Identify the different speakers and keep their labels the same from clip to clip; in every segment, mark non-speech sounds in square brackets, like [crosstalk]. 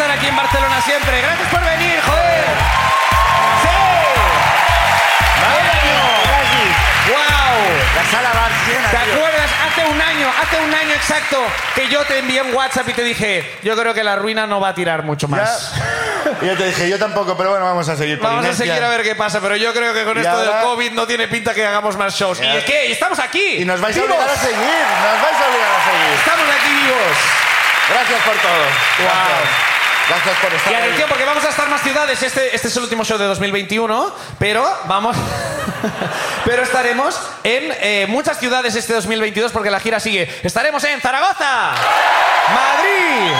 Speaker 1: Barcelona siempre. Gracias por venir, joder. ¡Sí! ¡Wow!
Speaker 2: La sala va llena,
Speaker 1: ¿Te
Speaker 2: tío.
Speaker 1: acuerdas? Hace un año, hace un año exacto, que yo te envié un WhatsApp y te dije, yo creo que la ruina no va a tirar mucho más.
Speaker 2: Ya- Y yo te dije, yo tampoco, pero bueno, vamos a seguir. por
Speaker 1: Vamos a
Speaker 2: inercia.
Speaker 1: seguir a ver qué pasa, pero yo creo que con
Speaker 2: Y
Speaker 1: esto del
Speaker 2: ahora-
Speaker 1: COVID no tiene pinta que hagamos más shows.
Speaker 2: Ya.
Speaker 1: ¿Y es que estamos aquí?
Speaker 2: Y nos vais
Speaker 1: vivos.
Speaker 2: a obligar a seguir, nos vais a obligar a seguir.
Speaker 1: Estamos aquí vivos.
Speaker 2: Gracias por todo. Gracias. Gracias por estar
Speaker 1: Y
Speaker 2: ahí.
Speaker 1: atención, porque vamos a estar más ciudades. Este, este es el último show de 2021, pero vamos. [laughs] pero estaremos en eh, muchas ciudades este 2022 porque la gira sigue. Estaremos en Zaragoza, Madrid,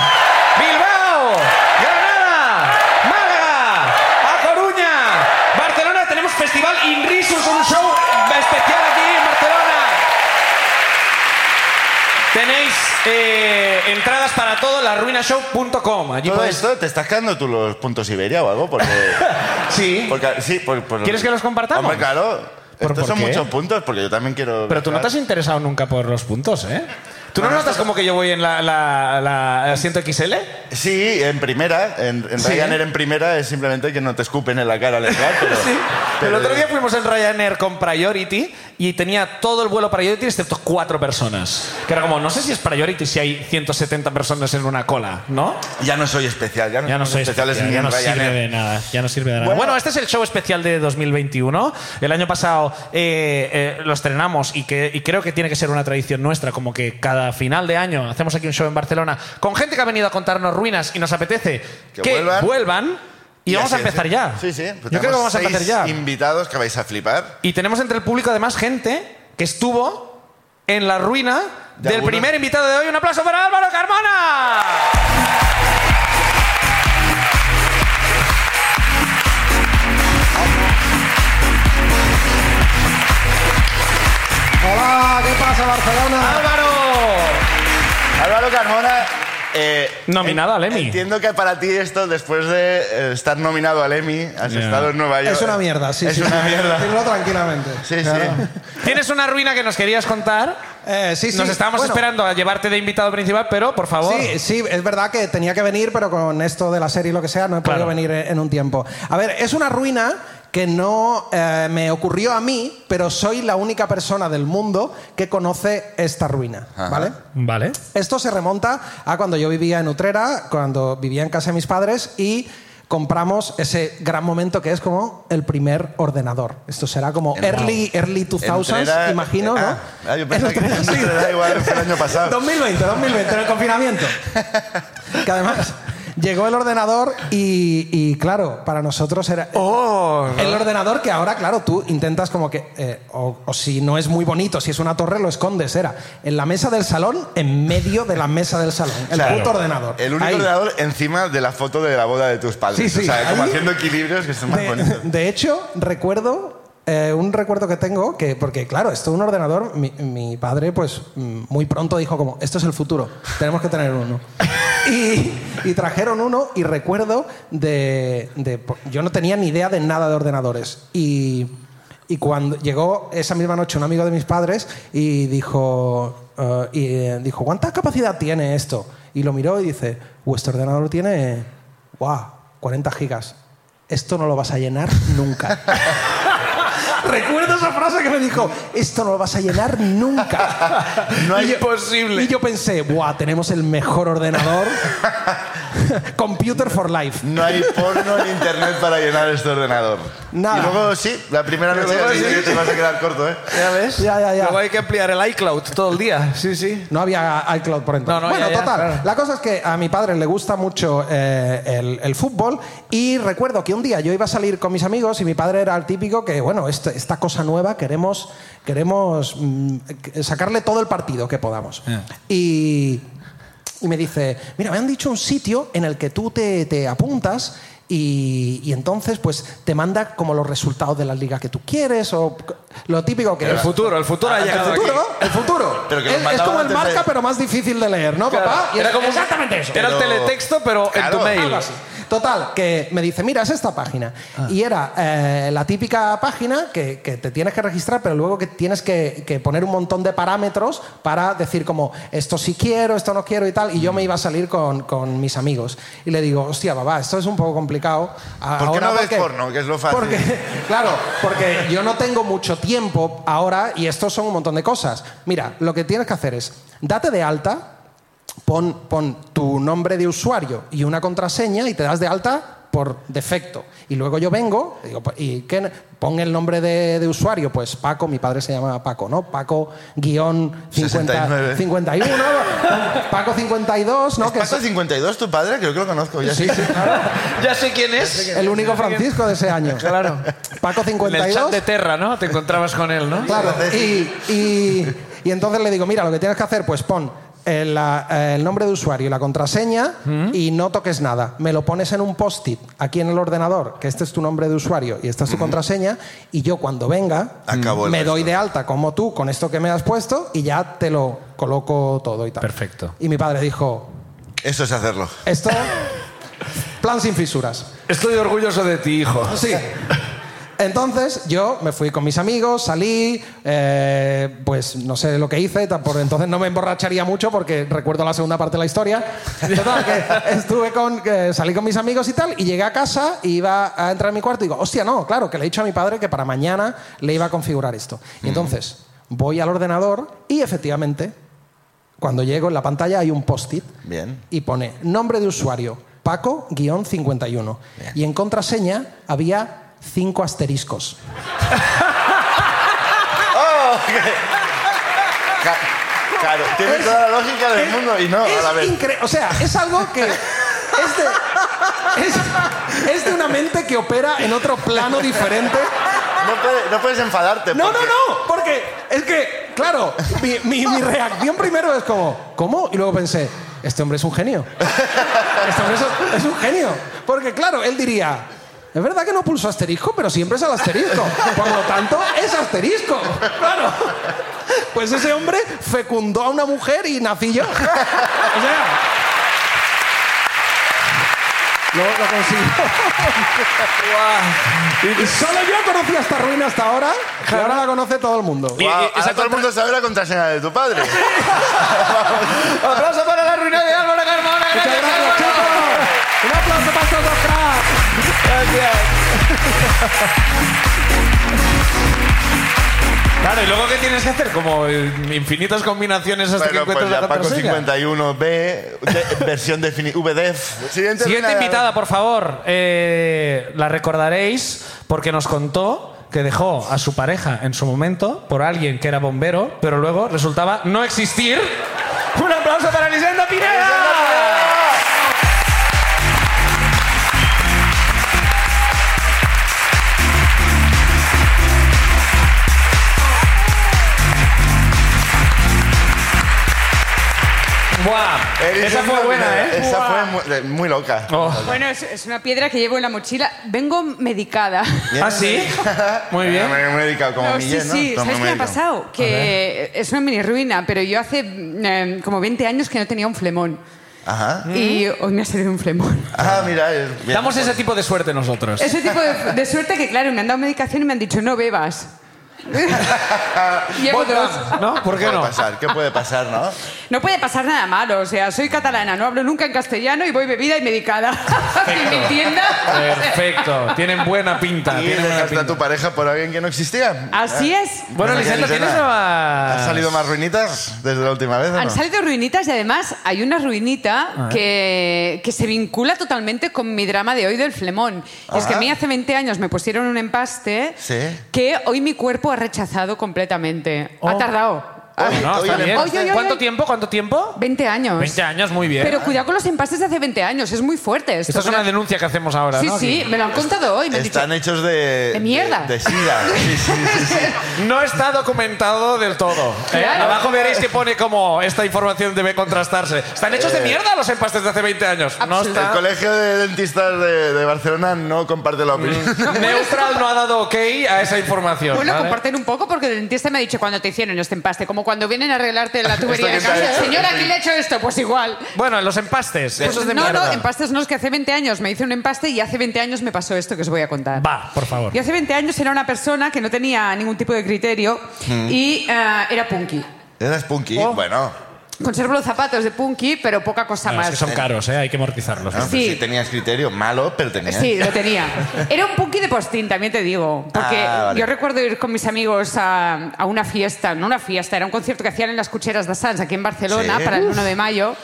Speaker 1: Bilbao, Granada, Málaga, A Coruña, Barcelona. Tenemos Festival Inrisus, un show especial aquí en Barcelona. Tenéis eh, entradas para todo, larruinashow.com. Allí
Speaker 2: Todo
Speaker 1: podéis
Speaker 2: esto, ¿te estás quedando tú los puntos Iberia o algo?
Speaker 1: [laughs]
Speaker 2: Porque,
Speaker 1: Sí.
Speaker 2: porque- sí, por- por-
Speaker 1: ¿Quieres que los compartamos?
Speaker 2: Hombre, claro.
Speaker 1: ¿Pero
Speaker 2: Estos
Speaker 1: por
Speaker 2: son
Speaker 1: qué?
Speaker 2: muchos puntos porque yo también quiero...
Speaker 1: Pero tú no te
Speaker 2: viajar.
Speaker 1: has interesado nunca por los puntos, ¿eh? ¿Tú no,
Speaker 2: Bueno,
Speaker 1: notas
Speaker 2: esto-
Speaker 1: como que yo voy en la, la, la asiento XL?
Speaker 2: Sí, en primera. En, en
Speaker 1: Sí.
Speaker 2: Ryanair en primera es simplemente que no te escupen en la cara al
Speaker 1: [laughs]
Speaker 2: entrar, pero...
Speaker 1: Sí.
Speaker 2: pero-
Speaker 1: el otro día fuimos en Ryanair con Priority y tenía todo el vuelo Priority excepto cuatro personas. Que era como, no sé si es Priority si hay 170 personas en una cola, ¿no?
Speaker 2: Ya no soy especial, ya no,
Speaker 3: Ya no
Speaker 2: somos
Speaker 3: soy
Speaker 2: especiales
Speaker 3: especial,
Speaker 2: ni
Speaker 3: ya
Speaker 2: en
Speaker 3: no sirve
Speaker 2: Ryanair.
Speaker 3: de nada, ya no sirve de nada.
Speaker 1: Bueno, este es el show especial de 2021. El año pasado eh, eh, lo estrenamos y, que, y creo que tiene que ser una tradición nuestra, como que cada final de año hacemos aquí un show en Barcelona con gente que ha venido a contarnos ruinas y nos apetece que,
Speaker 2: Que vuelvan.
Speaker 1: vuelvan. y, vamos a
Speaker 2: así es,
Speaker 1: empezar
Speaker 2: ¿eh?
Speaker 1: ya.
Speaker 2: Sí, sí. pues
Speaker 1: Yo creo que
Speaker 2: tenemos
Speaker 1: vamos a empezar
Speaker 2: seis
Speaker 1: ya.
Speaker 2: invitados que vais a flipar.
Speaker 1: Y tenemos entre el público además gente que estuvo en la ruina
Speaker 2: De
Speaker 1: del
Speaker 2: alguna.
Speaker 1: primer invitado de hoy. Un aplauso para Álvaro Carmona.
Speaker 4: Hola, ¿qué pasa Barcelona?
Speaker 1: Álvaro.
Speaker 2: Álvaro Carmona... eh,
Speaker 1: Nominado al Emmy.
Speaker 2: Entiendo que para ti esto, después de eh, estar nominado al Emmy, has
Speaker 3: Ya.
Speaker 2: estado en Nueva York.
Speaker 4: Es
Speaker 1: eh,
Speaker 4: una mierda, sí.
Speaker 2: Es
Speaker 4: sí,
Speaker 2: una
Speaker 4: sí. [laughs]
Speaker 2: mierda.
Speaker 4: Dilo tranquilamente.
Speaker 2: Sí,
Speaker 4: Claro.
Speaker 2: sí.
Speaker 1: Tienes una ruina que nos querías contar.
Speaker 4: Eh, sí, sí.
Speaker 1: Nos estábamos
Speaker 4: Bueno,
Speaker 1: esperando a llevarte de invitado principal, pero por favor.
Speaker 4: Sí, sí, es verdad que tenía que venir, pero con esto de la serie y lo que sea, no he
Speaker 1: Claro.
Speaker 4: podido venir eh, en un tiempo. A ver, es una ruina que no eh, me ocurrió a mí, pero soy la única persona del mundo que conoce esta ruina, ¿vale?
Speaker 3: Vale.
Speaker 4: Esto se remonta a cuando yo vivía en Utrera, cuando vivía en casa de mis padres y compramos ese gran momento que es como el primer ordenador. Esto será como
Speaker 2: En-
Speaker 4: early, early 2000s,
Speaker 2: Entrera-
Speaker 4: imagino,
Speaker 2: Ah,
Speaker 4: ¿no?
Speaker 2: ah, yo pensaba que
Speaker 4: Entrera- [laughs] sí.
Speaker 2: no era igual fue el año pasado.
Speaker 4: 2020, 2020, en el
Speaker 2: [laughs]
Speaker 4: confinamiento. Que además llegó el ordenador y, y, claro, para nosotros era...
Speaker 1: Oh,
Speaker 4: El ordenador que ahora, claro, tú intentas como que, eh, o, o si no es muy bonito, si es una torre, lo escondes, era en la mesa del salón, en medio de la mesa del salón, el
Speaker 2: Claro.
Speaker 4: puto ordenador.
Speaker 2: El único
Speaker 4: Ahí.
Speaker 2: ordenador encima de la foto de la boda de tus padres.
Speaker 4: Sí, sí,
Speaker 2: o sea, como
Speaker 4: ahí-
Speaker 2: haciendo equilibrios que son más
Speaker 4: De,
Speaker 2: bonitos.
Speaker 4: [laughs] de hecho, recuerdo eh, un recuerdo que tengo que porque claro esto es un ordenador mi, mi padre pues mm, muy pronto dijo como esto es el futuro tenemos que tener uno [laughs] y, y trajeron uno y recuerdo de, de- yo no tenía ni idea de nada de ordenadores y, y cuando llegó esa misma noche un amigo de mis padres y dijo eh, y eh, dijo cuánta capacidad tiene esto y lo miró y dice vuestro ordenador tiene wow 40 gigas esto no lo vas a llenar nunca. [laughs] Recuerdo esa frase que me dijo, esto no lo vas a llenar nunca. [laughs]
Speaker 2: No
Speaker 4: Y
Speaker 2: es
Speaker 4: yo-
Speaker 1: posible.
Speaker 4: Y yo pensé, ¡buah! Tenemos el mejor [laughs] ordenador. Computer for life.
Speaker 2: No hay porno en internet para llenar este ordenador.
Speaker 4: Nada.
Speaker 2: Y luego sí, la primera noche
Speaker 1: luego
Speaker 2: ya sí,
Speaker 1: sí.
Speaker 2: que te vas a quedar corto,
Speaker 1: [laughs]
Speaker 2: ¿eh?
Speaker 1: ¿Ya ves?
Speaker 4: Ya, ya, ya.
Speaker 1: Luego hay que ampliar el iCloud todo el día. Sí, sí.
Speaker 4: No había iCloud por entonces.
Speaker 1: No, no,
Speaker 4: bueno,
Speaker 1: ya, ya,
Speaker 4: total.
Speaker 1: claro.
Speaker 4: La cosa es que a mi padre le gusta mucho eh, el, el fútbol y recuerdo que un día yo iba a salir con mis amigos y mi padre era el típico que, bueno, este- esta cosa nueva queremos, queremos mm, que- sacarle todo el partido que podamos.
Speaker 1: Eh.
Speaker 4: Y, y me dice, mira, me han dicho un sitio en el que tú te, te apuntas y, y entonces pues te manda como los resultados de la liga que tú quieres o lo típico que
Speaker 1: El
Speaker 4: es.
Speaker 1: futuro, el futuro ha
Speaker 2: Ah, el
Speaker 1: llegado
Speaker 4: El
Speaker 1: aquí.
Speaker 4: futuro, el futuro.
Speaker 2: Pero que lo
Speaker 4: es, es
Speaker 2: mandaban
Speaker 4: como el
Speaker 2: antes de-
Speaker 4: marca, pero más difícil de leer, ¿no, papá? Y es-
Speaker 1: como
Speaker 3: exactamente eso.
Speaker 1: Era el
Speaker 2: Pero-
Speaker 1: teletexto, pero en
Speaker 2: Claro.
Speaker 1: tu mail.
Speaker 2: Algo
Speaker 4: así. Total, que me dice, mira, es esta página.
Speaker 2: Ah.
Speaker 4: Y era eh, la típica página que, que te tienes que registrar, pero luego que tienes que, que poner un montón de parámetros para decir como, esto sí quiero, esto no quiero y tal. Y yo
Speaker 2: Mm.
Speaker 4: me iba a salir con, con mis amigos. Y le digo, hostia, papá, esto es un poco complicado. A-
Speaker 2: ¿Por qué
Speaker 4: ahora
Speaker 2: no ves
Speaker 4: porque-
Speaker 2: porno? Que es lo fácil.
Speaker 4: Porque [laughs] Claro, porque yo no tengo mucho tiempo ahora y estos son un montón de cosas. Mira, lo que tienes que hacer es date de alta, pon, pon tu nombre de usuario y una contraseña y te das de alta por defecto. Y luego yo vengo y digo, "Pues, ¿y qué? n- Pon el nombre de, de usuario, pues Paco, mi padre se llama Paco, ¿no? Paco guión 50,
Speaker 2: 69.
Speaker 4: 51, Paco 52, ¿no?
Speaker 2: ¿Es
Speaker 4: Que
Speaker 2: Paco
Speaker 4: es
Speaker 2: 52 tu padre? Creo que lo conozco ya.
Speaker 4: Sí, sí, claro.
Speaker 1: Ya sé quién es.
Speaker 4: el único Francisco de ese año.
Speaker 1: Claro.
Speaker 4: Paco
Speaker 1: En
Speaker 4: 52.
Speaker 1: el chat de Terra, ¿no? Te encontrabas con él, ¿no?
Speaker 4: Claro, y, y- y entonces le digo, mira, lo que tienes que hacer, pues pon el, la- eh, el nombre de usuario y la contraseña y no toques nada. Me lo pones en un post-it aquí en el ordenador, que este es tu nombre de usuario y esta es tu contraseña, y yo cuando venga
Speaker 2: Acabó el
Speaker 4: me
Speaker 2: resto.
Speaker 4: doy de alta como tú con esto que me has puesto y ya te lo coloco todo y tal.
Speaker 1: Perfecto.
Speaker 4: Y mi padre dijo,
Speaker 2: Eso es hacerlo.
Speaker 4: esto, plan sin fisuras.
Speaker 1: Estoy orgulloso de ti, hijo.
Speaker 4: Sí. Entonces yo me fui con mis amigos, salí, eh, pues no sé lo que hice, tan- por entonces no me emborracharía mucho porque recuerdo la segunda parte de la historia. Total, que estuve con, que salí con mis amigos y tal, y llegué a casa, y iba a entrar en mi cuarto y digo, hostia, no, claro, que le he dicho a mi padre que para mañana le iba a configurar esto. Y entonces voy al ordenador y efectivamente, cuando llego en la pantalla hay un post-it
Speaker 2: Bien.
Speaker 4: y pone nombre de usuario Paco-51 y en contraseña había cinco asteriscos.
Speaker 2: Oh, Ca- claro, tiene
Speaker 4: Es-
Speaker 2: toda la lógica del mundo y no, a la
Speaker 4: es
Speaker 2: vez.
Speaker 4: incre- o sea, es algo que es de, es- es de una mente que opera en otro plano diferente.
Speaker 2: No, puede- no puedes enfadarte.
Speaker 4: No, no,
Speaker 2: porque-
Speaker 4: no, porque es que, claro, mi, mi- mi reacción primero es como, ¿cómo? Y luego pensé, este hombre es un genio. Este hombre es, un- es un genio. Porque, claro, él diría, es verdad que no pulso asterisco, pero siempre es al asterisco. Por lo tanto, es asterisco. Claro. Pues ese hombre fecundó a una mujer y nací yo. O sea. Lo, lo consiguió. Y solo yo conocía esta ruina hasta ahora, y ahora la conoce todo el mundo.
Speaker 1: Y- y-
Speaker 2: Wow, ahora
Speaker 1: esa
Speaker 2: todo el
Speaker 1: contra-
Speaker 2: mundo sabe la contraseña de tu padre.
Speaker 1: ¡Aplauso para la ruina de Álvaro Carmona!
Speaker 4: Muchas
Speaker 1: ¡Gracias,
Speaker 4: gracias,
Speaker 1: Álvaro!
Speaker 4: chicos. Un aplauso para estos dos cracks.
Speaker 1: Claro, y luego ¿qué tienes que hacer? Como eh, infinitas combinaciones hasta que
Speaker 2: Bueno,
Speaker 1: encuentres
Speaker 2: pues ya
Speaker 1: la
Speaker 2: Paco
Speaker 1: contraseña.
Speaker 2: 51B, de- versión definitiva. VDEF. E Siguiente,
Speaker 1: Siguiente
Speaker 2: ruina.
Speaker 1: invitada, por favor. Eh, la recordaréis porque nos contó que dejó a su pareja en su momento por alguien que era bombero, pero luego resultaba no existir. [laughs] ¡Un aplauso para Lisenda Pineda! ¡Buah!
Speaker 2: Eres
Speaker 1: Esa
Speaker 2: una
Speaker 1: fue buena,
Speaker 2: primera.
Speaker 1: ¿eh?
Speaker 2: Esa fue mu- eh, muy, loca.
Speaker 1: Oh.
Speaker 3: [laughs] Bueno, es, es una piedra que llevo en la mochila. Vengo medicada.
Speaker 2: Bien.
Speaker 1: ¿Ah, sí? Muy
Speaker 2: Ya
Speaker 1: bien.
Speaker 2: Me me he dedicado [laughs] como
Speaker 3: No,
Speaker 2: Guillén,
Speaker 3: sí,
Speaker 2: ¿no?
Speaker 3: sí.
Speaker 2: Como
Speaker 3: ¿Sabes qué me ha
Speaker 2: médico.
Speaker 3: pasado? Que es una mini ruina, pero yo hace mm, eh, como 20 años que no tenía un flemón.
Speaker 2: Ajá.
Speaker 3: Y hoy me ha salido un flemón.
Speaker 2: [laughs] Ah, mira. es- bien.
Speaker 1: Damos ese tipo de suerte nosotros.
Speaker 3: Ese tipo de, de suerte que, claro, me han dado medicación y me han dicho, no bebas.
Speaker 2: [laughs]
Speaker 3: Llevo dos.
Speaker 1: ¿No? ¿Por
Speaker 2: ¿Qué
Speaker 1: qué
Speaker 2: puede
Speaker 1: no?
Speaker 2: pasar? ¿Qué puede pasar,
Speaker 1: [laughs]
Speaker 2: no?
Speaker 3: No puede pasar nada malo, o sea, soy catalana, no hablo nunca en castellano y voy bebida y medicada. [laughs] en mi tienda.
Speaker 1: Perfecto. Tienen buena pinta.
Speaker 2: Y
Speaker 1: tienen buena
Speaker 2: dejaste a
Speaker 1: pinta.
Speaker 2: tu pareja por alguien que no existía.
Speaker 3: Así es.
Speaker 1: Bueno,
Speaker 2: Venga, Lisenda.
Speaker 1: Lisenda, ¿tienes nuevas?
Speaker 2: ¿Han salido más ruinitas desde la última vez? o
Speaker 3: Han
Speaker 2: Ah, no?
Speaker 3: salido ruinitas y además hay una ruinita que, que se vincula totalmente con mi drama de hoy del flemón. Y es que a mí hace 20 años me pusieron un empaste
Speaker 2: Sí.
Speaker 3: que hoy mi cuerpo ha rechazado completamente.
Speaker 1: Oh.
Speaker 3: Ha tardado.
Speaker 2: Oye,
Speaker 1: No,
Speaker 2: oye,
Speaker 1: está bien.
Speaker 3: Oye, oye,
Speaker 1: ¿Cuánto
Speaker 3: oye.
Speaker 1: tiempo? ¿Cuánto tiempo?
Speaker 3: 20 años.
Speaker 1: 20 años, muy bien.
Speaker 3: Pero cuidado con los empastes de hace 20 años, es muy fuerte esto.
Speaker 1: Esta es una
Speaker 3: Me lo-
Speaker 1: denuncia que hacemos ahora,
Speaker 3: Sí,
Speaker 1: ¿no?
Speaker 3: sí, me lo han contado hoy. Me han dicho,
Speaker 2: Están hechos de.
Speaker 3: De mierda.
Speaker 2: De,
Speaker 3: [laughs]
Speaker 2: de sida. Sí, sí,
Speaker 1: [laughs]
Speaker 2: sí, sí.
Speaker 1: No está documentado del todo. ¿eh?
Speaker 3: Claro.
Speaker 1: Abajo veréis que pone como esta información debe contrastarse. ¿Están hechos de mierda los empastes de hace 20 años? No
Speaker 3: Absolutamente.
Speaker 2: El
Speaker 1: está.
Speaker 2: colegio de dentistas de, de Barcelona no comparte la opinión.
Speaker 1: Mm. Neutral no ha dado ok a esa información.
Speaker 3: Bueno,
Speaker 2: ¿eh?".
Speaker 1: ¿vale?
Speaker 3: comparten un poco porque el dentista me ha dicho cuando te hicieron este empaste, como cuando vienen a arreglarte la tubería de
Speaker 2: Esto que te ha
Speaker 3: casa.
Speaker 2: hecho.
Speaker 3: Señora, ¿quién le ha hecho esto? Pues igual.
Speaker 1: Bueno, los empastes. Eso es de
Speaker 3: Pues no,
Speaker 1: mierda.
Speaker 3: no, empastes no, es que hace 20 años me hice un empaste y hace 20 años me pasó esto que os voy a contar.
Speaker 1: Va, por favor.
Speaker 3: Yo hace 20 años era una persona que no tenía ningún tipo de criterio
Speaker 1: Mm.
Speaker 3: y ah, era punky.
Speaker 2: Eres punky,
Speaker 1: Oh.
Speaker 2: bueno.
Speaker 3: Conservo los zapatos de punky, pero poca cosa
Speaker 5: No, es
Speaker 3: más.
Speaker 5: que son caros, ¿eh? hay que amortizarlos.
Speaker 2: ¿no?
Speaker 3: Sí.
Speaker 2: Pero sí tenías criterio, malo, pero tenías.
Speaker 3: Sí, lo tenía. Era un punky de postín, también te digo. Porque
Speaker 2: Ah, vale.
Speaker 3: yo recuerdo ir con mis amigos a, a una fiesta, no una fiesta, era un concierto que hacían en las Cucheras de Sanz, aquí en Barcelona,
Speaker 2: Sí. Mm.
Speaker 3: para el 1 de mayo.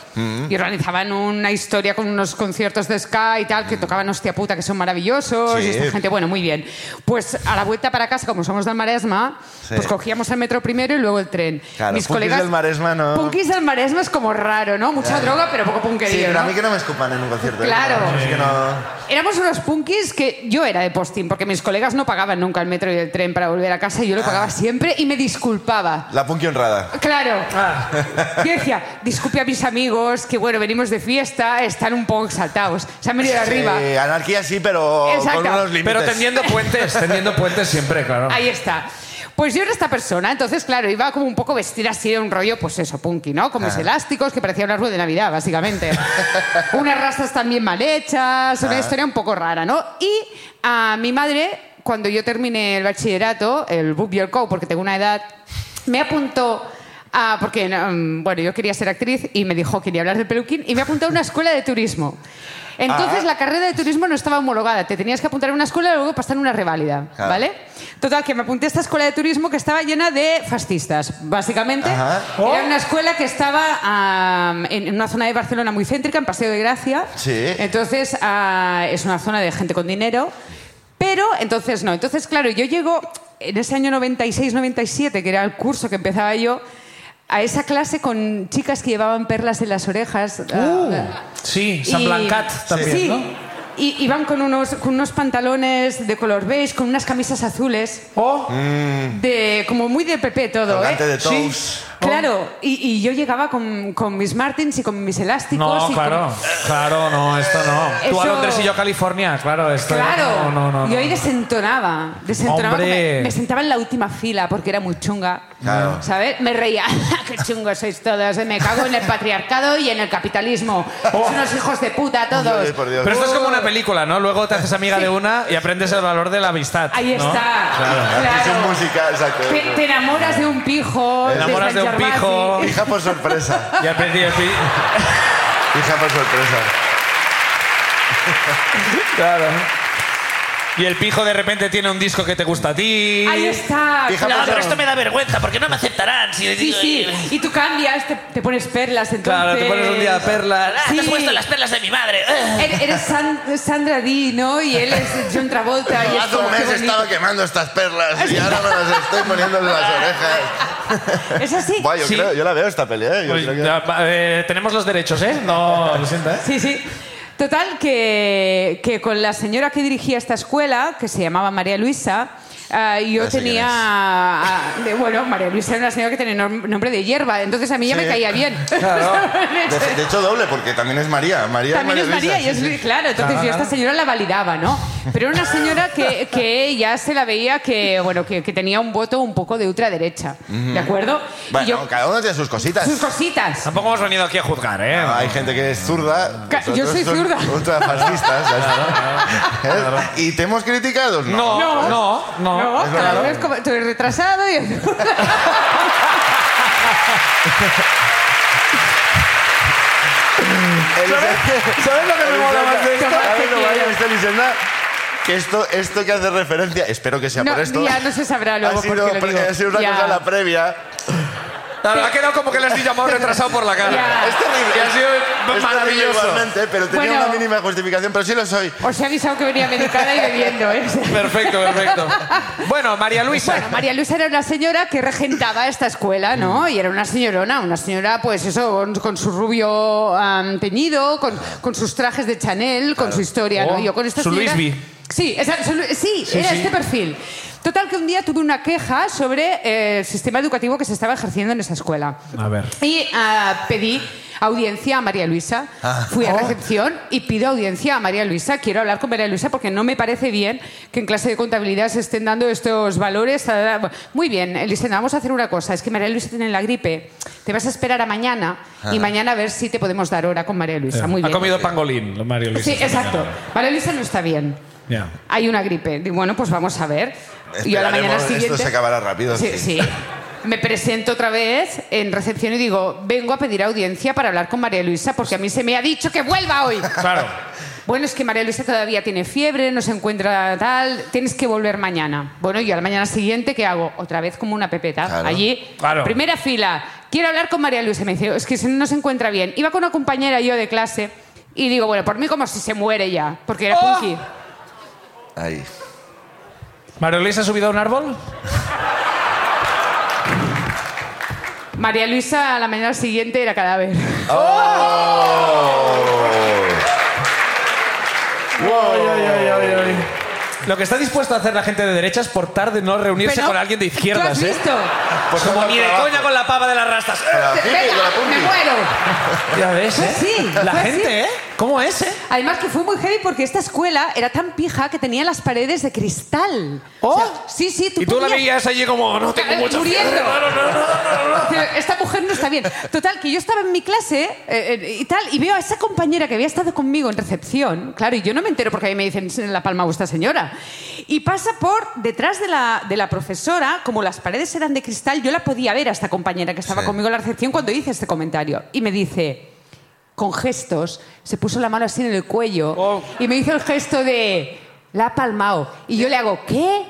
Speaker 3: Y organizaban una historia con unos conciertos de ska y tal, que tocaban hostia puta, que son maravillosos.
Speaker 2: Mm. Sí.
Speaker 3: Y esta gente, bueno, muy bien. Pues a la vuelta para casa, como somos del Maresma,
Speaker 2: Sí.
Speaker 3: pues cogíamos el metro primero y luego el tren.
Speaker 2: Claro, punkis del Maresma no. Eh.
Speaker 3: Punkis del Maresma es como raro, ¿no? Mucha droga, pero poco punquerío.
Speaker 2: Sí, pero a
Speaker 3: ¿no?
Speaker 2: mí que no me escupan en un concierto. ¿eh?
Speaker 3: Claro.
Speaker 2: Es que no...
Speaker 3: Éramos unos punkis que yo era de postín, porque mis colegas no pagaban nunca el metro y el tren para volver a casa, y yo lo pagaba siempre y me disculpaba.
Speaker 2: La punky honrada.
Speaker 3: Claro. Yo decía, disculpe a mis amigos, que bueno, venimos de fiesta, están un poco exaltados, se han venido de arriba.
Speaker 2: Sí, anarquía sí, pero
Speaker 3: Exacto.
Speaker 2: con unos límites.
Speaker 1: Pero tendiendo puentes, tendiendo puentes siempre, claro.
Speaker 3: Ahí está. Pues yo era esta persona, entonces, claro, iba como un poco vestida así de un rollo, pues eso, punky, ¿no? Con mis elásticos, que parecía un árbol de Navidad, básicamente. Unas rastas también mal hechas, una historia un poco rara, ¿no? Y a mi madre, cuando yo terminé el bachillerato, el Book Your Code, porque tengo una edad, me apuntó. a... porque, mm, bueno, yo quería ser actriz y me dijo, quería hablar del peluquín, y me apuntó a una escuela de turismo. Entonces, la carrera de turismo no estaba homologada. Te tenías que apuntar a una escuela y luego pasar una reválida,
Speaker 2: Claro.
Speaker 3: ¿vale? Total, que me apunté a esta escuela de turismo que estaba llena de fascistas, básicamente.
Speaker 2: Ajá.
Speaker 3: Era una escuela que estaba am, en en una zona de Barcelona muy céntrica, en Paseo de Gracia.
Speaker 2: Sí.
Speaker 3: Entonces, ah, es una zona de gente con dinero. Pero, entonces no. Entonces, claro, yo llego en ese año 96-97, que era el curso que empezaba yo, a esa clase con chicas que llevaban perlas en las
Speaker 2: Uh.
Speaker 3: orejas. ah,
Speaker 1: Sí, San Blancat también,
Speaker 3: sí.
Speaker 1: ¿no?
Speaker 3: Y iban con unos, con unos pantalones de color beige, con unas camisas azules,
Speaker 1: O
Speaker 3: de, como muy de PP todo, ¿eh?
Speaker 2: Colgante Mm. de
Speaker 1: Sí. Oh.
Speaker 2: toes.
Speaker 3: Claro, y, y yo llegaba con, con mis Martins y con mis elásticos.
Speaker 1: No,
Speaker 3: y con-
Speaker 1: claro, claro, no, esto no. Tú
Speaker 3: Eso-
Speaker 1: a Londres y yo a California, claro, esto
Speaker 3: Claro,
Speaker 1: no, no, no.
Speaker 3: yo
Speaker 1: no.
Speaker 3: ahí desentonaba, desentonaba
Speaker 1: Hombre.
Speaker 3: porque me, me sentaba en la última fila porque era muy chunga,
Speaker 2: Claro.
Speaker 3: ¿sabes? Me reía, [laughs] "Ah, qué chungos sois todos, eh, me cago en el patriarcado y en el capitalismo,
Speaker 1: Oh.
Speaker 3: son unos hijos de puta todos.
Speaker 2: Ay, por Dios.
Speaker 1: Pero esto es como una película, ¿no? Luego te haces amiga de una y aprendes el valor de la amistad.
Speaker 3: Ahí
Speaker 1: ¿no?
Speaker 3: está,
Speaker 2: Es un
Speaker 3: claro.
Speaker 2: musical, exacto.
Speaker 3: Te, te enamoras de un pijo.
Speaker 2: Te
Speaker 3: de
Speaker 1: enamoras de un
Speaker 3: Sven Gervasi.
Speaker 1: pijo.
Speaker 2: Hija por sorpresa.
Speaker 1: Y aprendí, aprendí-
Speaker 3: [laughs]
Speaker 2: Hija por sorpresa.
Speaker 1: Claro. Y el pijo de repente tiene un disco que te gusta a ti.
Speaker 3: Ahí está.
Speaker 2: Hija
Speaker 3: claro.
Speaker 2: por sorpresa.
Speaker 1: me da vergüenza porque no me aceptarán. Si "Eh,
Speaker 3: Sí, sí. Y tú cambias, te, te pones perlas entonces.
Speaker 1: Claro, te pones un día perla.
Speaker 3: Ah, te has Sí. puesto las
Speaker 1: perlas de mi madre. Eh.
Speaker 3: Er- Eres San- Sandra Dee, ¿no? Y él es John Travolta. y es
Speaker 2: Hace
Speaker 3: como,
Speaker 2: un
Speaker 3: qué
Speaker 2: mes
Speaker 3: bonito.
Speaker 2: estaba quemando estas perlas y ahora me las estoy poniendo en las orejas.
Speaker 3: Es así.
Speaker 2: Buah, yo,
Speaker 1: Sí. Pues
Speaker 2: creo, yo la veo esta pelea. Yo creo que-
Speaker 1: tenemos los derechos, ¿eh? No, lo siento, ¿eh?
Speaker 3: Sí, sí. Total, que, que con la señora que dirigía esta escuela, que se llamaba María Luisa, ah, yo
Speaker 2: Ya sé
Speaker 3: tenía...
Speaker 2: quién es.
Speaker 3: ah, de- bueno, María Luisa era una señora que tenía nom- nombre de hierba, entonces a mí ya
Speaker 2: Sí.
Speaker 3: me caía bien.
Speaker 2: De, de hecho, doble, porque también es María. María
Speaker 3: También es María, y
Speaker 2: Luisa,
Speaker 3: es,
Speaker 2: sí, sí.
Speaker 3: claro, entonces yo a esta señora la validaba, ¿no? Pero era una señora
Speaker 2: [laughs]
Speaker 3: que, que ya se la veía que, bueno, que, que tenía un voto un poco de ultraderecha, ¿de acuerdo? Y
Speaker 2: Bueno,
Speaker 3: yo-
Speaker 2: cada uno tiene sus cositas.
Speaker 3: sus cositas.
Speaker 1: Tampoco hemos venido aquí a juzgar, ¿eh?
Speaker 2: Hay gente que es zurda.
Speaker 3: Ca- yo
Speaker 2: otros
Speaker 3: soy
Speaker 2: son
Speaker 3: zurda.
Speaker 2: Ultrafascistas. ya está. ¿Eh? ¿Y te hemos criticado?
Speaker 1: No, no, no.
Speaker 3: No,
Speaker 2: es
Speaker 3: cada
Speaker 2: verdad.
Speaker 3: vez como- estoy retrasado y... [laughs]
Speaker 2: El-
Speaker 1: ¿Sabes lo que me mola más de esto?
Speaker 2: A ver, no
Speaker 3: Qué
Speaker 2: vaya,
Speaker 3: tío.
Speaker 2: Mr. Lisenda, Que esto, esto que hace referencia, espero que sea
Speaker 3: No,
Speaker 2: por esto.
Speaker 3: ya no se sabrá luego
Speaker 2: ha
Speaker 3: por
Speaker 2: sido,
Speaker 3: qué lo digo.
Speaker 2: ha sido una
Speaker 3: Ya.
Speaker 2: cosa a la previa.
Speaker 1: Claro, ha quedado como que le has dicho a Mau retrasado por la cara.
Speaker 3: Ya.
Speaker 2: Es terrible.
Speaker 1: Y ha sido
Speaker 2: Es terrible
Speaker 1: maravilloso.
Speaker 2: igualmente, pero tenía
Speaker 3: Ah. Bueno.
Speaker 2: una mínima justificación, pero sí lo soy.
Speaker 3: Os he avisado que venía medicada y bebiendo, ¿eh?
Speaker 1: Perfecto, perfecto. Bueno, María
Speaker 3: Bueno,
Speaker 1: Luisa.
Speaker 3: María Luisa era una señora que regentaba esta escuela, ¿no? Y era una señorona, una señora, pues eso, con, con su rubio am, teñido, con, con sus trajes de Chanel, con su historia,
Speaker 1: Oh,
Speaker 3: ¿no? Yo con esta
Speaker 1: su
Speaker 3: señora-
Speaker 1: Louis V.
Speaker 3: Sí, esa- su Lu- sí, era
Speaker 1: sí.
Speaker 3: este perfil. Total que un día tuve una queja sobre eh, el sistema educativo que se estaba ejerciendo en esa escuela.
Speaker 5: A ver.
Speaker 3: Y ah, pedí audiencia a María Luisa.
Speaker 2: Ah.
Speaker 3: Fui a
Speaker 2: Oh.
Speaker 3: recepción y pido audiencia a María Luisa. Quiero hablar con María Luisa porque no me parece bien que en clase de contabilidad se estén dando estos valores. ta, ta, ta. Muy bien, Elisenda, vamos a hacer una cosa. Es que María Luisa tiene la gripe. Te vas a esperar a mañana
Speaker 2: Ah.
Speaker 3: y mañana a ver si te podemos dar hora con María
Speaker 2: Eh.
Speaker 3: Luisa. Muy
Speaker 1: Ha
Speaker 3: bien.
Speaker 1: comido pangolín.
Speaker 5: Lo Mario Luis
Speaker 3: Sí,
Speaker 5: esta
Speaker 3: exacto.
Speaker 5: mañana.
Speaker 3: María Luisa no está bien
Speaker 5: Ya.
Speaker 3: hay una gripe. Digo, bueno, pues vamos a ver. Yo a la mañana
Speaker 2: Eh, Esperaremos, esto
Speaker 3: siguiente.
Speaker 2: se acabará rápido,
Speaker 3: Sí,
Speaker 2: sí.
Speaker 3: sí. Me presento otra vez en recepción y digo, vengo a pedir audiencia para hablar con María Luisa porque a mí se me ha dicho que vuelva hoy.
Speaker 5: Claro.
Speaker 3: Bueno, es que María Luisa todavía tiene fiebre, no se encuentra tal, tienes que volver mañana. Bueno, yo a la mañana siguiente, ¿qué hago? Otra vez como una pepeta.
Speaker 2: Claro.
Speaker 3: Allí,
Speaker 5: Claro.
Speaker 3: primera fila, quiero hablar con María Luisa. Me dice, es que se- no se encuentra bien. Iba con una compañera yo de clase y digo, bueno, por mí como si se muere ya, porque era punky.
Speaker 2: Ahí.
Speaker 1: ¿Mario Luis ha subido a un árbol?
Speaker 3: María Luisa a la mañana siguiente era cadáver.
Speaker 1: Lo que está dispuesto a hacer la gente de derecha es por tarde no reunirse
Speaker 3: Pero,
Speaker 1: con alguien de
Speaker 3: ¿Lo
Speaker 1: izquierdas,
Speaker 3: has
Speaker 1: ¿eh?
Speaker 3: visto?
Speaker 2: Pues
Speaker 1: Como
Speaker 2: anda
Speaker 1: ni de
Speaker 2: para abajo.
Speaker 1: coña con la pava de las rastas.
Speaker 2: Para la Pipi,
Speaker 3: Venga,
Speaker 2: para la
Speaker 3: me
Speaker 2: Pumpi.
Speaker 3: muero.
Speaker 1: Ya ves, ¿eh?
Speaker 6: sí,
Speaker 1: La
Speaker 6: fue
Speaker 1: gente,
Speaker 6: así.
Speaker 1: ¿eh? ¿Cómo es, eh?
Speaker 6: Además que fue muy heavy porque esta escuela era tan pija que tenía las paredes de cristal.
Speaker 1: ¡Oh!
Speaker 6: O sea, sí, sí, tú
Speaker 1: y tú la
Speaker 6: podías-
Speaker 1: veías allí como, no tengo
Speaker 3: Eh,
Speaker 1: mucha
Speaker 3: muriendo.
Speaker 1: fiebre, no, no, no, no, no, no.
Speaker 6: Pero Esta mujer no está bien. Total, que yo estaba en mi clase eh, eh, y tal, y veo a esa compañera que había estado conmigo en recepción, claro, y yo no me entero porque a mí me dicen "Es en la palma vuestra señora. Y pasa por detrás de la, de la profesora, como las paredes eran de cristal, yo la podía ver a esta compañera que estaba
Speaker 2: Sí.
Speaker 6: conmigo en la recepción cuando hice este comentario. Y me dice, con gestos, se puso la mano así en el cuello
Speaker 1: Oh.
Speaker 6: y me hizo el gesto de la ha palmao. Y yo le hago, ¿qué?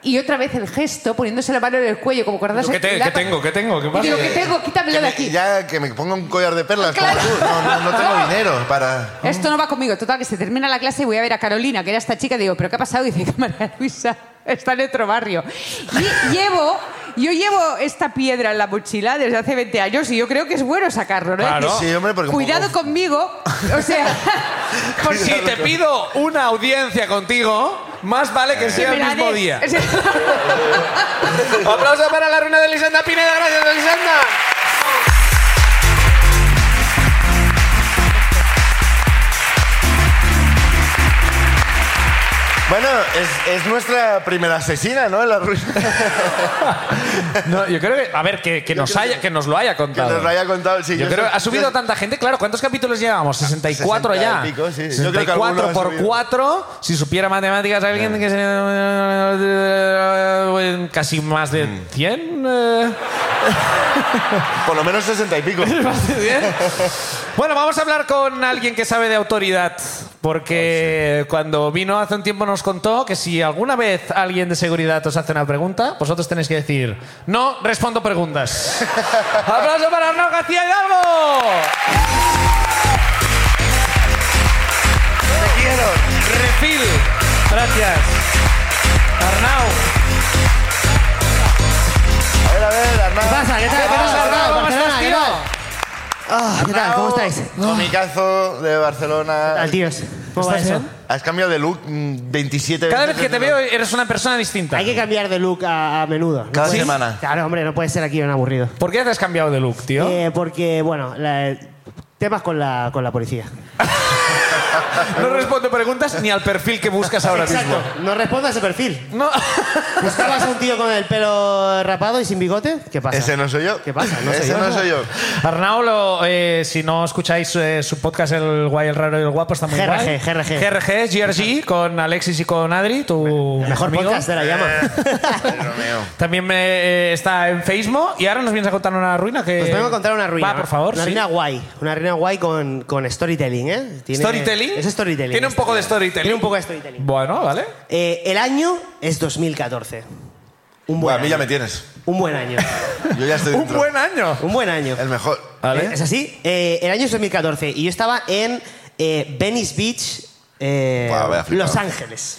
Speaker 6: Y otra vez el gesto, poniéndose la mano en el cuello, como
Speaker 1: Yo,
Speaker 6: acordándose.
Speaker 1: ¿Qué, te-
Speaker 6: la-
Speaker 1: qué tengo? ¿Qué tengo? ¿Qué
Speaker 6: y digo,
Speaker 1: pasa?
Speaker 6: ¿qué tengo? Quítamelo
Speaker 2: Que
Speaker 6: de
Speaker 2: me-
Speaker 6: aquí.
Speaker 2: Ya que me ponga un collar de perlas
Speaker 6: Claro.
Speaker 2: como tú. No, no, no tengo
Speaker 6: No.
Speaker 2: dinero para.
Speaker 6: Esto no va conmigo. Total, que se termina la clase y voy a ver a Carolina, que era esta chica, y digo, ¿pero qué ha pasado? [laughs] Y dice, que María Luisa está en otro barrio. Y llevo, yo llevo esta piedra en la mochila desde hace 20 años y yo creo que es bueno sacarlo, ¿no?
Speaker 1: Claro.
Speaker 2: Sí, hombre, porque un
Speaker 6: Cuidado
Speaker 2: poco- [laughs]
Speaker 6: conmigo. O sea, por
Speaker 1: Si te pido una audiencia contigo, más vale que sea
Speaker 6: [laughs]
Speaker 1: el
Speaker 6: me la
Speaker 1: mismo
Speaker 6: des.
Speaker 1: día.
Speaker 6: O sea,
Speaker 1: Aplauso para la ruina de Lisanda Pineda. Gracias, Lisanda.
Speaker 2: Bueno, es, es nuestra primera asesina, ¿no? En la ruina.
Speaker 1: [laughs] No, yo creo que, a ver, que, que nos, haya, que, nos lo haya
Speaker 2: Que
Speaker 1: contado.
Speaker 2: nos lo haya contado. Sí,
Speaker 1: Yo creo
Speaker 2: soy-
Speaker 1: ha subido
Speaker 2: yo-
Speaker 1: tanta gente, claro, ¿cuántos capítulos llevamos? 64
Speaker 2: 60
Speaker 1: ya.
Speaker 2: y pico, sí. Yo creo que
Speaker 1: 64
Speaker 2: alguno ha
Speaker 1: por
Speaker 2: subido. Eh.
Speaker 1: 4, si supiera matemáticas alguien que se... casi más de
Speaker 2: Mm.
Speaker 1: 100. eh,
Speaker 2: Por lo menos sesenta y [laughs] pico.
Speaker 1: más de 100. Bueno, vamos a hablar con alguien que sabe de autoridad, porque cuando vino hace un tiempo nos contó que si alguna vez alguien de seguridad os hace una pregunta, vosotros tenéis que decir, no respondo preguntas. ¡Aplauso para Arnau García Hidalgo!
Speaker 2: quiero.
Speaker 1: Refil. Gracias. Arnau.
Speaker 2: A ver, a ver, Arnau.
Speaker 6: pasa? ¿Qué tal? ¿Qué tal?
Speaker 1: Arnau, ¿cómo estás, tío?
Speaker 6: Ah, ¿Qué tal? ¿Cómo estáis?
Speaker 2: Comicazo de Barcelona.
Speaker 6: Al tíos. ¿Cómo va
Speaker 1: ¿Estás
Speaker 6: eso?
Speaker 1: bien?
Speaker 2: Has cambiado de look mm, 27
Speaker 1: Cada vez
Speaker 2: veces.
Speaker 1: que te veo eres una persona distinta.
Speaker 7: Hay que cambiar de look a, a menudo. No
Speaker 2: Cada
Speaker 7: puede-
Speaker 2: semana.
Speaker 7: Claro, hombre, no puede ser aquí un aburrido.
Speaker 1: ¿Por qué te has cambiado de look, tío?
Speaker 7: Eh, porque, bueno, la- temas con la, con la policía.
Speaker 1: No respondo preguntas ni al perfil que buscas ahora mismo.
Speaker 7: No respondo a ese perfil.
Speaker 1: No. [laughs]
Speaker 7: ¿Buscabas un tío con el pelo rapado y sin bigote? ¿Qué pasa?
Speaker 2: Ese no soy yo.
Speaker 7: ¿Qué pasa? No soy
Speaker 2: Ese
Speaker 7: yo.
Speaker 2: no soy yo.
Speaker 1: Arnau, lo, eh, si no escucháis eh, su podcast El Guay, El Raro y El Guapo, está muy
Speaker 7: GRG,
Speaker 1: guay.
Speaker 7: GRG.
Speaker 1: GRG, GRG, con Alexis y con Adri, tu
Speaker 7: El mejor
Speaker 1: amigo.
Speaker 7: podcast de la llama.
Speaker 2: Eh. Dios mío.
Speaker 1: También eh, está en Facebook y ahora nos vienes a contar una ruina que...
Speaker 7: Pues vengo a contar una ruina.
Speaker 1: Eh, Va, por favor.
Speaker 7: Una
Speaker 1: sí.
Speaker 7: ruina guay. Una ruina guay con, con storytelling, ¿eh? Tiene-
Speaker 1: ¿Storytelling?
Speaker 7: Es storytelling. este
Speaker 1: Tiene un poco de storytelling.
Speaker 7: Tiene un poco de storytelling.
Speaker 1: Bueno, vale.
Speaker 7: Eh, el año es 2014. Un buen
Speaker 2: Buah, a mí ya
Speaker 7: año.
Speaker 2: me tienes.
Speaker 7: Un buen año.
Speaker 2: Yo ya estoy
Speaker 1: Un
Speaker 2: dentro.
Speaker 1: buen año.
Speaker 7: un buen año.
Speaker 2: [laughs] El mejor.
Speaker 1: Vale.
Speaker 7: Eh, Es así. Eh, el año es 2014 y yo estaba en eh, Venice Beach, eh,
Speaker 2: Guau, vaya flipado.
Speaker 7: Los Ángeles.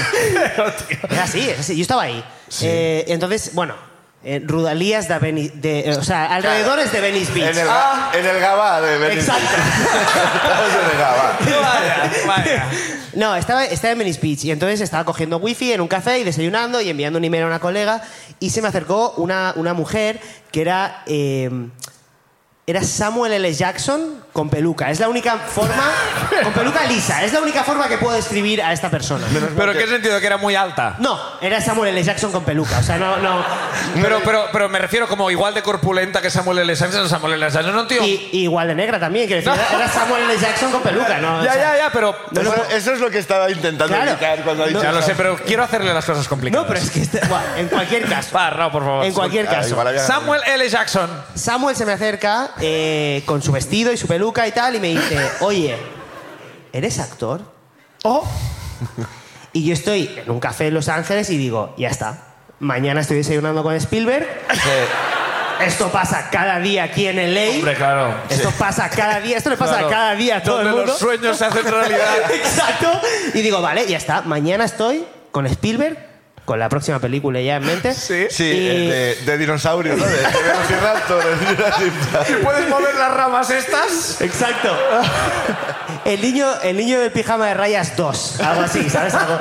Speaker 7: [laughs] es así, es así. Yo estaba ahí. Eh, entonces, bueno, eh, Rudalías de, Beni- de- eh, O sea, alrededores de Venice Beach. Ah,
Speaker 2: En el, ga- en el Gabá de Benin.
Speaker 7: Exacto.
Speaker 2: [laughs] Estamos en el Gabá.
Speaker 1: Vaya, vaya.
Speaker 7: No, estaba, estaba en Venice Beach y entonces estaba cogiendo wifi en un café y desayunando y enviando un email a una colega y se me acercó una, una mujer que era... eh, era Samuel L. Jackson con peluca. Es la única forma... Con peluca lisa. Es la única forma que puedo describir a esta persona.
Speaker 1: Pero ¿en qué sentido? Que era muy alta.
Speaker 7: No, era Samuel L. Jackson con peluca. O sea, no... no.
Speaker 1: Pero, pero, pero me refiero como igual de corpulenta que Samuel L. Sánchez o Samuel L. Sánchez. No, tío.
Speaker 7: Y, y igual de negra también. Quiero decir, era- era Samuel L. Jackson con peluca. ¿no? O
Speaker 1: ya,
Speaker 7: sea,
Speaker 1: ya, ya, pero...
Speaker 2: Eso, eso es lo que estaba intentando
Speaker 7: Claro.
Speaker 2: evitar cuando ha dicho.
Speaker 1: ya lo sé,
Speaker 2: eso.
Speaker 1: pero quiero hacerle las cosas complicadas.
Speaker 7: No, pero es que... este- Buah, en cualquier caso.
Speaker 1: Va, Rao, por favor.
Speaker 7: En cualquier
Speaker 2: Ah,
Speaker 7: caso.
Speaker 2: igual había-
Speaker 1: Samuel L. Jackson.
Speaker 7: Samuel se me acerca eh, con su vestido y su peluca y tal y me dice, oye, ¿eres actor?
Speaker 1: Oh.
Speaker 7: ¿O? Y yo estoy en un café en Los Ángeles y digo, ya está. Mañana estoy desayunando con Spielberg. Esto pasa cada día aquí en LA.
Speaker 1: Hombre, claro.
Speaker 7: Esto pasa cada día. Esto le pasa
Speaker 1: Claro.
Speaker 7: cada día a todo el
Speaker 1: Donde
Speaker 7: mundo.
Speaker 1: los sueños se hacen realidad.
Speaker 7: [laughs] Exacto. Y digo, vale, ya está. Mañana estoy con Spielberg, con la próxima película ya en mente.
Speaker 1: Sí.
Speaker 2: Sí,
Speaker 7: Y-
Speaker 2: eh, de, de dinosaurio, ¿no? De, de velociraptor. de-
Speaker 1: [laughs] ¿Puedes mover las ramas estas?
Speaker 7: Exacto. [laughs] El niño, el niño del pijama de rayas 2. Algo así, ¿sabes? Algo-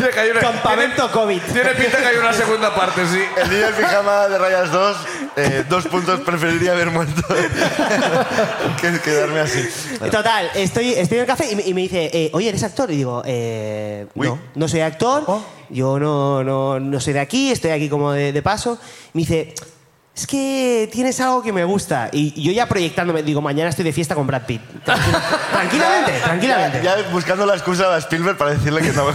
Speaker 1: Oye, que hay una-
Speaker 7: Campamento COVID.
Speaker 1: Tiene, tiene pinta que hay una segunda parte, sí.
Speaker 2: El niño del pijama de rayas 2, eh, dos puntos, preferiría haber muerto [laughs] que quedarme así.
Speaker 7: Total, estoy, estoy en el café y me, y me dice, eh, oye, ¿eres actor? Y digo, eh,
Speaker 2: Uy.
Speaker 7: no, no soy actor, yo no, no, no soy de aquí, estoy aquí como de, de paso. Me dice, es que tienes algo que me gusta. Y yo ya proyectándome, digo, mañana estoy de fiesta con Brad Pitt. tranquilamente, tranquilamente.
Speaker 2: Ya buscando la excusa a Spielberg para decirle que no.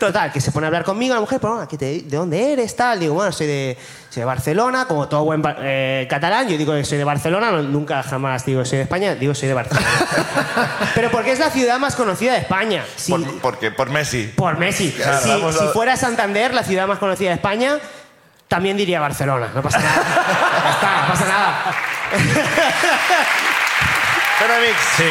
Speaker 7: Total, que se pone a hablar conmigo la mujer, pero bueno, ¿qué te- ¿de dónde eres? Tal, digo, bueno, soy de, soy de Barcelona, como todo buen ba- eh, catalán, yo digo que soy de Barcelona, no- nunca jamás digo que soy de España, digo que soy de
Speaker 2: [laughs]
Speaker 7: Barcelona. pero porque es la ciudad más conocida de España. Si-
Speaker 2: Por,
Speaker 7: por,
Speaker 2: porque por Messi.
Speaker 7: Messi.
Speaker 2: Claro,
Speaker 7: si,
Speaker 2: vamos a-
Speaker 7: si fuera Santander, la ciudad más conocida de España, también diría Barcelona, no pasa nada.
Speaker 2: [laughs]
Speaker 7: Ya está, no pasa nada.
Speaker 2: Fenomix.
Speaker 1: Sí.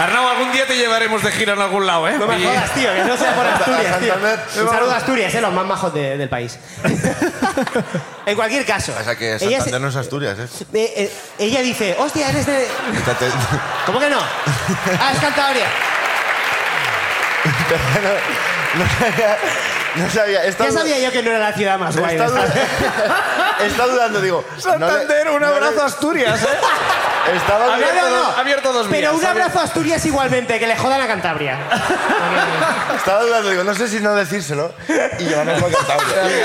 Speaker 1: Arnau, algún día te llevaremos de gira en algún lado, ¿eh?
Speaker 7: No me
Speaker 1: Y-
Speaker 7: jodas, tío, que no sea por Asturias, tío.
Speaker 2: Santander.
Speaker 7: Un saludo a Asturias, eh, los más majos de- del
Speaker 2: [laughs]
Speaker 7: país. en cualquier caso.
Speaker 2: O sea que
Speaker 7: ella se-
Speaker 2: Santander no es Asturias, ¿eh?
Speaker 7: Eh, eh, ella dice, hostia, eres de...
Speaker 2: [laughs] Quítate.
Speaker 7: ¿Cómo que no? Ah, es Cantabria.
Speaker 2: No sabía. Está
Speaker 7: Ya sabía yo que no era la ciudad más guay.
Speaker 2: Está,
Speaker 7: de
Speaker 2: duda-
Speaker 7: esta-
Speaker 2: [laughs] está dudando, digo.
Speaker 1: Santander, un abrazo a
Speaker 2: a
Speaker 1: Asturias, ¿eh?
Speaker 2: [laughs] Estaba
Speaker 1: Abierto
Speaker 7: No, no,
Speaker 1: dos-
Speaker 7: no.
Speaker 1: abierto dos
Speaker 7: Pero
Speaker 1: vías,
Speaker 7: un abrazo a Asturias igualmente, que le jodan a
Speaker 2: [laughs]
Speaker 7: Cantabria.
Speaker 2: Estaba dudando, digo, no sé si no decírselo. Y yo no puedo cantar.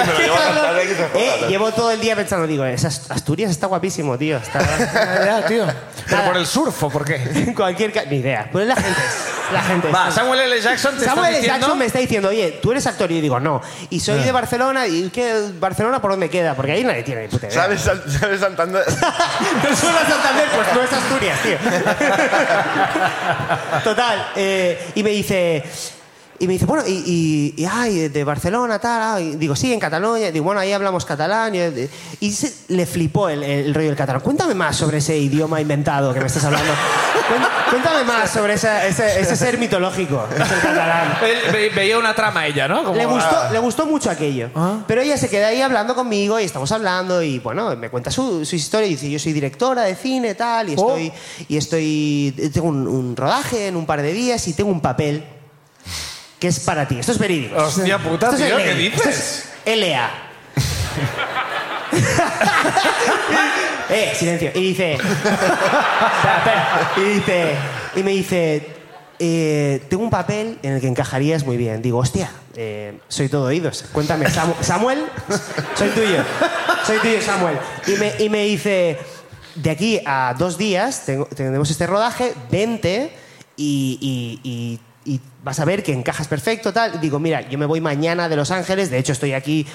Speaker 2: Me [laughs] lo llevo a cantar que se
Speaker 7: Eh,
Speaker 2: joda.
Speaker 7: llevo todo el día pensando, digo, es Ast- Asturias está guapísimo, tío. Está...
Speaker 2: [laughs]
Speaker 7: tío.
Speaker 1: ¿Pero por el surf o por qué?
Speaker 7: En cualquier ca- Ni idea. Pero es la gente. La gente.
Speaker 1: Va, Samuel L. Jackson te
Speaker 7: Samuel
Speaker 1: está
Speaker 7: L.
Speaker 1: diciendo...
Speaker 7: Jackson me está diciendo, oye, tú eres actor. Y yo digo, no. Y
Speaker 2: Ah.
Speaker 7: soy de Barcelona. ¿Y qué? ¿Barcelona por dónde queda? Porque ahí nadie tiene ni puta idea.
Speaker 2: ¿Sabes, San- ¿Sabes Santander?
Speaker 7: [laughs] No suena Santander, pues no es Asturias, tío. [laughs] Total. eh, y me dice. Y me dice, bueno, y, y, y, ay, de Barcelona, tal. ah, y digo, sí, en Cataluña. Digo, bueno, ahí hablamos catalán. Y, y se- le flipó el, el rollo del catalán. Cuéntame más sobre ese idioma inventado que me estás hablando. Cuént- Cuéntame más sobre esa- ese, ese ser mitológico, el catalán.
Speaker 1: Él ve- veía una trama ella, ¿no? Como-
Speaker 7: Le gustó, le gustó mucho aquello. Pero ella se queda ahí hablando conmigo y estamos hablando y bueno, me cuenta su, su historia y dice, yo soy directora de cine tal y estoy, y estoy tengo un, un rodaje en un par de días y tengo un papel que es para ti. Esto es verídico.
Speaker 1: Hostia puta,
Speaker 7: Esto es
Speaker 1: tío,
Speaker 7: LA.
Speaker 1: ¿qué dices?
Speaker 7: Esto es LA. [laughs] eh, silencio. Y dice. Espera, espera. Y dice. Y me dice. eh, tengo un papel en el que encajarías muy bien. Digo, hostia, eh, soy todo oídos. Cuéntame, Samu- Samuel, soy tuyo. Soy tuyo, Samuel. Y me, y me dice, de aquí a dos días tengo- tenemos este rodaje, vente y, y- y- y vas a ver que encajas perfecto, tal. Y digo, mira, yo me voy mañana de Los Ángeles, de hecho estoy aquí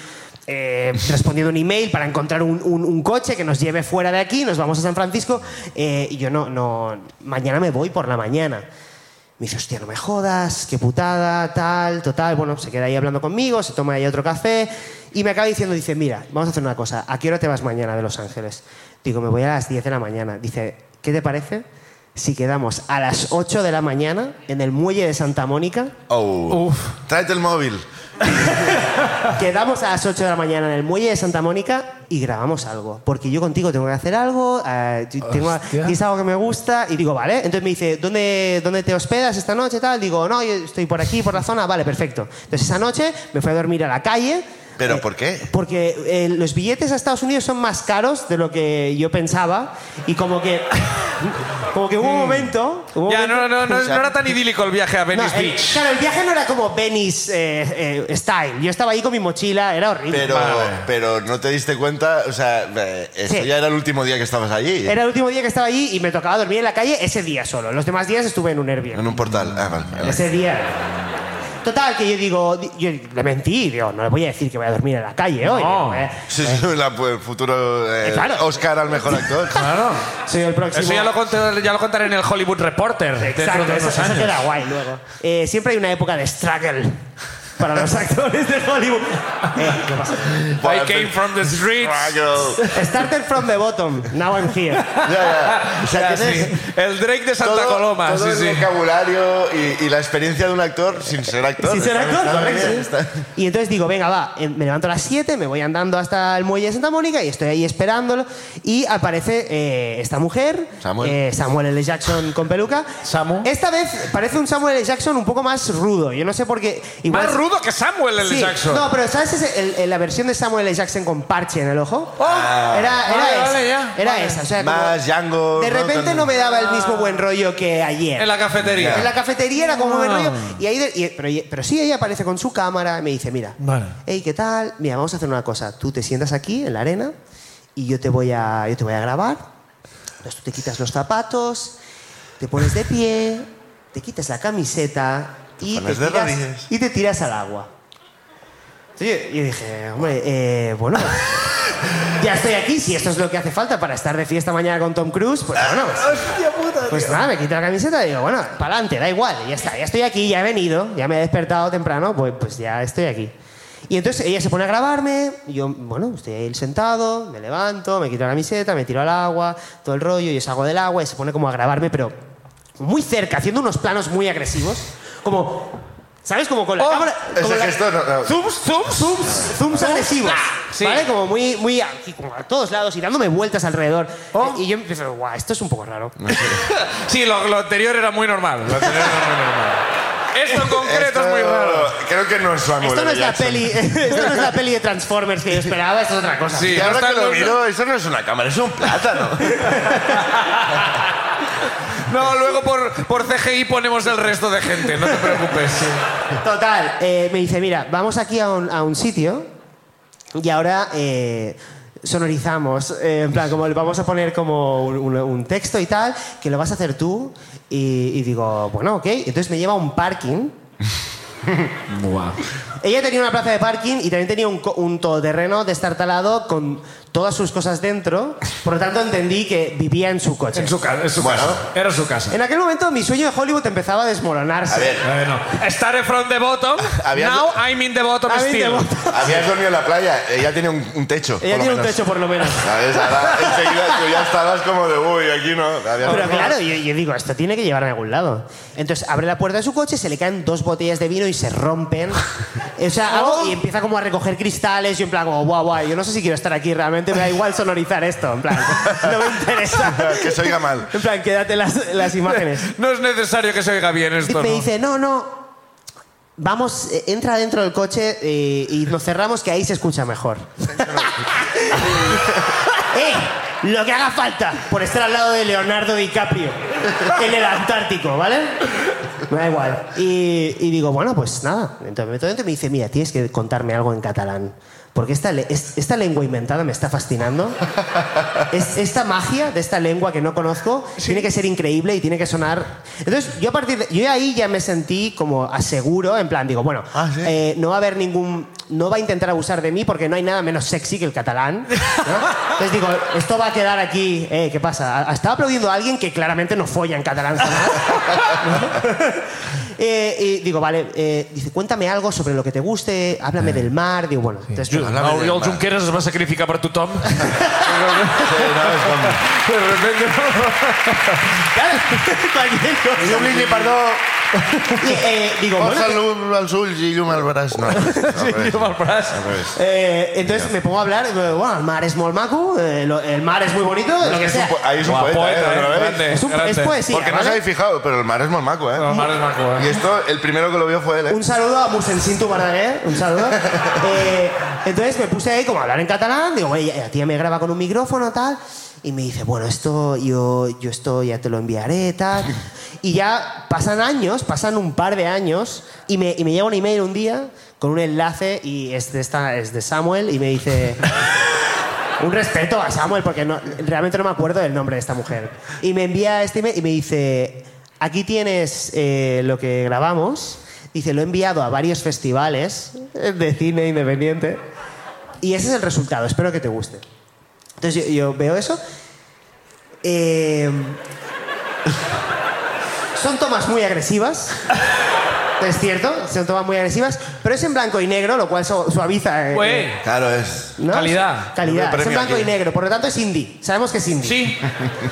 Speaker 7: eh, respondiendo un email para encontrar un, un- un coche que nos lleve fuera de aquí, nos vamos a San Francisco, eh, y yo no, no, mañana me voy por la mañana. Me dice, hostia, no me jodas, qué putada, tal, total. Bueno, se queda ahí hablando conmigo, se toma ahí otro café y me acaba diciendo, dice, mira, vamos a hacer una cosa, ¿a qué hora te vas mañana de Los Ángeles? Digo, me voy a las 10 de la mañana. Dice, ¿qué te parece si quedamos a las 8 de la mañana en el muelle de Santa Mónica?
Speaker 2: Oh. Tráete el móvil.
Speaker 7: Quedamos a las 8 de la mañana en el muelle de Santa Mónica y grabamos algo. Porque yo contigo tengo que hacer algo, eh, yo tengo,
Speaker 5: Hostia.
Speaker 7: tienes algo que me gusta, y digo, vale. Entonces me dice, ¿dónde, dónde te hospedas esta noche? Tal. Digo, no, yo estoy por aquí, por la zona. Vale, perfecto. Entonces esa noche me fui a dormir a la calle.
Speaker 2: ¿Pero por qué?
Speaker 7: Porque eh, los billetes a Estados Unidos son más caros de lo que yo pensaba. Y como que, [laughs] como que hubo un momento. hubo un
Speaker 1: Ya,
Speaker 7: momento-
Speaker 1: no, no, no,
Speaker 7: [laughs]
Speaker 1: no era tan idílico el viaje a Venice
Speaker 7: no, el-
Speaker 1: Beach.
Speaker 7: claro, el viaje no era como Venice eh, eh, style. Yo estaba ahí con mi mochila, era horrible.
Speaker 2: Pero, pero no te diste cuenta, o sea, eh, esto
Speaker 7: Sí.
Speaker 2: ya era el último día que estabas
Speaker 1: eh,
Speaker 2: allí.
Speaker 7: Era el último día que estaba allí y me tocaba dormir en la calle ese día solo. Los demás días estuve en un Airbnb.
Speaker 2: En un portal. Ah, vale, vale.
Speaker 7: Ese día. Total, que yo digo, di- yo le mentí, digo, no le voy a decir que voy a dormir en la calle hoy.
Speaker 1: No.
Speaker 7: digo, eh,
Speaker 2: Sí, sí, la- pues, futuro eh,
Speaker 7: Eh, claro.
Speaker 2: Oscar al
Speaker 7: [laughs]
Speaker 2: mejor actor.
Speaker 7: soy el próximo.
Speaker 1: Eso ya lo, conté- ya lo contaré en el Hollywood Reporter dentro
Speaker 7: Exacto,
Speaker 1: de
Speaker 7: eso,
Speaker 1: unos
Speaker 7: eso
Speaker 1: años.
Speaker 7: queda guay luego. Eh, siempre hay una época de struggle para los [laughs] actores de Hollywood. Eh, ¿qué pasa?
Speaker 1: I came from the
Speaker 2: Ah,
Speaker 1: streets.
Speaker 2: yo-
Speaker 7: [laughs] Started from the bottom, now I'm here.
Speaker 2: Ya, ya. O sea,
Speaker 1: Ya,
Speaker 2: tienes
Speaker 1: sí. El Drake de Santa
Speaker 2: todo,
Speaker 1: Coloma.
Speaker 2: todo
Speaker 1: sí,
Speaker 2: el
Speaker 1: sí.
Speaker 2: vocabulario y, y la experiencia de un actor sin ser actor.
Speaker 7: Sin ser
Speaker 2: Está-
Speaker 7: actor,
Speaker 2: está muy
Speaker 7: correcto.
Speaker 2: bien, está-
Speaker 7: Y entonces digo, venga, va, eh, me levanto a las 7, me voy andando hasta el muelle de Santa Mónica y estoy ahí esperándolo. Y aparece eh, esta mujer,
Speaker 2: Samuel.
Speaker 7: eh, Samuel L. Jackson con peluca.
Speaker 5: Samu.
Speaker 7: Esta vez parece un Samuel L. Jackson un poco más rudo. Yo no sé por qué. igual-
Speaker 1: Más rudo que Samuel L.
Speaker 7: Sí.
Speaker 1: Jackson.
Speaker 7: No, pero ¿sabes ese- el- el- la versión de Samuel L. Jackson con parche en el ojo? era era
Speaker 1: Oh. Vale,
Speaker 7: esa.
Speaker 1: vale, ya.
Speaker 7: Era esa. O sea, como-
Speaker 2: Más Django.
Speaker 7: de repente
Speaker 2: Con-
Speaker 7: no me daba el
Speaker 1: Ah.
Speaker 7: mismo buen rollo que ayer.
Speaker 1: En la cafetería.
Speaker 7: En la cafetería era como un buen rollo. Y ahí de- y- pero, y- pero sí, ella aparece con su cámara y me dice, mira,
Speaker 5: Vale.
Speaker 7: hey, ¿qué tal? Mira, vamos a hacer una cosa. Tú te sientas aquí en la arena y yo te voy a, yo te voy a grabar. Entonces tú te quitas los zapatos, te pones de pie, te quitas la camiseta y te,
Speaker 2: pones de
Speaker 7: tiras,
Speaker 2: rodillas.
Speaker 7: y te tiras al agua. Entonces yo, yo dije, hombre, eh, bueno, ya estoy aquí. Si esto es lo que hace falta para estar de fiesta mañana con Tom Cruise, pues bueno, pues- pues nada, me quito la camiseta y digo, bueno, para adelante, da igual, ya está, ya estoy aquí, ya he venido, ya me he despertado temprano, pues, pues ya estoy aquí. Y entonces ella se pone a grabarme, y yo, bueno, estoy ahí sentado, me levanto, me quito la camiseta, me tiro al agua, todo el rollo, yo salgo del agua y se pone como a grabarme, pero muy cerca, haciendo unos planos muy agresivos, como, ¿sabes? Como con la
Speaker 1: Oh,
Speaker 7: cámara... como
Speaker 2: Ese
Speaker 7: la-
Speaker 2: gesto no, no.
Speaker 1: Zooms, zooms, zooms.
Speaker 7: zooms agresivos,
Speaker 1: Ah, Sí.
Speaker 7: ¿vale? Como muy, muy a, y como a todos lados y dándome vueltas alrededor.
Speaker 1: Oh.
Speaker 7: Eh, Y yo empiezo, guau, esto es un poco raro.
Speaker 1: Sí, lo, lo anterior era muy normal. Lo anterior era muy normal. Esto en concreto
Speaker 2: Esto-
Speaker 1: es muy raro.
Speaker 2: Creo que no es Samuel
Speaker 7: Esto no es
Speaker 2: L.
Speaker 7: la
Speaker 2: Jackson.
Speaker 7: peli, [laughs] esto no es la peli de Transformers que yo esperaba, esto es otra cosa.
Speaker 1: Sí.
Speaker 2: Y ahora
Speaker 1: No está-
Speaker 2: que
Speaker 1: no-
Speaker 2: lo miro, eso no es una cámara, es un plátano.
Speaker 1: No, luego por, por CGI ponemos el resto de gente, no te preocupes.
Speaker 7: Total, eh, me dice, mira, vamos aquí a un, a un sitio y ahora eh, sonorizamos, eh, en plan, como le vamos a poner como un, un- un texto y tal, que lo vas a hacer tú y, y digo, bueno, ok, entonces me lleva a un
Speaker 2: [laughs]
Speaker 7: parking. Ella tenía una plaza de parking y también tenía un, co- un todoterreno destartalado con todas sus cosas dentro, por lo tanto entendí que vivía en su coche.
Speaker 5: En su, ca- en su
Speaker 2: Bueno.
Speaker 5: casa. Era su casa.
Speaker 7: En aquel momento mi sueño de Hollywood empezaba a desmoronarse.
Speaker 2: A ver,
Speaker 5: Eh, no.
Speaker 1: Started from the
Speaker 7: [laughs]
Speaker 1: bottom,
Speaker 2: Había-
Speaker 1: now I'm in the bottom
Speaker 7: I'm in the
Speaker 1: still.
Speaker 7: bottom.
Speaker 2: habías dormido en la playa, ella tiene un, un techo.
Speaker 7: Ella
Speaker 2: por lo
Speaker 7: tiene un
Speaker 2: menos.
Speaker 7: techo por lo menos.
Speaker 2: ¿Sabes? Ahora enseguida tú ya estabas como de, uy, aquí no. había-
Speaker 7: Pero claro, yo, yo digo, esto tiene que llevar a algún lado. Entonces abre la puerta de su coche, se le caen dos botellas de vino y se rompen. O sea, algo- y empieza como a recoger cristales. Yo en plan, como, guau, guau, yo no sé si quiero estar aquí realmente, me da igual sonorizar esto. En plan, [laughs] no me interesa.
Speaker 2: Que se oiga mal.
Speaker 7: En plan, quédate las, las imágenes.
Speaker 1: No es necesario que se oiga bien esto,
Speaker 7: me
Speaker 1: ¿no?
Speaker 7: dice, no, no, vamos, eh, entra dentro del coche eh, y nos cerramos que ahí se escucha mejor. ¡Eh! Lo que haga falta por estar al lado de Leonardo DiCaprio en el Antártico, ¿vale? Me da igual. Y, y digo, bueno, pues nada. Entonces me meto dentro y me dice, mira, tienes que contarme algo en catalán. Porque esta, le- es- esta lengua inventada me está fascinando. Es- esta magia de esta lengua que no conozco tiene que ser increíble y tiene que sonar. Entonces, yo a partir de. Yo ahí ya me sentí como aseguro, en plan, digo, bueno,
Speaker 2: Ah, ¿sí?
Speaker 7: eh, no va a haber ningún. No va a intentar abusar de mí porque no hay nada menos sexy que el catalán. ¿no? Entonces digo, esto va a quedar aquí. Eh, ¿Qué pasa? Ha- Estaba aplaudiendo a alguien que claramente no folla en catalán. ¿sabes? [laughs] Eh, y digo, vale, eh, dice, cuéntame algo sobre lo que te guste, háblame
Speaker 2: Eh.
Speaker 7: del mar. Digo, bueno, entonces,
Speaker 2: Háblame del
Speaker 1: Oriol
Speaker 2: mar.
Speaker 1: Junqueras es va sacrificar per [laughs] tothom.
Speaker 2: Sí, no, es com-
Speaker 1: De repente...
Speaker 7: [laughs] Cualquier cosa.
Speaker 2: Senyor Blini, perdó.
Speaker 7: Y, eh, digo, bueno,
Speaker 2: Força
Speaker 7: ¿qué-
Speaker 2: l'un als ulls i llum al braç. No, al revés.
Speaker 1: Yo mal
Speaker 7: [laughs]
Speaker 1: paras.
Speaker 2: Al revés.
Speaker 7: Eh, entonces me pongo a hablar, eh, bueno, el mar es molmacu, eh, lo- el mar es muy bonito, lo que
Speaker 2: Es un
Speaker 7: sea.
Speaker 2: po- ahí es un
Speaker 1: Guau,
Speaker 2: poeta,
Speaker 1: poeta,
Speaker 2: eh,
Speaker 1: eh,
Speaker 2: al revés.
Speaker 1: grande,
Speaker 7: Es un- es
Speaker 1: grande.
Speaker 7: poesía.
Speaker 2: Porque no os
Speaker 7: ¿vale?
Speaker 2: habéis fijado, pero el mar es molt maco, eh?
Speaker 1: Los mares más guapos.
Speaker 2: Y esto, el primero que lo vio fue él, eh?
Speaker 7: Un saludo a Musensinto Balaguer, un
Speaker 2: [laughs]
Speaker 7: saludo. Eh, entonces me puse ahí como a hablar en catalán, digo, oye, la tía me graba con un micrófono tal, y me dice, bueno, esto yo, yo esto ya te lo enviaré tal. Y ya pasan años, pasan un par de años, y me, y me llega un email un día con un enlace, y es de, esta, es de Samuel, y me dice... Un respeto a Samuel, porque no- realmente no me acuerdo del nombre de esta mujer. Y me envía este email y me dice, aquí tienes eh, lo que grabamos. Dice, lo he enviado a varios festivales de cine independiente. Y ese es el resultado, espero que te guste. Entonces yo, yo veo eso. Eh, [laughs] son tomas muy agresivas. Es cierto, son tomas muy agresivas, pero es en blanco y negro, lo cual su- suaviza. eh,
Speaker 1: Güey,
Speaker 7: eh,
Speaker 2: Claro, es...
Speaker 7: ¿no?
Speaker 2: Premio
Speaker 1: Calidad.
Speaker 7: Calidad. Es en
Speaker 2: aquí.
Speaker 7: blanco y negro, por lo tanto es indie. Sabemos que es indie.
Speaker 1: sí,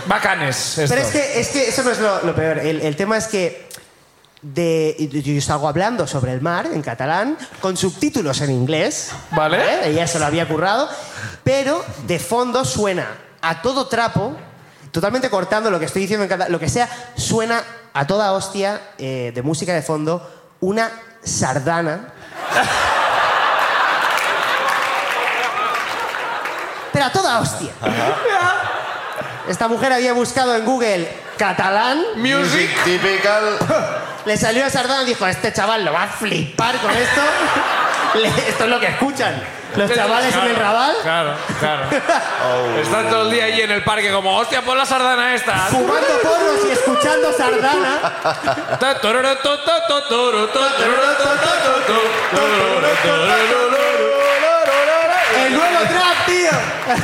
Speaker 1: bacanes. Esto.
Speaker 7: Pero es que, es que eso no es lo, lo peor. El, el tema es que de, yo yo salgo hablando sobre el mar en catalán, con subtítulos en inglés.
Speaker 1: Vale.
Speaker 7: Ella se lo había currado. Pero de fondo suena a todo trapo, totalmente cortando lo que estoy diciendo en catalán, lo que sea, suena a toda hostia eh, de música de fondo una sardana. pero a toda hostia. Esta mujer había buscado en Google catalán,
Speaker 1: Music.
Speaker 2: Typical...
Speaker 7: le salió a Sardana y dijo, este chaval lo va a flipar con esto. [laughs] Le- esto es lo que escuchan. Los chavales
Speaker 1: Claro,
Speaker 7: en el rabal
Speaker 1: Claro, claro. Están todo el día ahí en el parque como, hostia, pon la sardana esta.
Speaker 7: fumando porros y escuchando a Sardana.
Speaker 1: Ta- tororo, to, to, to, toro, to, tororo, to, to, to, to, tororo, tororo,
Speaker 7: El nuevo trap, tío.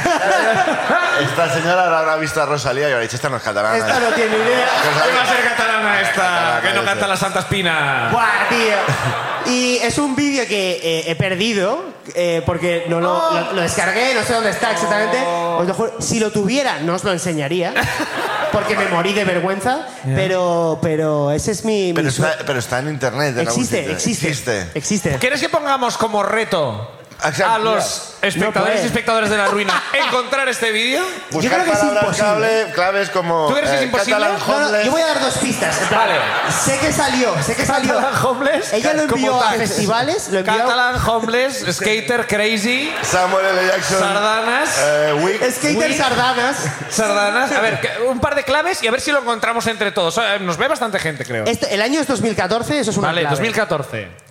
Speaker 2: Esta señora la habrá visto a Rosalía y habrá dicho, esta no es catalana.
Speaker 7: Esta no tiene idea.
Speaker 2: Que os
Speaker 1: ¿Qué va a
Speaker 2: habéis-
Speaker 1: ser catalana esta? Que no canta la Santa Espina.
Speaker 7: Buah, tío. Y es un vídeo que eh, he perdido eh, porque no lo, lo- lo descargué, no sé dónde está exactamente.
Speaker 1: Oh.
Speaker 7: Os lo juro, si lo tuviera, no os lo enseñaría porque me morí de vergüenza. Pero, pero ese es mi. mi
Speaker 2: Pero
Speaker 7: sue-
Speaker 2: está, pero está en internet. en algún
Speaker 7: Existe,
Speaker 2: sitio.
Speaker 7: existe, existe.
Speaker 2: Existe.
Speaker 1: ¿Quieres que pongamos como reto
Speaker 2: Exacto.
Speaker 1: a los
Speaker 7: No
Speaker 1: espectadores
Speaker 7: puede.
Speaker 1: y espectadoras de la [laughs] ruina encontrar este vídeo?
Speaker 2: Buscar
Speaker 7: creo que es
Speaker 2: palabras
Speaker 7: imposible.
Speaker 2: clave- claves como...
Speaker 1: ¿Tú crees que es imposible?
Speaker 2: Catalan
Speaker 7: No, no,
Speaker 2: Homeless.
Speaker 7: yo voy a dar dos pistas. en plan,
Speaker 1: Vale.
Speaker 7: Sé que salió, sé que salió.
Speaker 1: Catalan Homeless.
Speaker 7: Ella lo
Speaker 1: como
Speaker 7: envió a
Speaker 1: tal.
Speaker 7: festivales, lo envió a-
Speaker 1: Catalan Homeless, Skater Crazy,
Speaker 2: Samuel L. Jackson.
Speaker 1: Sardanas.
Speaker 2: Eh, Wick.
Speaker 7: Skater
Speaker 1: Uy.
Speaker 7: Sardanas.
Speaker 1: Sardanas. A ver, que- un par de claves y a ver si lo encontramos entre todos. Eh, Nos ve bastante gente, creo.
Speaker 7: Esto- Este, el año es 2014, eso es una
Speaker 1: Vale,
Speaker 7: clave.
Speaker 1: 2014.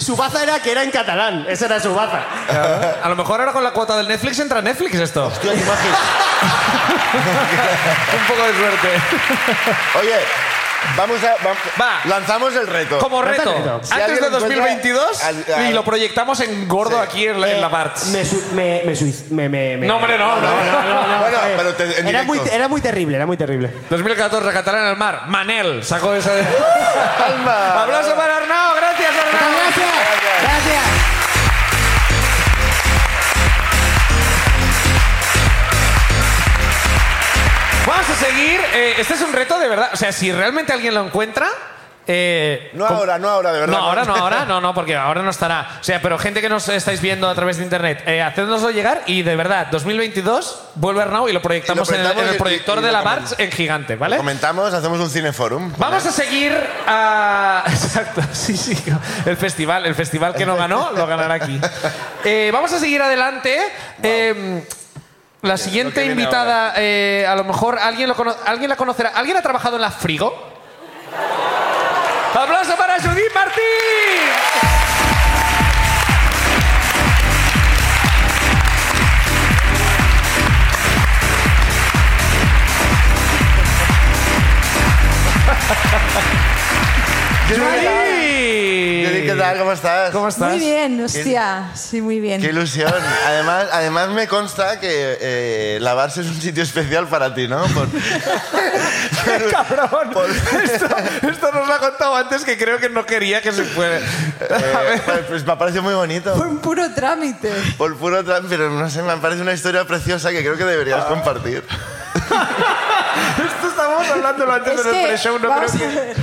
Speaker 7: Su baza era que era en catalán, esa era su baza.
Speaker 1: A lo mejor ahora con la cuota del Netflix entra Netflix esto.
Speaker 2: Tío, ¿te imaginas?
Speaker 1: Un poco de suerte.
Speaker 2: Oye, vamos a... vam-
Speaker 1: Va.
Speaker 2: Lanzamos el reto.
Speaker 1: Como reto,
Speaker 2: Si
Speaker 1: antes
Speaker 2: alguien
Speaker 1: de
Speaker 2: encuentra
Speaker 1: 2022
Speaker 2: al- al-
Speaker 1: y lo proyectamos en gordo
Speaker 2: Sí.
Speaker 1: aquí en la, en
Speaker 7: Eh,
Speaker 1: la Barts.
Speaker 7: Me, su- me, me sui- me- me- me-
Speaker 1: No, hombre, no, no.
Speaker 7: [laughs]
Speaker 2: [laughs] Bueno, pero te- en
Speaker 7: eh, era,
Speaker 2: directo.
Speaker 7: muy, era muy terrible, era muy terrible.
Speaker 1: 2014, Catalán al mar. Manel sacó esa. de-
Speaker 2: Alma.
Speaker 1: Aplauso para Arnau, gracias Arnau.
Speaker 7: Gracias, gracias.
Speaker 1: Vamos a seguir. eh, este es un reto de verdad. O sea, si realmente alguien lo encuentra. eh,
Speaker 2: No
Speaker 1: com-
Speaker 2: ahora, no ahora, de verdad.
Speaker 1: No, ahora no, ahora no, no, porque ahora no estará. O sea, pero gente que nos estáis viendo a través de internet, eh, hacednoslo llegar y de verdad, 2022 vuelve Arnau y lo proyectamos, en el- en, el,
Speaker 2: proyectamos y-
Speaker 1: proyector
Speaker 2: y- y
Speaker 1: de
Speaker 2: lo
Speaker 1: la
Speaker 2: comen-
Speaker 1: Barts en gigante, ¿vale?
Speaker 2: ¿Eh? Comentamos, hacemos un
Speaker 1: [laughs]
Speaker 2: cineforum.
Speaker 1: Vamos a seguir a. [laughs] Exacto, sí, sí. El festival, el festival que no ganó, lo ganará aquí. Eh, vamos a seguir adelante. Eh, la siguiente
Speaker 5: viene
Speaker 1: invitada, eh, a lo mejor alguien, lo cono- alguien la conocerá. ¿Alguien ha trabajado en
Speaker 2: [laughs]
Speaker 1: la Frigo? ¡Aplauso para Judith Martín!
Speaker 2: Judith, ¿qué tal? ¿Cómo estás?
Speaker 1: ¿Cómo estás?
Speaker 8: Muy bien, hostia. Sí, muy bien.
Speaker 2: Qué ilusión. Además, además me consta que eh, lavarse es un sitio especial para ti, ¿no? Por-
Speaker 1: [laughs] ¡Cabrón!
Speaker 2: Por-
Speaker 1: [laughs] Esto, esto nos lo ha contado antes que creo que no quería que se fuera. A
Speaker 2: eh,
Speaker 1: ver.
Speaker 2: pues me ha parecido muy bonito.
Speaker 8: Fue un puro trámite.
Speaker 2: Por puro tran, pero no sé, me parece una historia preciosa que creo que deberías compartir.
Speaker 1: Esto estamos
Speaker 2: hablándolo antes del pre-show, no creo
Speaker 8: vamos a
Speaker 2: que...
Speaker 8: ver.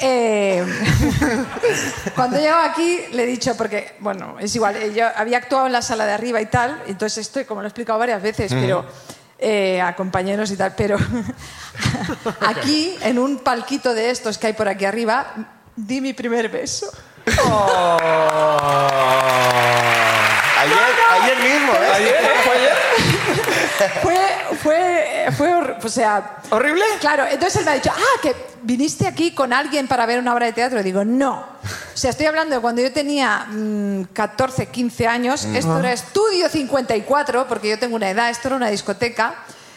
Speaker 8: Eh, [laughs] cuando he llegado aquí le he dicho, porque, bueno, es igual, eh, yo había actuado en la sala de arriba y tal, entonces esto, como lo he explicado varias veces, pero eh, a compañeros y tal, pero [laughs] aquí, en un palquito de estos que hay por aquí arriba, di mi primer beso.
Speaker 1: Ah.
Speaker 2: Ayer, ayer mismo, ¿eh?
Speaker 8: Fue, fue, fue, hor- o sea,
Speaker 1: ¿Horrible?
Speaker 8: Claro, entonces él me ha dicho, ah, que viniste aquí con alguien para ver una obra de teatro. Y digo, no. O sea, estoy hablando de cuando yo tenía mm, 14, 15 años.
Speaker 2: Mm.
Speaker 8: Esto era Estudio 54, porque yo tengo una edad, esto era una discoteca.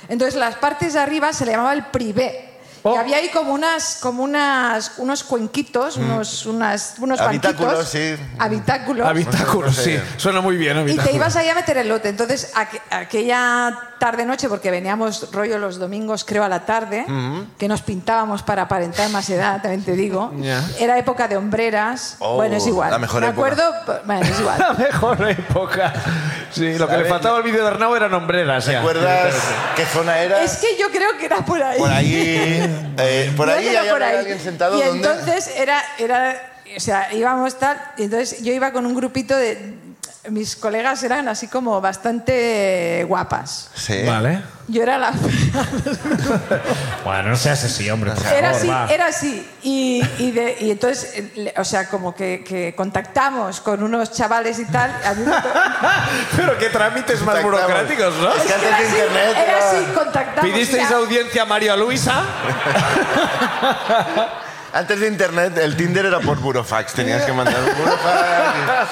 Speaker 8: Entonces las partes de arriba se le llamaba el privé.
Speaker 2: Oh.
Speaker 8: Y había ahí como unas, como unas, unos cuenquitos, unos, unas, unos
Speaker 2: Mm. Habitáculos,
Speaker 8: banquitos.
Speaker 2: sí.
Speaker 8: Habitáculos.
Speaker 1: Habitáculos, Ah, sí. Suena muy bien, ¿eh?
Speaker 8: Y
Speaker 1: habitáculos.
Speaker 8: te ibas ahí a meter el lote. Entonces, aqu- aquella tarde-noche, porque veníamos rollo los domingos, creo, a la tarde, que nos pintábamos para aparentar más edad, también te digo.
Speaker 1: Ya.
Speaker 8: Era época de hombreras.
Speaker 2: Oh,
Speaker 8: bueno, es igual.
Speaker 2: la mejor
Speaker 8: ¿Me
Speaker 2: época.
Speaker 8: acuerdo? P- Bueno, es igual.
Speaker 1: [laughs]
Speaker 2: [laughs]
Speaker 1: La mejor época. Sí, lo que le faltaba al vídeo de Arnau eran hombreras. ya.
Speaker 2: ¿Recuerdas qué zona era?
Speaker 8: es que yo creo que era por ahí.
Speaker 2: Por [laughs] ahí... eh, por
Speaker 8: Creo
Speaker 2: ahí
Speaker 8: que era
Speaker 2: hay
Speaker 8: por ahí.
Speaker 2: alguien sentado.
Speaker 8: Y
Speaker 2: ¿dónde?
Speaker 8: entonces era, era, o sea, íbamos tal, y entonces yo iba con un grupito de, mis colegas eran así como bastante guapas.
Speaker 2: Sí.
Speaker 5: Vale.
Speaker 8: Yo era la
Speaker 5: Bueno, no seas así, hombre. Por
Speaker 8: Era
Speaker 5: favor,
Speaker 8: así,
Speaker 5: va.
Speaker 8: era así. Y, y de- y entonces, eh, le- o sea, como que, que contactamos con unos chavales y tal. A mí me
Speaker 1: [laughs]
Speaker 8: to-
Speaker 1: Pero qué trámites más
Speaker 2: Contactamos.
Speaker 1: burocráticos, ¿no?
Speaker 2: Es que antes
Speaker 8: era
Speaker 2: de
Speaker 8: así,
Speaker 2: internet...
Speaker 8: era
Speaker 2: era-
Speaker 8: así, contactamos.
Speaker 1: ¿Pidisteis
Speaker 8: ya.
Speaker 1: audiencia a María Luisa?
Speaker 2: Antes de internet, el Tinder era por burofax. Tenías que mandar un [laughs] burofax.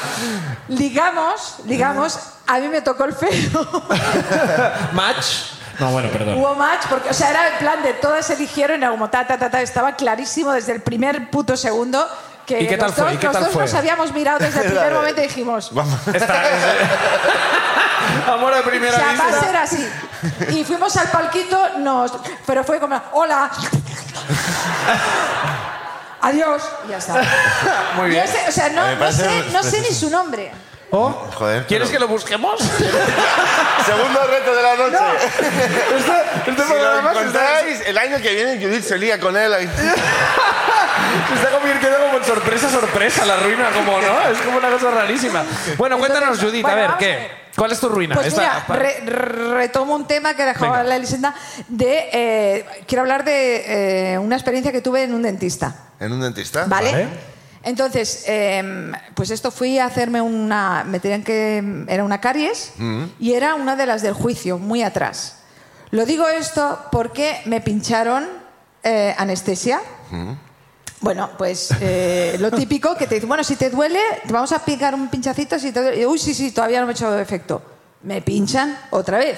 Speaker 8: Ligamos, ligamos. A mí me tocó el feo.
Speaker 1: [laughs] Match.
Speaker 5: No, bueno, perdón.
Speaker 8: Hubo match, porque, o sea, era el plan de todas se eligieron y era como ta, ta, ta, ta. Estaba clarísimo desde el primer puto segundo que
Speaker 1: ¿Y qué tal
Speaker 8: los
Speaker 1: fue?
Speaker 8: dos,
Speaker 1: ¿Y qué
Speaker 8: los
Speaker 1: tal
Speaker 8: dos
Speaker 1: fue?
Speaker 8: nos habíamos mirado
Speaker 1: [laughs]
Speaker 8: desde el primer momento y dijimos...
Speaker 1: Amor a primera
Speaker 8: O sea, va a
Speaker 1: vista.
Speaker 8: ser así. Y fuimos al palquito, nos... pero fue como, hola. Adiós. Y ya está.
Speaker 1: [laughs] Muy
Speaker 8: No
Speaker 1: bien.
Speaker 8: sé, o sea,
Speaker 2: A mí
Speaker 8: no,
Speaker 2: me
Speaker 8: no
Speaker 2: parece
Speaker 8: sé, no sé ni su nombre.
Speaker 2: y- Joder.
Speaker 1: ¿Quieres que
Speaker 2: pero-
Speaker 1: lo [laughs] busquemos?
Speaker 2: Segundo reto de la noche.
Speaker 8: [laughs]
Speaker 1: Este, este
Speaker 2: Si lo
Speaker 1: programa se está,
Speaker 2: encontráis, el año que viene Judith se lía con él. ahí.
Speaker 1: se está convirtiendo como en sorpresa, sorpresa, la ruina, como, ¿no? Es como una cosa rarísima. Bueno, cuéntanos, Judith, a
Speaker 8: bueno,
Speaker 1: ver,
Speaker 8: vamos a
Speaker 1: ¿qué?
Speaker 8: ver.
Speaker 1: ¿Cuál es tu ruina?
Speaker 8: Pues
Speaker 1: Esta-
Speaker 8: mira, re- re- retomo un tema que dejaba
Speaker 1: Venga.
Speaker 8: la Elisenda de eh, quiero hablar de eh, una experiencia que tuve en un dentista.
Speaker 2: ¿En un dentista?
Speaker 8: ¿Vale?
Speaker 5: Vale.
Speaker 8: Entonces, em, pues esto fui a hacerme una. Me tenían que. Era una caries
Speaker 2: Mm.
Speaker 8: y era una de las del juicio, muy atrás. Lo digo esto porque me pincharon eh, anestesia.
Speaker 2: Mm.
Speaker 8: Bueno, pues eh, lo típico que te dicen, bueno, si te duele, te vamos a picar un pinchacito. Si te duele. Y, Uy, sí, sí, todavía no me he hecho efecto. Me pinchan otra vez.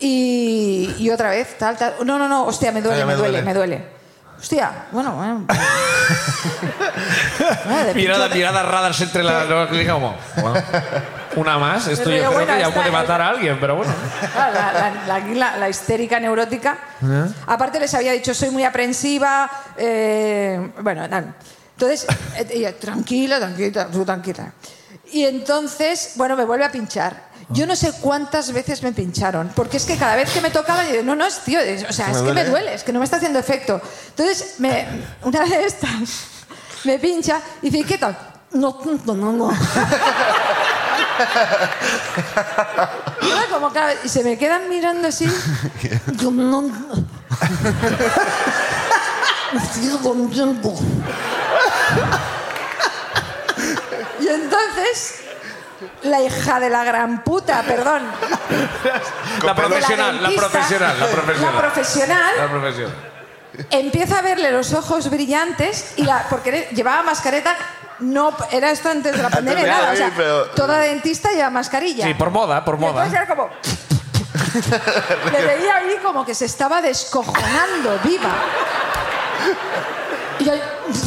Speaker 8: Y, y otra vez, tal, tal. No, no, no, hostia, me duele,
Speaker 2: Ah, ya
Speaker 8: me,
Speaker 2: me
Speaker 8: duele,
Speaker 2: duele.
Speaker 8: me duele. Hostia, bueno, bueno. Bueno, Ah, de
Speaker 1: Mirada,
Speaker 8: pincho-
Speaker 1: mirada radars entre la. lo- diga como, bueno, una más, esto
Speaker 8: Pero
Speaker 1: yo creo
Speaker 8: bueno,
Speaker 1: que ya
Speaker 8: está-
Speaker 1: puede matar a alguien, pero bueno.
Speaker 8: Claro, Ah, La, la- la- aquí la- la histérica neurótica. Aparte les había dicho, soy muy aprensiva. eh, bueno, nada. Entonces, eh, ella, tranquila, tranquila, tú tranquila. Y entonces, bueno, me vuelve a pinchar. Yo no sé cuántas veces me pincharon, porque es que cada vez que me tocaba, yo digo, no, no, es tío, es- o sea, es que me duele, es que no me está haciendo efecto. Entonces, me, una de estas me pincha y dice, "¿Y ¿qué tal? No, no, no, no. Y era como cada- y se me quedan mirando [laughs] así. Yo no. Sigo con tiempo. Y entonces, la hija de la gran puta, perdón.
Speaker 1: La
Speaker 8: de
Speaker 1: profesional, la
Speaker 8: dentista,
Speaker 1: profesional, la profesional.
Speaker 8: La profesional
Speaker 1: La profesional.
Speaker 8: empieza a verle los ojos brillantes y la, porque le- llevaba mascareta. No, era esto antes de la pandemia,
Speaker 2: de
Speaker 8: nada. o sea,
Speaker 2: David, pero-
Speaker 8: toda dentista lleva mascarilla.
Speaker 1: Sí, por moda, por
Speaker 8: Y entonces
Speaker 1: moda.
Speaker 8: era
Speaker 1: [laughs]
Speaker 8: como... Le veía ahí como que se estaba descojonando viva. Y yo...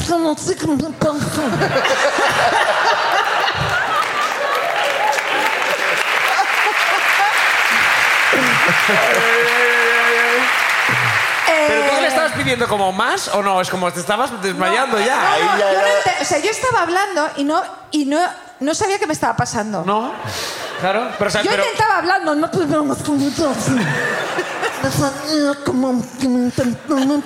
Speaker 8: "Yo no sé qué me pasa". Eh,
Speaker 1: Pero tú le estabas pidiendo como más o no, es como te estabas desmayando ya.
Speaker 8: no, no,
Speaker 2: ya
Speaker 8: yo no
Speaker 2: era-
Speaker 8: ente- o sea, yo estaba hablando y no, y no, no sabía qué me estaba pasando.
Speaker 1: No, claro. Pero, o sea,
Speaker 8: Yo
Speaker 1: pero-
Speaker 8: intentaba hablando, no
Speaker 9: pesadilla como que me intentaron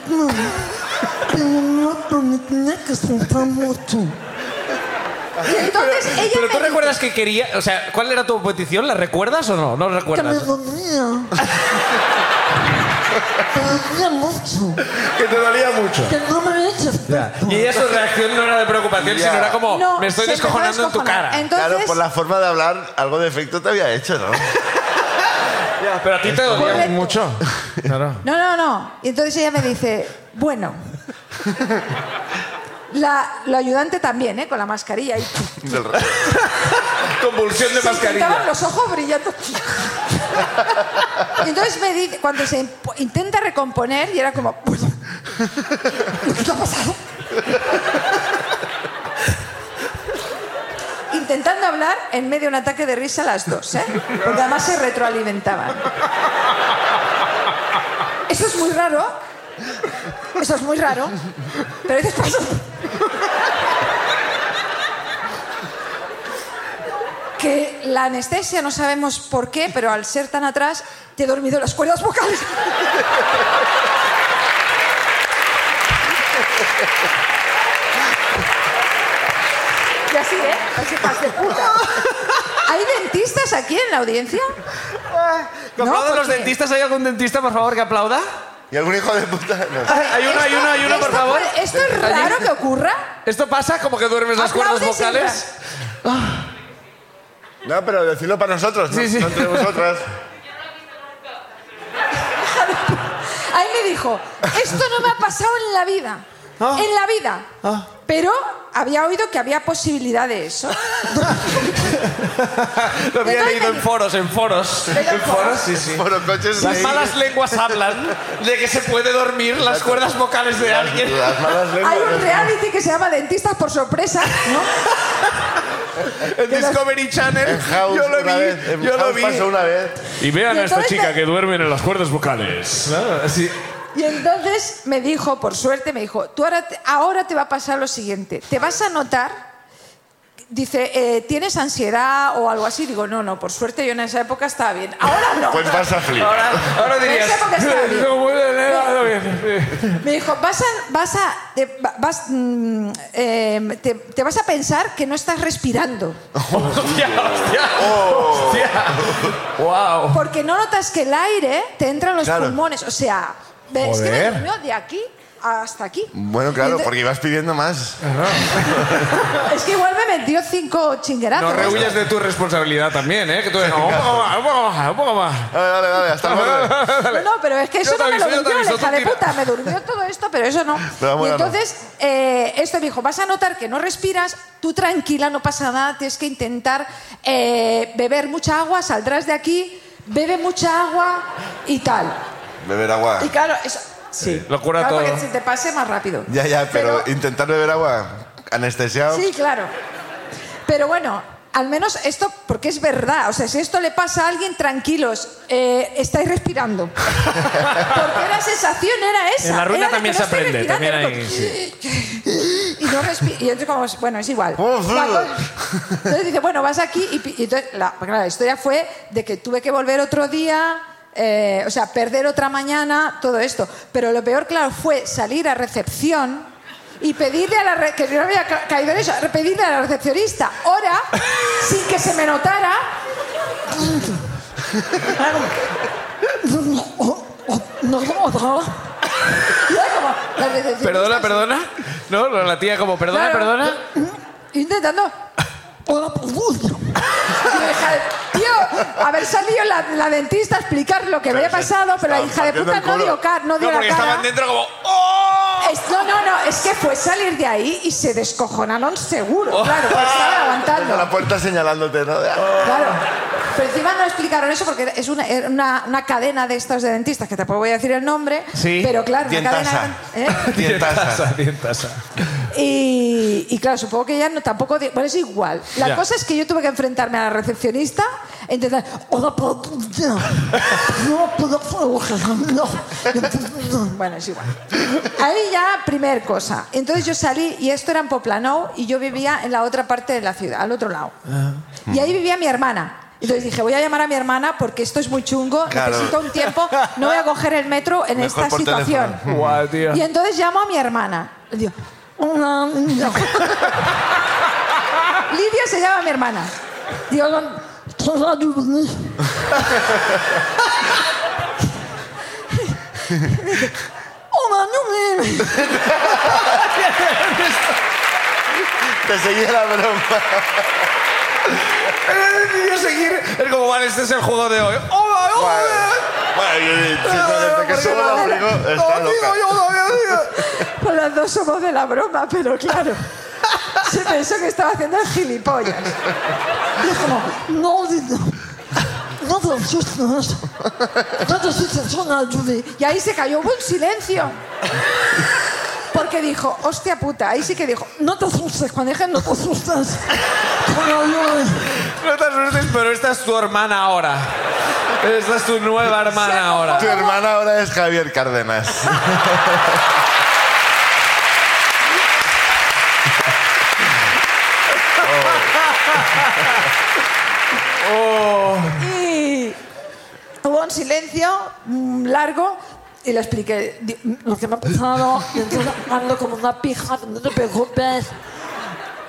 Speaker 9: pero no, pero me tenía que sentar mucho.
Speaker 8: Y entonces ella
Speaker 1: Pero
Speaker 8: me
Speaker 1: tú
Speaker 8: dice
Speaker 1: recuerdas que quería. O sea, ¿cuál era tu petición? ¿La recuerdas o no? No
Speaker 9: Que me
Speaker 1: recuerdas.
Speaker 9: dolía. Me dolía mucho.
Speaker 2: Que te dolía mucho.
Speaker 9: Que no me eches.
Speaker 1: Y ella su reacción no era de preocupación,
Speaker 2: Ya.
Speaker 1: sino era como:
Speaker 8: No,
Speaker 1: me estoy
Speaker 8: se
Speaker 1: descojonando en tu
Speaker 8: descojonar.
Speaker 1: cara.
Speaker 8: Entonces,
Speaker 2: claro, por la forma de hablar, algo de efecto te había hecho, ¿no? [laughs]
Speaker 1: Pero a ti te dolía
Speaker 8: Correcto.
Speaker 1: mucho. [laughs] Claro.
Speaker 8: No, no, no. Y entonces ella me dice,
Speaker 2: [laughs]
Speaker 8: bueno. La, la ayudante también, ¿eh? Con la mascarilla. Y
Speaker 2: Del re-
Speaker 1: Convulsión de
Speaker 8: se
Speaker 1: mascarilla.
Speaker 8: quitaban los ojos brillando. Y entonces me dice, cuando se imp- intenta recomponer, y era como, bueno, ¿qué ha pasado? Intentando hablar en medio de un ataque de risa las dos, ¿eh? Porque además se retroalimentaban. Eso es muy raro. Eso es muy raro. Pero dices, "Pues, que la anestesia, no sabemos por qué, pero al ser tan atrás, te he dormido las cuerdas vocales. Y así, ¿eh? Así, hijas de puta. [laughs] ¿Hay dentistas aquí en la audiencia?
Speaker 1: Que aplaudan Eh, los
Speaker 8: porque-
Speaker 1: dentistas. ¿Hay algún dentista, por favor, que aplauda?
Speaker 2: ¿Y algún hijo de puta? No.
Speaker 1: Hay uno, hay uno, hay uno, por
Speaker 8: esto
Speaker 1: favor.
Speaker 8: puede- ¿Esto es
Speaker 1: Allí.
Speaker 8: raro que ocurra?
Speaker 1: ¿Esto pasa? ¿Como que duermes las cuerdas
Speaker 8: Aplaude sin
Speaker 1: vocales?
Speaker 2: No, pero decirlo para nosotros, no,
Speaker 1: Sí, sí.
Speaker 2: no entre vosotras.
Speaker 8: Ahí me dijo, esto no me ha pasado en la vida.
Speaker 1: Ah.
Speaker 8: En la vida. Pero había oído que había posibilidad de eso.
Speaker 1: Lo había
Speaker 8: Entonces
Speaker 1: leído
Speaker 8: me-
Speaker 1: en foros, en foros.
Speaker 8: ¿Leído en foros?
Speaker 1: sí, sí.
Speaker 2: Bueno, coches
Speaker 1: Las
Speaker 2: sí.
Speaker 1: malas lenguas hablan de que se puede dormir las cuerdas vocales de alguien.
Speaker 2: Las malas
Speaker 8: Hay un
Speaker 2: lenguas.
Speaker 8: reality que se llama Dentistas por sorpresa, ¿no?
Speaker 1: En Discovery
Speaker 2: En
Speaker 1: Channel.
Speaker 2: House
Speaker 1: Yo lo
Speaker 2: una vez.
Speaker 1: vi.
Speaker 2: En
Speaker 1: Yo lo
Speaker 2: House
Speaker 1: vi.
Speaker 2: pasó una vez.
Speaker 5: Y vean
Speaker 8: Y
Speaker 5: a esta
Speaker 8: entonces
Speaker 5: chica
Speaker 8: la-
Speaker 5: que duerme en las cuerdas vocales.
Speaker 8: Y entonces me dijo, por suerte, me dijo, tú ahora te, ahora te va a pasar lo siguiente, te vas a notar, dice, eh, ¿tienes ansiedad o algo así? Digo, no, no, por suerte yo en esa época estaba bien. Ahora no.
Speaker 2: Pues vas a flip.
Speaker 1: Ahora, ahora dirías. "Eh,
Speaker 8: Pensé porque estaba bien.
Speaker 1: "No puede leer, ahora bien".
Speaker 8: Me dijo, vas a, vas a, te, va- vas, mm, eh, te, te vas a pensar que no estás respirando,
Speaker 1: [laughs] Hostia, hostia. Hostia. Wow.
Speaker 8: porque no notas que el aire te entra en los
Speaker 2: Claro.
Speaker 8: pulmones. O sea, ve- es que me
Speaker 1: Joder.
Speaker 8: durmió de aquí hasta aquí.
Speaker 2: Bueno,
Speaker 8: Y
Speaker 2: claro,
Speaker 8: ente-
Speaker 2: porque ibas pidiendo más.
Speaker 8: [laughs] Es que igual me metió cinco
Speaker 1: No
Speaker 8: chinguerazos.
Speaker 1: rehuyas de tu responsabilidad también, ¿eh? Que tú dices, "No, un poco más, un poco más, un poco más.
Speaker 2: Dale, dale, dale, hasta el borde.
Speaker 8: No, no, pero es que eso
Speaker 1: Yo te
Speaker 8: no me lo
Speaker 1: aviso, yo te
Speaker 8: durmió la
Speaker 1: aviso,
Speaker 8: hija
Speaker 1: tú
Speaker 8: de
Speaker 1: tira.
Speaker 8: puta. Me durmió todo esto, pero eso no.
Speaker 2: Pero
Speaker 8: y
Speaker 2: bueno,
Speaker 8: entonces, eh, esto me dijo, vas a notar que no respiras, tú tranquila, no pasa nada, tienes que intentar eh, beber mucha agua, saldrás de aquí, bebe mucha agua y tal.
Speaker 2: Beber agua.
Speaker 8: Y claro, eso... Sí.
Speaker 1: Lo cura
Speaker 8: claro,
Speaker 1: todo.
Speaker 8: Para que se te pase más rápido.
Speaker 2: Ya, ya, pero, intentar beber agua anestesiado.
Speaker 8: Sí, claro. Pero bueno, al menos esto, porque es verdad. O sea, si esto le pasa a alguien, tranquilos, eh, estáis respirando. [laughs] porque la sensación era esa.
Speaker 1: En la ruina
Speaker 8: era de
Speaker 1: también
Speaker 8: que no
Speaker 1: se aprende,
Speaker 8: estoy respirando, era
Speaker 1: también
Speaker 8: como- Y no respira. Y entonces, como, bueno, es igual.
Speaker 2: Oh, sí.
Speaker 8: La co- entonces dice, bueno, vas aquí. Y, pi- y entonces, la, claro, la historia fue de que tuve que volver otro día. eh, o sea, perder otra mañana, todo esto. Pero lo peor, claro, fue salir a recepción y pedirle a la re- que no había ca- caído en eso, pedirle a la recepcionista hora sin que se me
Speaker 9: [laughs]
Speaker 8: notara.
Speaker 9: No, no, no.
Speaker 8: Y era como, la recepcionista
Speaker 1: Perdona, perdona. No, la tía como, perdona,
Speaker 8: Claro.
Speaker 1: perdona.
Speaker 8: [coughs] intentando.
Speaker 9: Hola, pues, uy.
Speaker 8: Y la hija de- Tío, haber salido la, la dentista a explicar lo que me había pasado, pero la
Speaker 2: estaban
Speaker 8: hija de
Speaker 2: partiendo
Speaker 8: puta
Speaker 2: el
Speaker 8: no
Speaker 2: culo.
Speaker 8: dio, car- no dio
Speaker 1: No, porque
Speaker 8: la cara.
Speaker 1: estaban dentro como, "Oh".
Speaker 8: Es- no, no, no, es que fue salir de ahí y se descojonaron seguro, claro,
Speaker 2: [laughs]
Speaker 8: porque estaban aguantando.
Speaker 2: Oh. Desde la puerta señalándote,
Speaker 8: [laughs]
Speaker 2: ¿no?
Speaker 8: Claro. Pero encima no explicaron eso porque es una, era una, una cadena de estos de dentistas que tampoco voy a decir el nombre.
Speaker 1: Sí.
Speaker 8: Pero claro, una
Speaker 2: Dientasa.
Speaker 8: cadena. ¿eh?
Speaker 2: Dientasa.
Speaker 8: Y, y claro, supongo que ya no tampoco. di- Bueno, es igual. La
Speaker 1: Ya.
Speaker 8: cosa es que yo tuve que enfrentarme a la recepcionista, intentar.
Speaker 9: Hola, pues, ya. No, pero, pues, no.
Speaker 8: Bueno, es igual. Ahí ya, primer cosa. Entonces yo salí, y esto
Speaker 1: Ah.
Speaker 8: era en Poplanou, y yo vivía en la otra parte de la ciudad, al otro lado. Y ahí vivía mi hermana. Entonces dije, voy a llamar a mi hermana porque esto es muy chungo,
Speaker 2: Claro.
Speaker 8: necesito un tiempo, no voy a coger el metro en
Speaker 2: Mejor
Speaker 8: esta
Speaker 2: por
Speaker 8: situación.
Speaker 2: teléfono.
Speaker 1: Guau, tío.
Speaker 8: Y entonces llamo a mi hermana. Le digo, "Hola, Lidia". Lidia se llama mi hermana. Digo,
Speaker 9: Solo ayúdame.
Speaker 8: hola, no me...
Speaker 2: Te seguía la broma.
Speaker 8: [laughs]
Speaker 1: Y yo seguir. Es como, vale, este es el juego de hoy. ¡Hola, hola!
Speaker 2: Bueno, yo- yo- desde que solo la frigo, está loca.
Speaker 8: Pues las dos somos de la broma, pero claro. Se pensó que estaba haciendo el gilipollas.
Speaker 9: Y es como, no, Lidia. No te asustes. No te asustes, solo ayúdame.
Speaker 8: Y ahí se cayó, hubo un silencio. Porque dijo, hostia puta, ahí sí que dijo,
Speaker 9: No te asustes, cuando dije no te asustes. Solo ayúdame.
Speaker 1: No te asustes, pero esta es tu hermana ahora. Esta es tu nueva hermana ahora.
Speaker 2: Tu hermana ahora es Javier Cárdenas.
Speaker 8: Y hubo un silencio mm, largo y le expliqué. Di-
Speaker 9: Lo que me ha pasado, y entonces ando como una pija, no te preocupes.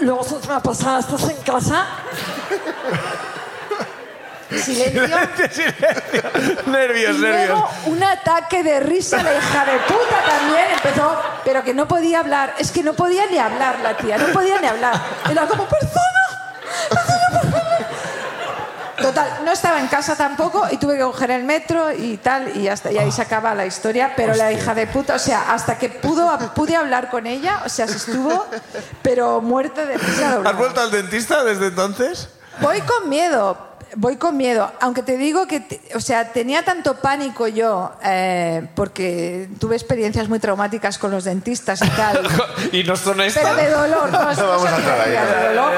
Speaker 9: Luego se me ha pasado, estás en casa.
Speaker 8: Silencio.
Speaker 1: [laughs] Nervios,
Speaker 8: Y luego un ataque de risa, la hija de puta también empezó, pero que no podía hablar. Es que no podía ni hablar la tía, no podía ni hablar. Era como persona. persona, persona". Total, no estaba en casa tampoco y tuve que coger el metro y tal, y hasta y ahí se acaba la historia. Pero la hija de puta, o sea, hasta que pudo, pude hablar con ella, o sea, se estuvo, pero muerte de risa. doblada.
Speaker 1: ¿Has vuelto al dentista desde entonces?
Speaker 8: Voy con miedo, voy con miedo. Aunque te digo que, te- o sea, tenía tanto pánico yo, eh, porque tuve experiencias muy traumáticas con los dentistas y
Speaker 2: [laughs]
Speaker 8: tal.
Speaker 1: [laughs] ¿Y no son
Speaker 8: Pero de
Speaker 1: estas?
Speaker 8: dolor, no, es
Speaker 2: No vamos
Speaker 8: cosa
Speaker 2: a entrar ahí.
Speaker 8: que de dolor.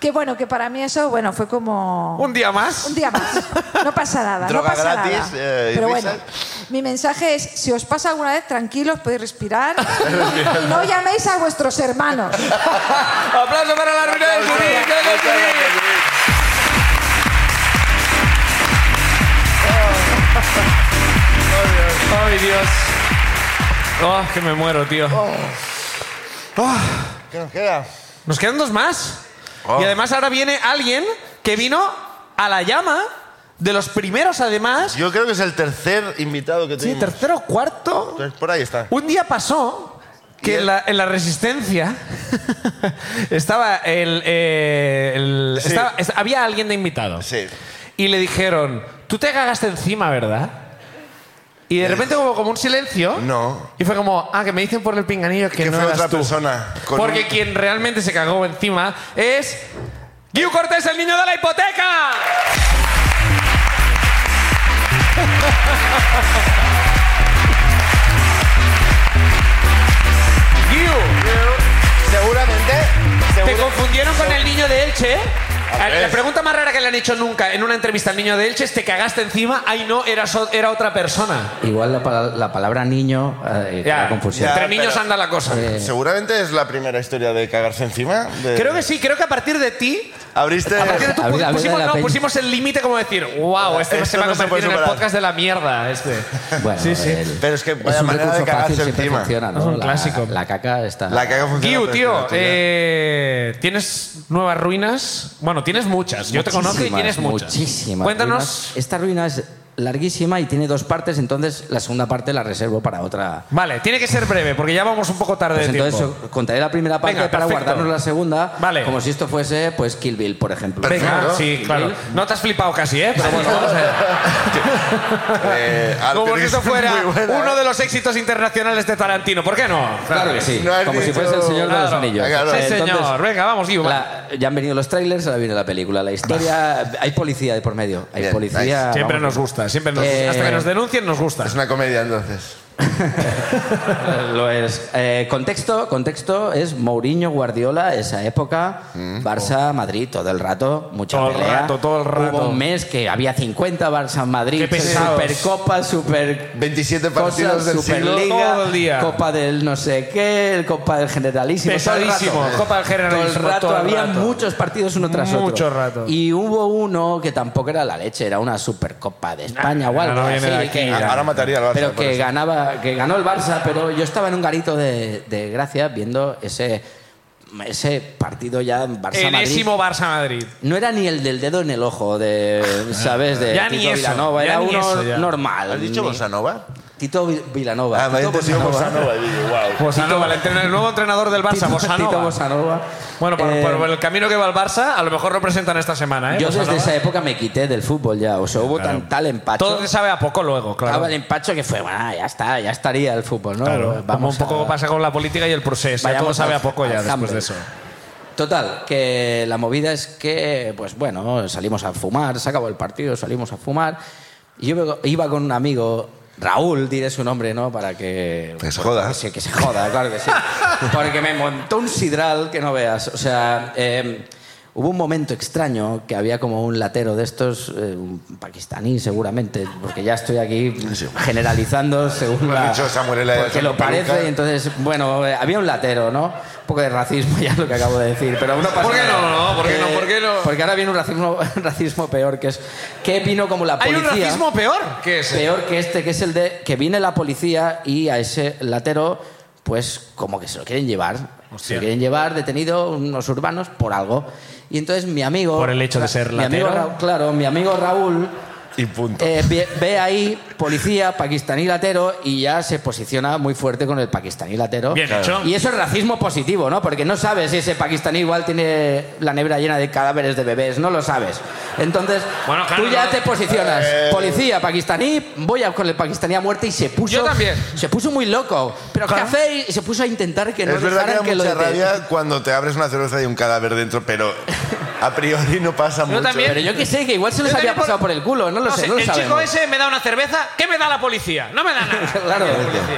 Speaker 8: Que bueno, que para mí eso, bueno, fue como...
Speaker 1: ¿Un día más?
Speaker 8: Un día más. No pasa nada.
Speaker 2: Droga
Speaker 8: no pasa
Speaker 2: gratis,
Speaker 8: nada.
Speaker 2: eh, y
Speaker 8: Pero
Speaker 2: risa.
Speaker 8: bueno, mi mensaje es: si os pasa alguna vez, tranquilos, podéis
Speaker 2: [laughs]
Speaker 8: respirar. y no llaméis a vuestros hermanos.
Speaker 1: ¡Aplauso para la ruina del Cubí! ¡Que venga el Cubí! ¡Ay, Dios! ¡Oh, que me muero, tío! Oh.
Speaker 2: ¿Qué nos queda?
Speaker 1: Nos quedan dos más.
Speaker 2: Oh.
Speaker 1: Y además ahora viene alguien que vino a la llama, de los primeros además.
Speaker 2: Yo creo que es el tercer invitado que
Speaker 1: Sí,
Speaker 2: tenemos.
Speaker 1: tercero o cuarto.
Speaker 2: Entonces, por ahí está.
Speaker 1: Un día pasó que en la, en la resistencia [laughs] estaba el, eh, el-
Speaker 2: Sí.
Speaker 1: estaba- es- había alguien de invitado
Speaker 2: Sí.
Speaker 1: y le dijeron tú te cagaste encima verdad y de repente hubo como un silencio
Speaker 2: No.
Speaker 1: y fue como ah que me dicen por el pinganillo que,
Speaker 2: Que
Speaker 1: no
Speaker 2: fue
Speaker 1: eras
Speaker 2: otra
Speaker 1: tú".
Speaker 2: persona. con
Speaker 1: porque
Speaker 2: un-
Speaker 1: quien realmente se cagó encima es Guiu Cortés el niño de la hipoteca Guiu
Speaker 2: Seguramente.
Speaker 1: Te
Speaker 2: seguro-
Speaker 1: confundieron con el niño de Elche.
Speaker 2: A ver.
Speaker 1: La pregunta más rara que le han hecho nunca en una entrevista al niño de Elche es ¿te cagaste encima? Ay, no, eras o- era otra persona.
Speaker 10: Igual la, pala- la palabra niño eh, crea
Speaker 1: [laughs]
Speaker 10: confusión.
Speaker 2: ya.
Speaker 1: Entre niños
Speaker 2: pero-
Speaker 1: anda la cosa.
Speaker 2: Eh, Seguramente es la primera historia de cagarse encima. de-
Speaker 1: Creo que sí, creo que a partir de ti,
Speaker 2: Abriste.
Speaker 1: a partir de tu,
Speaker 10: A ver, a ver,
Speaker 1: pusimos,
Speaker 10: la
Speaker 1: no,
Speaker 10: peña.
Speaker 1: pusimos el límite como decir, wow, este no
Speaker 2: Esto
Speaker 1: se va a
Speaker 2: no se puede
Speaker 1: convertir en el
Speaker 2: superar".
Speaker 1: podcast de la
Speaker 2: [laughs]
Speaker 1: mierda. Este.
Speaker 10: Bueno,
Speaker 1: sí, sí.
Speaker 10: el-
Speaker 2: Pero es que vaya
Speaker 10: un
Speaker 2: manera de
Speaker 10: recurso
Speaker 2: cagarse
Speaker 10: fácil, siempre
Speaker 2: encima.
Speaker 10: funciona, ¿no?
Speaker 1: Es un
Speaker 10: La-
Speaker 1: clásico.
Speaker 10: La, caca está.
Speaker 2: La caga funciona.
Speaker 1: Guiu,
Speaker 2: pero es
Speaker 1: tío,
Speaker 2: la tuya.
Speaker 1: eh, tienes nuevas ruinas. Bueno, tienes muchas. Yo te conozco y
Speaker 10: Muchísimas,
Speaker 1: tienes muchas.
Speaker 10: Muchísimas.
Speaker 1: Cuéntanos.
Speaker 10: ruinas. Esta ruina es larguísima y tiene dos partes, entonces la segunda parte la reservo para otra.
Speaker 1: Vale, tiene que ser breve porque ya vamos un poco tarde
Speaker 10: Pues
Speaker 1: de
Speaker 10: entonces
Speaker 1: tiempo.
Speaker 10: os contaré la primera parte
Speaker 1: Venga,
Speaker 10: para
Speaker 1: perfecto.
Speaker 10: guardarnos la segunda,
Speaker 1: Vale.
Speaker 10: como si esto fuese pues Kill Bill, por ejemplo.
Speaker 1: Venga,
Speaker 2: Perfecto.
Speaker 1: sí, claro. No te has flipado casi,
Speaker 2: [laughs]
Speaker 1: ¿eh? Pero bueno, vamos a ver.
Speaker 2: Eh,
Speaker 1: Como si
Speaker 2: actriz
Speaker 1: esto fuera
Speaker 2: [laughs] muy buena,
Speaker 1: uno
Speaker 2: ¿eh?
Speaker 1: de los éxitos internacionales de Tarantino. ¿Por qué no?
Speaker 10: Claro que sí,
Speaker 2: No has
Speaker 10: como si
Speaker 2: dicho-
Speaker 10: fuese el Señor de los
Speaker 1: Claro.
Speaker 10: Anillos.
Speaker 2: Claro.
Speaker 1: Sí,
Speaker 10: Entonces,
Speaker 1: señor. Venga, vamos, Guiu. va.
Speaker 10: La- ya han venido los trailers, ahora viene la película. La historia. hay policía de por medio. Hay
Speaker 2: Bien,
Speaker 10: policía.
Speaker 2: nice.
Speaker 1: Siempre
Speaker 10: vamos.
Speaker 1: nos gusta, siempre nos
Speaker 10: Eh,
Speaker 1: Hasta que nos denuncien nos gusta.
Speaker 2: Es una comedia entonces.
Speaker 10: Lo es. Eh, contexto, contexto es Mourinho, Guardiola, esa época, Barça, Madrid, todo el rato, mucha
Speaker 1: Mm. Oh. Todo el
Speaker 10: pelea.
Speaker 1: rato, todo el rato.
Speaker 10: Hubo un mes que había 50 Barça, Madrid,
Speaker 1: Qué pesados.
Speaker 10: Supercopa, Super
Speaker 2: 27 partidos
Speaker 10: cosas,
Speaker 2: del siglo.
Speaker 10: Superliga,
Speaker 1: Todo el día.
Speaker 10: Copa del no sé qué, el Copa del Generalísimo. todo el rato.
Speaker 1: Pesadísimo, Copa del Generalísimo,
Speaker 10: Todo el rato,
Speaker 1: todo el
Speaker 10: había
Speaker 1: rato.
Speaker 10: muchos partidos uno tras otro.
Speaker 1: Mucho rato.
Speaker 10: Y hubo uno que tampoco era la leche, era una Supercopa de España o
Speaker 1: no,
Speaker 10: algo
Speaker 1: no viene
Speaker 10: así,
Speaker 1: de aquí,
Speaker 10: que-
Speaker 1: ya.
Speaker 2: Ahora mataría al Barça.
Speaker 10: pero
Speaker 2: por
Speaker 10: que
Speaker 2: eso.
Speaker 10: ganaba que ganó el Barça pero yo estaba en un garito de, de gracia viendo ese ese partido ya Barça Madrid
Speaker 1: Enésimo Barça Madrid.
Speaker 10: no era ni el del dedo en el ojo de sabes de
Speaker 1: Ya ni
Speaker 10: Tito
Speaker 1: eso,
Speaker 10: Vilanova
Speaker 1: ya
Speaker 10: era
Speaker 1: ni
Speaker 10: uno
Speaker 1: eso, ya.
Speaker 10: normal
Speaker 2: ¿Has dicho
Speaker 10: ni-
Speaker 2: Bossa Nova?
Speaker 10: Tito Vi- Vilanova
Speaker 2: Ah, me ha
Speaker 10: Tito
Speaker 2: entendido
Speaker 10: Bossa
Speaker 2: Bossa
Speaker 10: Nova.
Speaker 2: Nova. digo, wow.
Speaker 1: Bosanova, el, entren- el nuevo entrenador del Barça,
Speaker 10: Tito-
Speaker 1: Bosanova.
Speaker 10: Tito Bossa Nova.
Speaker 1: Bueno, por,
Speaker 10: Eh,
Speaker 1: por el camino que va el Barça, a lo mejor lo presentan esta semana, ¿eh?
Speaker 10: yo
Speaker 1: Bossa
Speaker 10: desde
Speaker 1: Nova.
Speaker 10: esa época me quité del fútbol ya o sea hubo tan, tal empacho
Speaker 1: Todo te sabe a poco luego, claro.
Speaker 10: Estaba el empacho que fue, bueno, ya está, ya estaría el fútbol, ¿no?
Speaker 1: Claro, como un
Speaker 10: Vamos
Speaker 1: poco
Speaker 10: a-
Speaker 1: pasa con la política y el proceso. Ya
Speaker 10: Vayamos
Speaker 1: todo sabe
Speaker 10: al-
Speaker 1: a poco ya
Speaker 10: al
Speaker 1: después
Speaker 10: Humble.
Speaker 1: de eso.
Speaker 10: Total, que la movida es que, pues bueno, salimos a fumar, se acabó el partido, salimos a fumar. Y yo veo- iba con un amigo, Raúl, diré su nombre, ¿no? Para que.
Speaker 2: Que se joda.
Speaker 10: Que se, que se joda, claro que sí. Porque me montó un sidral que no veas. O sea. eh, Hubo un momento extraño que había como un latero de estos, eh, un pakistaní seguramente, porque ya estoy aquí generalizando según
Speaker 2: Lo ha
Speaker 10: la...
Speaker 2: dicho Samuel L.
Speaker 10: Porque lo
Speaker 2: Peluca.
Speaker 10: parece, y entonces, bueno, eh, había un latero, ¿no? Un poco de racismo [laughs] ya es lo que acabo de decir, pero no pasa
Speaker 1: ¿Por qué
Speaker 10: nada.
Speaker 1: no, no? ¿Por qué no? ¿Por qué no?
Speaker 10: Porque ahora viene un racismo, [laughs] un racismo peor, que es que vino como la
Speaker 1: ¿Hay
Speaker 10: policía.
Speaker 1: un racismo peor? ¿Qué es?
Speaker 10: [laughs] peor que este, que es el de que viene la policía y a ese latero, pues como que se lo quieren llevar. Se
Speaker 1: Hostia.
Speaker 10: lo quieren llevar detenido unos urbanos por algo. Y entonces mi amigo...
Speaker 1: Por el hecho de ser
Speaker 10: mi amigo
Speaker 1: latero.
Speaker 10: Ra- claro, mi amigo Raúl...
Speaker 2: Y punto.
Speaker 10: Eh, ve, ve ahí policía pakistaní latero y ya se posiciona muy fuerte con el pakistaní latero.
Speaker 1: Bien hecho.
Speaker 10: Y eso es racismo positivo, ¿no? Porque no sabes si ese pakistaní igual tiene la nevera llena de cadáveres de bebés, no lo sabes. Entonces,
Speaker 1: Bueno, claro,
Speaker 10: tú ya
Speaker 1: no.
Speaker 10: te posicionas.
Speaker 2: Eh.
Speaker 10: Policía pakistaní, voy a con el pakistaní a muerte y se puso.
Speaker 1: Yo también.
Speaker 10: Se puso muy loco. Pero
Speaker 1: Claro.
Speaker 10: ¿qué hacéis? Y se puso a intentar que no
Speaker 2: es verdad que da
Speaker 10: dejaran que lo
Speaker 2: mucha
Speaker 10: deten-
Speaker 2: rabia cuando te abres una cerveza y un cadáver dentro, pero a priori no pasa mucho.
Speaker 1: también.
Speaker 10: Pero yo qué sé, que igual se les
Speaker 1: Yo
Speaker 10: había
Speaker 1: también por-
Speaker 10: pasado por... el culo, no lo sé, no lo
Speaker 1: el chico
Speaker 10: sabemos.
Speaker 1: ese me da una cerveza, ¿qué me da la policía? No me
Speaker 10: [laughs]
Speaker 1: da nada.
Speaker 10: Claro,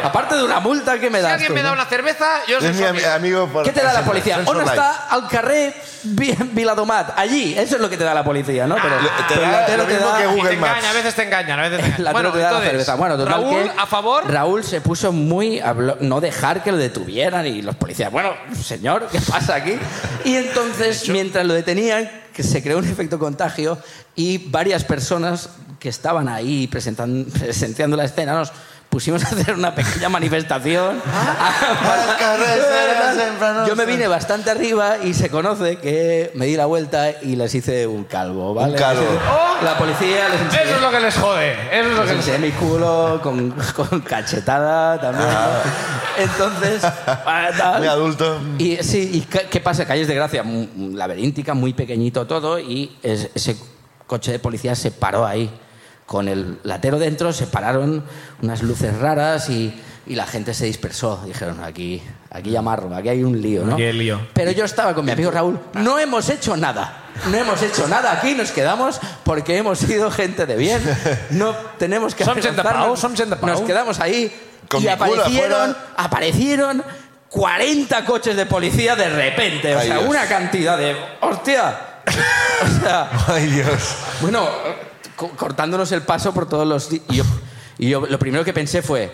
Speaker 10: aparte de una multa que me
Speaker 1: Si
Speaker 10: das.
Speaker 1: alguien
Speaker 10: tú,
Speaker 1: me da
Speaker 10: no?
Speaker 1: una cerveza, yo soy
Speaker 2: Es mi
Speaker 1: su
Speaker 2: ami-
Speaker 1: amigo.
Speaker 2: amigo. por-
Speaker 10: ¿Qué te da la
Speaker 2: siempre.
Speaker 10: policía?
Speaker 2: Friends
Speaker 10: O no
Speaker 2: for life.
Speaker 10: está al carrer Vi- Viladomat, allí. Eso es lo que te da la policía, ¿no? Pero,
Speaker 2: Lo- te
Speaker 10: pero
Speaker 2: da
Speaker 10: el latero
Speaker 2: lo mismo que
Speaker 1: Ah, Y
Speaker 2: Google
Speaker 1: te
Speaker 2: Maps.
Speaker 1: engaña, a veces te engañan, a
Speaker 10: [laughs]
Speaker 1: veces te
Speaker 10: el latero
Speaker 1: engañan. Bueno,
Speaker 10: te da la
Speaker 1: entonces,
Speaker 10: cerveza. Bueno, total
Speaker 1: Raúl,
Speaker 10: que
Speaker 1: a favor.
Speaker 10: Raúl se puso muy a blo- no dejar que lo detuvieran y los policías, bueno, señor, ¿qué pasa aquí? Y entonces, mientras lo detenían, que se creó un efecto contagio y varias personas que estaban ahí presentan- [laughs] presenciando la escena nos pusimos a hacer una
Speaker 1: [laughs]
Speaker 10: pequeña manifestación.
Speaker 1: Ah,
Speaker 2: Las carreteras tempranosas.
Speaker 10: Yo me vine bastante arriba y se conoce que me di la vuelta y les hice un calvo, ¿vale?
Speaker 2: Un calvo.
Speaker 10: La policía les enseñó.
Speaker 1: Eso es lo que les jode. Eso es lo que
Speaker 10: Les
Speaker 1: les
Speaker 10: enseñé mi culo con, con cachetada también. ¿no?
Speaker 1: Ah. [laughs]
Speaker 10: Entonces, ah, tal.
Speaker 2: Muy adulto.
Speaker 10: Y sí, ¿y qué, qué pasa? Calles de Gracia, m- m- laberíntica, muy pequeñito todo, y es- ese coche de policía se paró ahí. Con el latero dentro se pararon unas luces raras y, y la gente se dispersó. Dijeron, aquí, aquí llamarlo, aquí hay un lío, ¿no?
Speaker 1: Aquí hay lío.
Speaker 10: Pero yo estaba con mi amigo Raúl, no hemos hecho nada. No hemos hecho nada aquí, nos quedamos porque hemos sido gente de bien. No tenemos que
Speaker 1: Som gent de
Speaker 10: avergonzarnos.
Speaker 1: pau, som gent de pau.
Speaker 10: Nos quedamos ahí
Speaker 2: Con
Speaker 10: y
Speaker 2: mi culo
Speaker 10: aparecieron,
Speaker 2: afuera.
Speaker 10: aparecieron 40 coches de policía de repente. O
Speaker 2: Ay,
Speaker 10: sea,
Speaker 2: Dios.
Speaker 10: una cantidad de. ¡Hostia! o sea,
Speaker 2: Ay, Dios.
Speaker 10: bueno, co- cortándonos el paso por todos los. di- Y yo, y yo lo primero que pensé fue.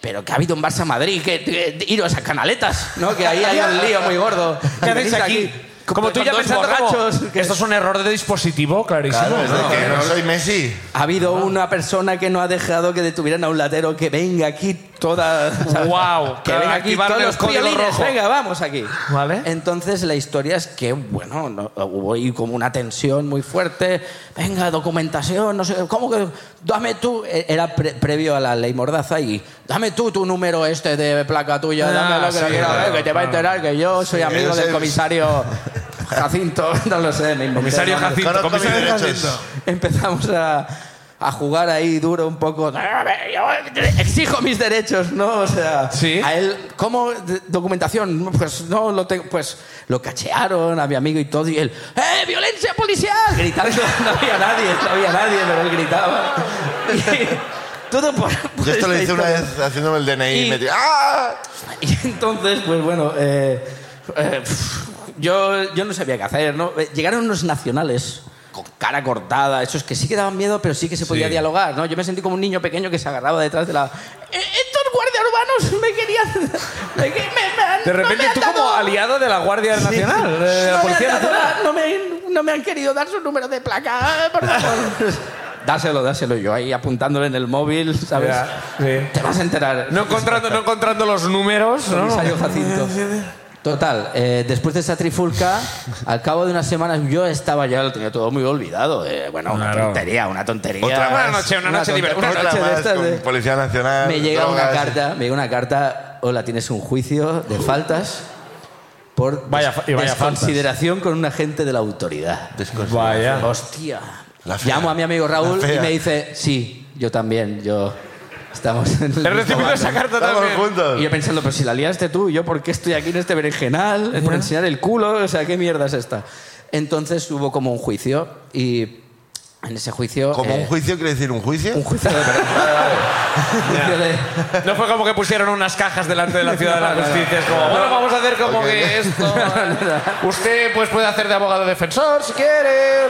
Speaker 10: Pero que ha habido un Barça Madrid, que, que- iros a canaletas, ¿no? Que ahí hay un lío muy gordo.
Speaker 1: ¿Qué hacéis
Speaker 10: Venís
Speaker 1: aquí? Como tú
Speaker 10: con
Speaker 1: ya
Speaker 10: dos
Speaker 1: pensando
Speaker 10: borrachos.
Speaker 1: como,
Speaker 10: que-
Speaker 1: Esto es un error de dispositivo, clarísimo.
Speaker 2: Claro, es de
Speaker 1: No,
Speaker 2: que
Speaker 1: no,
Speaker 2: no soy Messi.
Speaker 10: Ha habido
Speaker 1: Ah.
Speaker 10: una persona que no ha dejado que detuvieran a un latero que venga aquí toda. ¿sabes?
Speaker 1: Guau,
Speaker 10: que
Speaker 1: que
Speaker 10: venga aquí
Speaker 1: activaron
Speaker 10: todos
Speaker 1: el
Speaker 10: los
Speaker 1: código
Speaker 10: piolines,
Speaker 1: rojo.
Speaker 10: Venga, vamos aquí.
Speaker 1: Vale.
Speaker 10: Entonces la historia es que, bueno, no- hubo ahí como una tensión muy fuerte. Venga, documentación, no sé, ¿cómo que.? Dame tú. Eh, Era pre- previo a la ley Mordaza y. Dame tú tu número este de placa tuya,
Speaker 1: Ah,
Speaker 10: dame lo que
Speaker 1: sí,
Speaker 10: lo quiera
Speaker 1: claro,
Speaker 10: ver, que te va a enterar que yo soy amigo
Speaker 2: yo
Speaker 10: del
Speaker 2: sé-
Speaker 10: comisario. Jacinto, [laughs] no lo sé, me inventé
Speaker 1: Comisario
Speaker 10: el nombre
Speaker 1: Jacinto,
Speaker 2: Conozco mis
Speaker 1: comisario
Speaker 2: derechos.
Speaker 1: Jacinto.
Speaker 10: empezamos a, a jugar ahí duro un poco. Yo exijo mis derechos, ¿no? O sea,
Speaker 1: Sí.
Speaker 10: a él, ¿cómo de- documentación? Pues no lo tengo. Pues lo cachearon a mi amigo y todo, y él, ¡eh, violencia [laughs] policial! Gritando, no había nadie, no había nadie, pero él gritaba. [laughs] Y- todo por, por
Speaker 2: Yo esto lo
Speaker 10: esta
Speaker 2: hice una
Speaker 10: historia.
Speaker 2: vez haciéndome el DNI y
Speaker 10: Y-
Speaker 2: me di- ¡Ah!
Speaker 10: [laughs] Y entonces, pues bueno, eh, eh, yo, yo no sabía qué hacer, ¿no? Eh, Llegaron unos nacionales con cara cortada, esos que sí que daban miedo, pero sí que se podía
Speaker 1: Sí.
Speaker 10: dialogar, ¿no? Yo me sentí como un niño pequeño que se agarraba detrás de la... "Eh, Estos guardias urbanos me querían... [laughs] me que- me- me han-
Speaker 1: De
Speaker 10: no me
Speaker 1: repente
Speaker 10: han
Speaker 1: tú
Speaker 10: dado-
Speaker 1: como aliado de la Guardia Nacional,
Speaker 10: no
Speaker 1: de la
Speaker 10: me han
Speaker 1: Policía
Speaker 10: dado
Speaker 1: Nacional.
Speaker 10: la- no me- no me han querido dar su número de placa, eh, por favor. dáselo, dáselo. Yo ahí apuntándole en el móvil, ¿sabes?
Speaker 1: Ya, sí.
Speaker 10: Te vas a enterar.
Speaker 1: No encontrando, no encontrando los números, ¿no?
Speaker 10: Comisario Jacinto. Total, eh, después de esa trifulca, al cabo de unas semanas yo estaba ya, lo tenía todo muy olvidado. eh, bueno, una
Speaker 5: Claro.
Speaker 10: tontería, una tontería.
Speaker 2: Otra
Speaker 1: Una noche, una noche
Speaker 10: tonta-
Speaker 1: divertida.
Speaker 10: una
Speaker 2: Otra
Speaker 10: noche de
Speaker 2: más
Speaker 10: estas
Speaker 2: con
Speaker 10: de-
Speaker 2: Policía Nacional.
Speaker 10: Me llega una
Speaker 2: drogas.
Speaker 10: carta, me llega una carta, hola, tienes un juicio de faltas por
Speaker 5: Vaya fa- y vaya faltas.
Speaker 10: desconsideración con un agente de la autoridad.
Speaker 5: Vaya.
Speaker 10: Hostia.
Speaker 2: La fea.
Speaker 10: Llamo a mi amigo Raúl
Speaker 2: La fea.
Speaker 10: y me dice, sí, yo también, yo... Estamos en el
Speaker 1: He
Speaker 10: mismo
Speaker 1: recibido
Speaker 10: bando".
Speaker 1: esa carta
Speaker 2: Estamos
Speaker 1: también.
Speaker 2: juntos.
Speaker 10: Y yo pensando, pero si la liaste tú, yo por qué estoy aquí en este berenjenal, Es por enseñar el culo, o sea, ¿qué mierda es esta? Entonces hubo como un juicio y en ese juicio...
Speaker 2: Como
Speaker 10: eh,
Speaker 2: un juicio quiere decir un juicio.
Speaker 10: Un juicio de... Un juicio de-
Speaker 1: No fue como que pusieron unas cajas delante de la ciudad de la justicia. Es como, bueno, vamos a hacer como
Speaker 2: Ok.
Speaker 10: [laughs]
Speaker 1: que esto. Usted pues puede hacer de abogado defensor si quiere.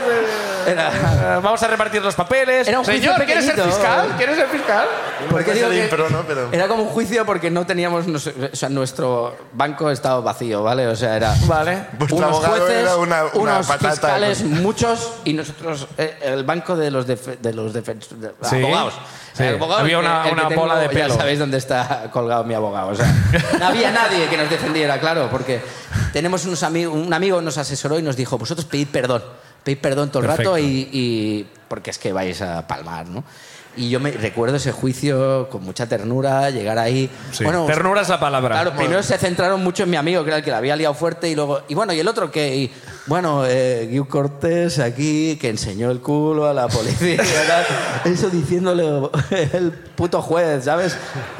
Speaker 10: Era-
Speaker 1: Eh, Vamos a repartir los papeles.
Speaker 10: Era un juicio
Speaker 1: Señor, ¿quiere ser
Speaker 10: pequeñito.
Speaker 1: fiscal? ¿Quiere ser fiscal?
Speaker 10: Porque digo
Speaker 2: ser
Speaker 10: que
Speaker 2: impro, ¿no? Pero-
Speaker 10: Era como un juicio porque no teníamos... nos- o sea, nuestro banco estaba vacío, ¿vale? O sea, era...
Speaker 1: Vale.
Speaker 2: Vuestro
Speaker 10: unos
Speaker 2: abogado
Speaker 10: jueces,
Speaker 2: era una- una
Speaker 10: unos
Speaker 2: patata,
Speaker 10: fiscales,
Speaker 2: ¿no?
Speaker 10: muchos, y nosotros, eh, el banco de los, defe- de los defen- de-
Speaker 1: Sí,
Speaker 10: abogados.
Speaker 1: sí.
Speaker 10: El abogado
Speaker 1: Había
Speaker 10: que-
Speaker 1: una-
Speaker 10: el que
Speaker 1: una
Speaker 10: tengo-
Speaker 1: bola de pelo.
Speaker 10: Ya sabéis dónde está colgado mi abogado. O sea, no había nadie que nos defendiera, claro, porque tenemos unos amigos, un amigo nos asesoró y nos dijo, vosotros pedid perdón, pedid perdón todo el rato y, y- porque es que vais a palmar, ¿no? Y yo me recuerdo ese juicio con mucha ternura, llegar ahí.
Speaker 5: Sí,
Speaker 1: Ternura es la palabra.
Speaker 10: Claro, primero se centraron mucho en mi amigo, que era el que la había liado fuerte, y luego. Y bueno, y el otro que. y, bueno, eh, Guiu Cortés aquí, que enseñó el culo a la
Speaker 1: [laughs]
Speaker 10: policía. ¿verdad? Eso diciéndole el puto juez, ¿sabes?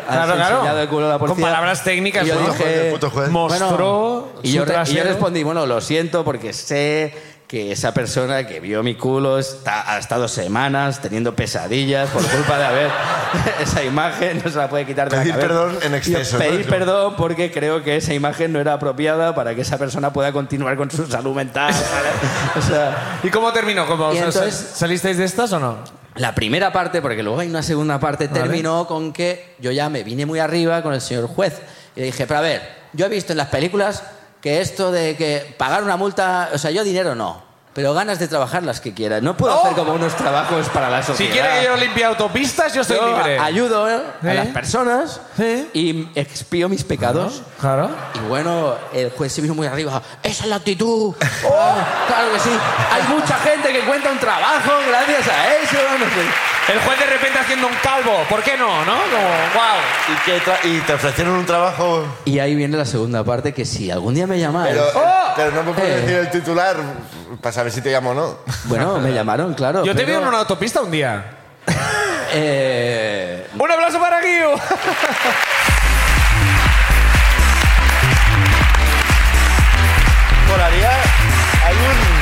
Speaker 10: Has
Speaker 1: Claro, claro.
Speaker 10: enseñado el culo a la
Speaker 1: Con
Speaker 10: policía.
Speaker 1: palabras técnicas,
Speaker 10: Y yo
Speaker 1: ¿no?
Speaker 2: Puto juez,
Speaker 10: dije,
Speaker 2: puto juez.
Speaker 1: Mostró
Speaker 10: y
Speaker 1: su
Speaker 10: yo, re- y yo
Speaker 1: trasero.
Speaker 10: respondí, bueno, lo siento porque sé que esa persona que vio mi culo está, ha estado semanas teniendo pesadillas por culpa de haber [laughs] esa imagen, no se la puede quitar de la
Speaker 2: Pedir
Speaker 10: cabeza.
Speaker 2: perdón en
Speaker 10: Y yo,
Speaker 2: exceso, ¿no?
Speaker 10: Pedir
Speaker 2: Es como-
Speaker 10: perdón porque creo que esa imagen no era apropiada para que esa persona pueda continuar con su salud mental. ¿vale? o sea,
Speaker 1: ¿Y cómo terminó? ¿Cómo,
Speaker 10: Y
Speaker 1: o sea,
Speaker 10: entonces-
Speaker 1: ¿Salisteis de estas o no?
Speaker 10: la primera parte, porque luego hay una segunda parte, terminó con que yo ya me vine muy arriba con el señor juez. Y le dije, pero a ver, yo he visto en las películas que esto de que pagar una multa, o sea, yo dinero no, pero ganas de trabajar las que quieras. No puedo
Speaker 1: ¡Oh!
Speaker 10: hacer como unos trabajos para la
Speaker 1: Si
Speaker 10: sociedad.
Speaker 1: quiere que yo limpie autopistas, yo estoy
Speaker 10: Yo
Speaker 1: libre.
Speaker 10: ayudo
Speaker 1: ¿Eh?
Speaker 10: a las personas
Speaker 1: ¿Eh?
Speaker 10: y expío mis pecados.
Speaker 1: Claro.
Speaker 10: Y bueno, el juez se vino muy arriba. Esa es la actitud. ¡Oh! Claro que sí. Hay mucha gente que encuentra un trabajo gracias a eso. no sé.
Speaker 1: El juez de repente haciendo un calvo. ¿Por qué no? ¿No? Como, wow.
Speaker 2: ¿Y, qué tra- y te ofrecieron un trabajo.
Speaker 10: Y ahí viene la segunda parte que si algún día me llamáis.
Speaker 2: Pero, eh, pero no me puedes
Speaker 10: Eh.
Speaker 2: decir el titular para saber si te llamo o no.
Speaker 10: Bueno, me llamaron, claro.
Speaker 1: Yo te
Speaker 10: pero,
Speaker 1: veo en una autopista un [laughs] día.
Speaker 10: eh,
Speaker 1: ¡Un aplauso para Guiu!
Speaker 2: Molaría. Hay un.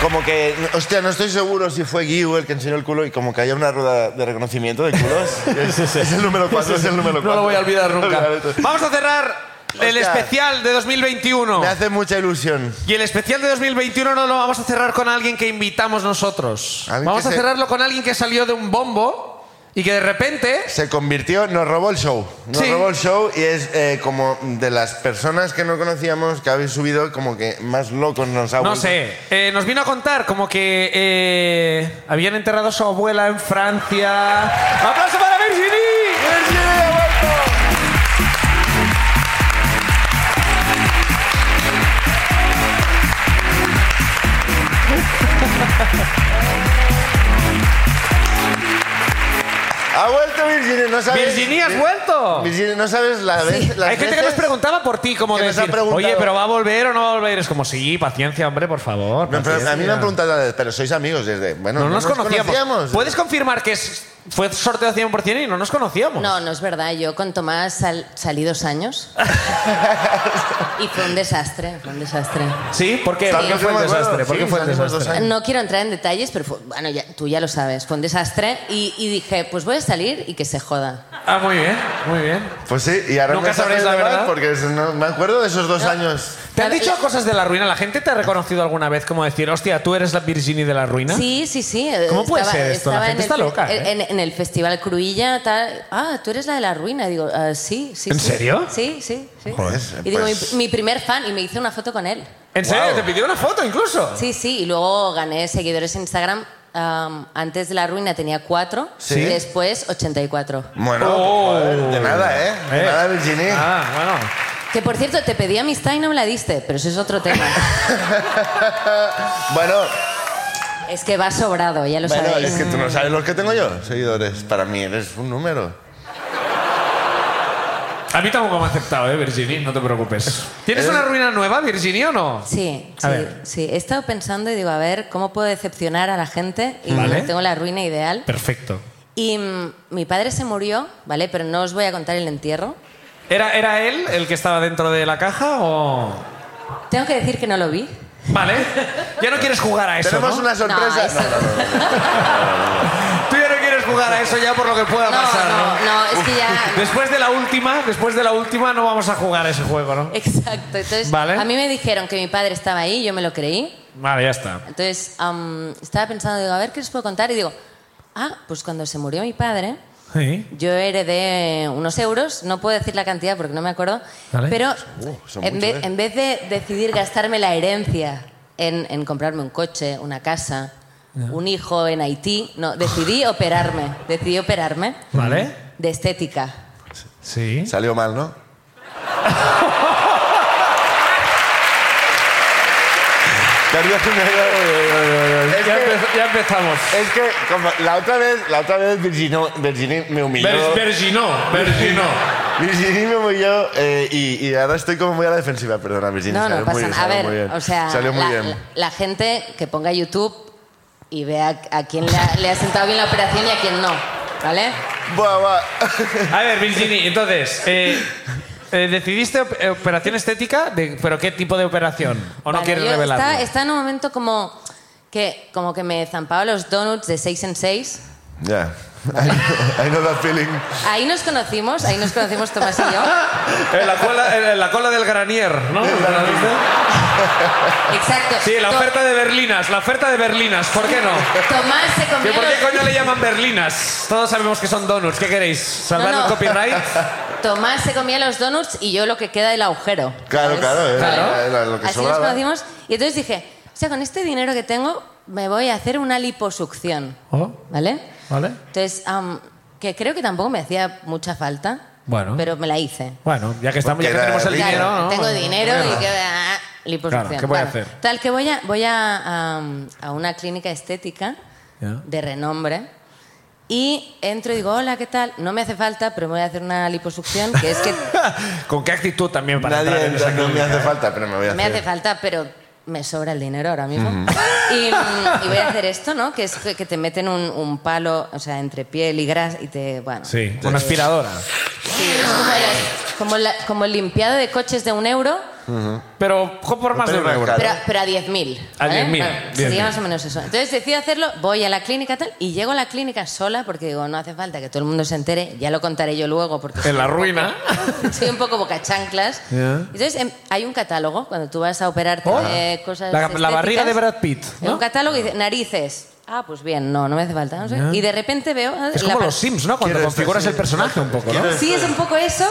Speaker 2: Como que, hostia, no estoy seguro si fue Guiu el que enseñó el culo y como que haya una rueda de reconocimiento
Speaker 10: [laughs]
Speaker 2: de culos. es, es el número 4, es el número 4.
Speaker 1: [laughs] No lo voy a olvidar
Speaker 2: [laughs]
Speaker 1: nunca. Vamos a cerrar el
Speaker 2: Hostia.
Speaker 1: especial de 2021.
Speaker 2: Me hace mucha ilusión.
Speaker 1: Y el especial de 2021 no lo vamos a cerrar con alguien que invitamos nosotros.
Speaker 2: Alguien
Speaker 1: Vamos
Speaker 2: que
Speaker 1: a
Speaker 2: se-
Speaker 1: cerrarlo con alguien que salió de un bombo y que de repente...
Speaker 2: Se convirtió, nos robó el show. Nos
Speaker 1: Sí.
Speaker 2: robó el show y es eh, como de las personas que no conocíamos que habéis subido, como que más locos nos ha
Speaker 1: No
Speaker 2: vuelto.
Speaker 1: sé, eh, nos vino a contar como que eh, habían enterrado a su abuela en Francia. ¡Aplauso para Virginie!
Speaker 2: ¡Ha vuelto Virginia! ¿No sabes?
Speaker 1: ¡Virginie, has vuelto!
Speaker 2: Virginia, ¿no sabes la vez? las
Speaker 1: Hay gente que nos
Speaker 2: veces-
Speaker 1: preguntaba por ti, como
Speaker 2: que
Speaker 1: de
Speaker 2: nos ha
Speaker 1: decir,
Speaker 2: preguntado-
Speaker 1: oye, pero ¿va a volver o no va a volver? Es como, sí, paciencia, hombre, por favor.
Speaker 2: Me han pre- a mí me
Speaker 1: paciencia".
Speaker 2: han preguntado, pero sois amigos desde. Bueno,
Speaker 1: No, nos conocíamos. ¿Puedes confirmar que es Fue sorteo 100% y no nos conocíamos.
Speaker 11: No, no es verdad. Yo con Tomás sal- salí dos
Speaker 9: [laughs]
Speaker 11: años. y fue un desastre, fue un desastre.
Speaker 1: ¿Sí? ¿Por qué? ¿Por qué
Speaker 2: Claro,
Speaker 1: fue
Speaker 2: yo me
Speaker 1: el
Speaker 2: acuerdo,
Speaker 1: desastre? ¿Por qué
Speaker 2: sí,
Speaker 1: fue el
Speaker 2: salimos dos
Speaker 1: desastre?
Speaker 11: No quiero entrar en detalles, pero fue- bueno, ya- tú ya lo sabes, fue un desastre. Y, y dije, pues voy a salir y que se joda.
Speaker 1: Ah, muy bien, muy bien.
Speaker 2: Pues sí, y ahora
Speaker 1: Nunca
Speaker 2: me
Speaker 1: sabréis
Speaker 2: sabréis
Speaker 1: la verdad.
Speaker 2: Porque es- no- me acuerdo de esos dos años.
Speaker 1: ¿Te han dicho cosas de la ruina? ¿La gente te ha reconocido alguna vez como decir, hostia, tú eres la Virginie de la ruina?
Speaker 11: Sí, sí, sí. eh,
Speaker 1: ¿Cómo puede
Speaker 11: estaba-
Speaker 1: ser esto? La
Speaker 11: estaba
Speaker 1: gente
Speaker 11: en el
Speaker 1: está
Speaker 11: fe-
Speaker 1: loca, ¿eh?
Speaker 11: En, en el Festival Cruilla, tal. Ah, tú eres la de la ruina. Digo, "Ah, sí, sí.
Speaker 1: ¿En
Speaker 11: sí".
Speaker 1: serio?
Speaker 11: Sí, sí. sí.
Speaker 2: Joder,
Speaker 11: Y digo,
Speaker 2: pues-
Speaker 11: mi, mi primer fan, y me hice una foto con él.
Speaker 1: ¿En serio?
Speaker 2: Wow.
Speaker 1: ¿Te pidió una foto incluso?
Speaker 11: Sí, sí, y luego gané seguidores en Instagram. Am, antes de la ruina tenía cuatro,
Speaker 2: Sí.
Speaker 11: y después 84.
Speaker 2: Bueno, pues,
Speaker 1: Oh.
Speaker 2: joder, de nada, ¿eh? De
Speaker 1: Eh.
Speaker 2: nada, Virginie.
Speaker 1: Ah, bueno.
Speaker 11: Que por cierto, te pedí amistad y no me la diste, pero eso es otro
Speaker 1: [laughs]
Speaker 11: tema.
Speaker 2: Bueno,
Speaker 11: es que va sobrado, ya lo
Speaker 2: bueno,
Speaker 11: sabéis.
Speaker 2: es que tú no sabes los que tengo yo, seguidores. Para mí eres un número.
Speaker 1: A mí tampoco me ha aceptado, ¿eh, Virginie? No te preocupes. ¿Tienes una ruina nueva, Virginie, o no?
Speaker 11: Sí,
Speaker 1: A
Speaker 11: sí,
Speaker 1: ver.
Speaker 11: sí. He estado pensando y digo, a ver, ¿cómo puedo decepcionar a la gente? Y
Speaker 1: Vale.
Speaker 11: no tengo la ruina ideal.
Speaker 5: Perfecto.
Speaker 11: Y mm, mi padre se murió, ¿vale? Pero no os voy a contar el entierro.
Speaker 1: ¿Era, ¿Era él el que estaba dentro de la caja o...?
Speaker 11: Tengo que decir que no lo vi.
Speaker 1: Vale. Ya no quieres jugar a eso,
Speaker 2: Tenemos
Speaker 1: ¿no?
Speaker 2: una sorpresa.
Speaker 11: eso-
Speaker 2: No, no, no, no.
Speaker 1: Tú ya no quieres jugar a eso ya por lo que pueda
Speaker 11: No,
Speaker 1: pasar,
Speaker 11: no,
Speaker 1: ¿no?
Speaker 11: no, es que ya...
Speaker 1: [laughs]
Speaker 11: [laughs]
Speaker 1: Después de la última, después de la última no vamos a jugar a ese juego, ¿no?
Speaker 11: Exacto. Entonces,
Speaker 1: Vale.
Speaker 11: a mí me dijeron que mi padre estaba ahí, yo me lo creí.
Speaker 1: Vale, ya está.
Speaker 11: Entonces, am, estaba pensando, digo, a ver qué les puedo contar. Y digo, ah, pues cuando se murió mi padre,
Speaker 1: Sí.
Speaker 11: yo heredé unos euros. No puedo decir la cantidad porque no me acuerdo.
Speaker 1: Vale.
Speaker 11: Pero
Speaker 2: son
Speaker 11: en,
Speaker 2: muchos,
Speaker 11: vez,
Speaker 2: ¿eh?
Speaker 11: en vez de decidir gastarme la herencia en, en comprarme un coche, una casa, un hijo en Haití, no, decidí operarme. Decidí operarme
Speaker 1: Vale.
Speaker 11: de estética.
Speaker 1: Sí.
Speaker 2: Salió mal,
Speaker 1: [laughs]
Speaker 2: ¿no? Perdió un euro. Es
Speaker 1: ya,
Speaker 2: que-
Speaker 1: empe- ya empezamos.
Speaker 2: Es que como la otra vez, la otra vez Virginie, Virginie me humilló.
Speaker 5: Ver- Verginó, verginó.
Speaker 2: Virginie me humilló eh, y, y ahora estoy como muy a la defensiva. Perdona, Virginie.
Speaker 11: No,
Speaker 2: salió
Speaker 11: no pasa
Speaker 2: muy bien,
Speaker 11: nada. A ver, o
Speaker 2: salió muy bien.
Speaker 11: sea,
Speaker 2: Salió muy
Speaker 11: la,
Speaker 2: bien.
Speaker 11: la- la gente que ponga YouTube y vea a quién le ha, le ha sentado bien la operación y a quién no, ¿vale?
Speaker 2: Buah, buah.
Speaker 1: A ver, Virginie, entonces, eh, eh, decidiste op- eh, operación estética, de- pero ¿qué tipo de operación? ¿O no
Speaker 11: Vale,
Speaker 1: quieres
Speaker 11: yo
Speaker 1: revelarlo?
Speaker 11: Estaba, estaba en un momento como que, como que me zampaba los donuts de 6 en 6.
Speaker 2: Ya. [laughs] I, know that feeling.
Speaker 11: Ahí nos conocimos, ahí nos conocimos Tomás y yo.
Speaker 1: En Eh, la, cola, en la cola del Granier, ¿no?
Speaker 11: Exacto.
Speaker 1: Sí, la
Speaker 11: To-
Speaker 1: oferta de Berlinas, la oferta de Berlinas, ¿por qué no?
Speaker 11: Tomás se
Speaker 1: ¿Que
Speaker 11: comió
Speaker 1: ¿Por qué
Speaker 11: los-
Speaker 1: coño le llaman Berlinas? Todos sabemos que son donuts, ¿qué queréis? ¿Salvar
Speaker 11: No,
Speaker 1: el
Speaker 11: no.
Speaker 1: copyright?
Speaker 11: Tomás se comía los donuts y yo lo que queda del agujero. ¿sabes?
Speaker 2: Claro, claro. eh, era- era lo que
Speaker 11: Así nos
Speaker 2: sobraba.
Speaker 11: conocimos. Y entonces dije, o sea, con este dinero que tengo me voy a hacer una liposucción.
Speaker 1: [laughs] Oh.
Speaker 11: ¿Vale?
Speaker 1: Vale.
Speaker 11: Entonces, am, que creo que tampoco me hacía mucha falta.
Speaker 1: Bueno.
Speaker 11: pero me la hice.
Speaker 1: Bueno, ya que estamos, ya que
Speaker 2: Porque
Speaker 1: tenemos el
Speaker 2: era
Speaker 1: dinero,
Speaker 11: Claro,
Speaker 1: ¿no?
Speaker 11: tengo dinero y que... ah, liposucción.
Speaker 1: Claro, ¿qué voy a hacer?
Speaker 11: Tal que voy a, voy a, am, a una clínica estética
Speaker 1: Ya.
Speaker 11: de renombre y entro y digo, hola, ¿qué tal? No me hace falta, pero me voy a hacer una liposucción, que es
Speaker 1: [laughs]
Speaker 11: que
Speaker 1: ¿Con qué actitud también para
Speaker 2: Nadie
Speaker 1: entrar en esa
Speaker 2: entra, no me
Speaker 1: clínica,
Speaker 2: hace
Speaker 1: eh?
Speaker 2: falta, pero me voy a
Speaker 11: me
Speaker 2: hacer.
Speaker 11: hace falta, pero me sobra el dinero ahora mismo. y, mm, y voy a hacer esto, ¿no? Que es que que te meten un, un palo, o sea, entre piel y grasa y te... Bueno.
Speaker 1: Sí, una aspiradora.
Speaker 11: Sí, es como, las- como la- como el limpiado de coches de un euro,
Speaker 1: Pero jo, por más de
Speaker 2: Pero
Speaker 1: un euro.
Speaker 2: mercado.
Speaker 11: pero, pero a 10.000.
Speaker 1: A
Speaker 11: ¿vale?
Speaker 1: 10.000,
Speaker 11: Bueno,
Speaker 1: 10.000.
Speaker 11: Sería más o menos eso. Entonces decido hacerlo, voy a la clínica tal, y llego a la clínica sola porque digo, no hace falta que todo el mundo se entere, ya lo contaré yo luego porque... soy
Speaker 1: En la
Speaker 11: un poco-
Speaker 1: ruina.
Speaker 11: [laughs] soy un poco bocachanclas. Entonces em, hay un catálogo cuando tú vas a operarte
Speaker 1: Oh.
Speaker 11: de cosas
Speaker 1: La- la barriga
Speaker 11: estéticas.
Speaker 1: de Brad Pitt,
Speaker 11: Hay
Speaker 1: ¿no?
Speaker 11: Un catálogo y dice, narices. Ah, pues bien, no, no me hace falta. no sé.
Speaker 1: Ya.
Speaker 11: Y de repente veo... ah,
Speaker 1: Es
Speaker 11: la
Speaker 1: como
Speaker 11: par-
Speaker 1: los Sims, ¿no? Cuando configuras el personaje un poco, ¿no?
Speaker 11: Sí, es un poco eso,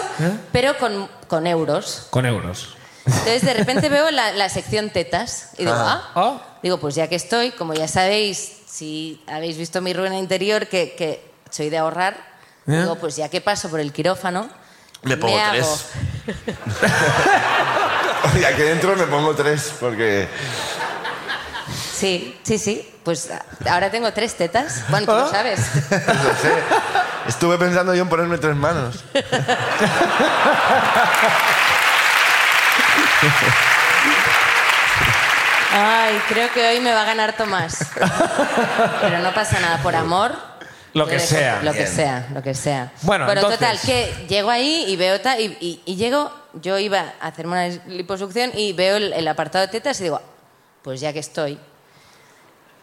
Speaker 11: pero con, con euros.
Speaker 1: Con euros.
Speaker 11: Entonces de repente veo la, la sección tetas y digo, ah.
Speaker 1: Oh.
Speaker 11: Digo, pues ya que estoy, como ya sabéis, si habéis visto mi ruina interior, que, que soy de ahorrar, digo, pues ya que paso por el quirófano,
Speaker 2: Me pongo
Speaker 11: hago-
Speaker 2: tres. Y aquí dentro me pongo tres, porque.
Speaker 11: Sí, sí, sí. Pues ah, ahora tengo tres tetas. Bueno, tú lo sabes.
Speaker 2: No sé. Estuve pensando yo en ponerme tres manos.
Speaker 11: Ay, creo que hoy me va a ganar Tomás. Pero no pasa nada. Por amor,
Speaker 1: Lo que
Speaker 11: Yo dejo-
Speaker 1: sea.
Speaker 11: Lo que
Speaker 1: Bien.
Speaker 11: sea, lo que sea.
Speaker 1: Bueno, entonces-
Speaker 11: total, que llego ahí y veo ta- y, y- y llego, yo iba a hacerme una liposucción y veo el, el apartado de tetas y digo, pues ya que estoy,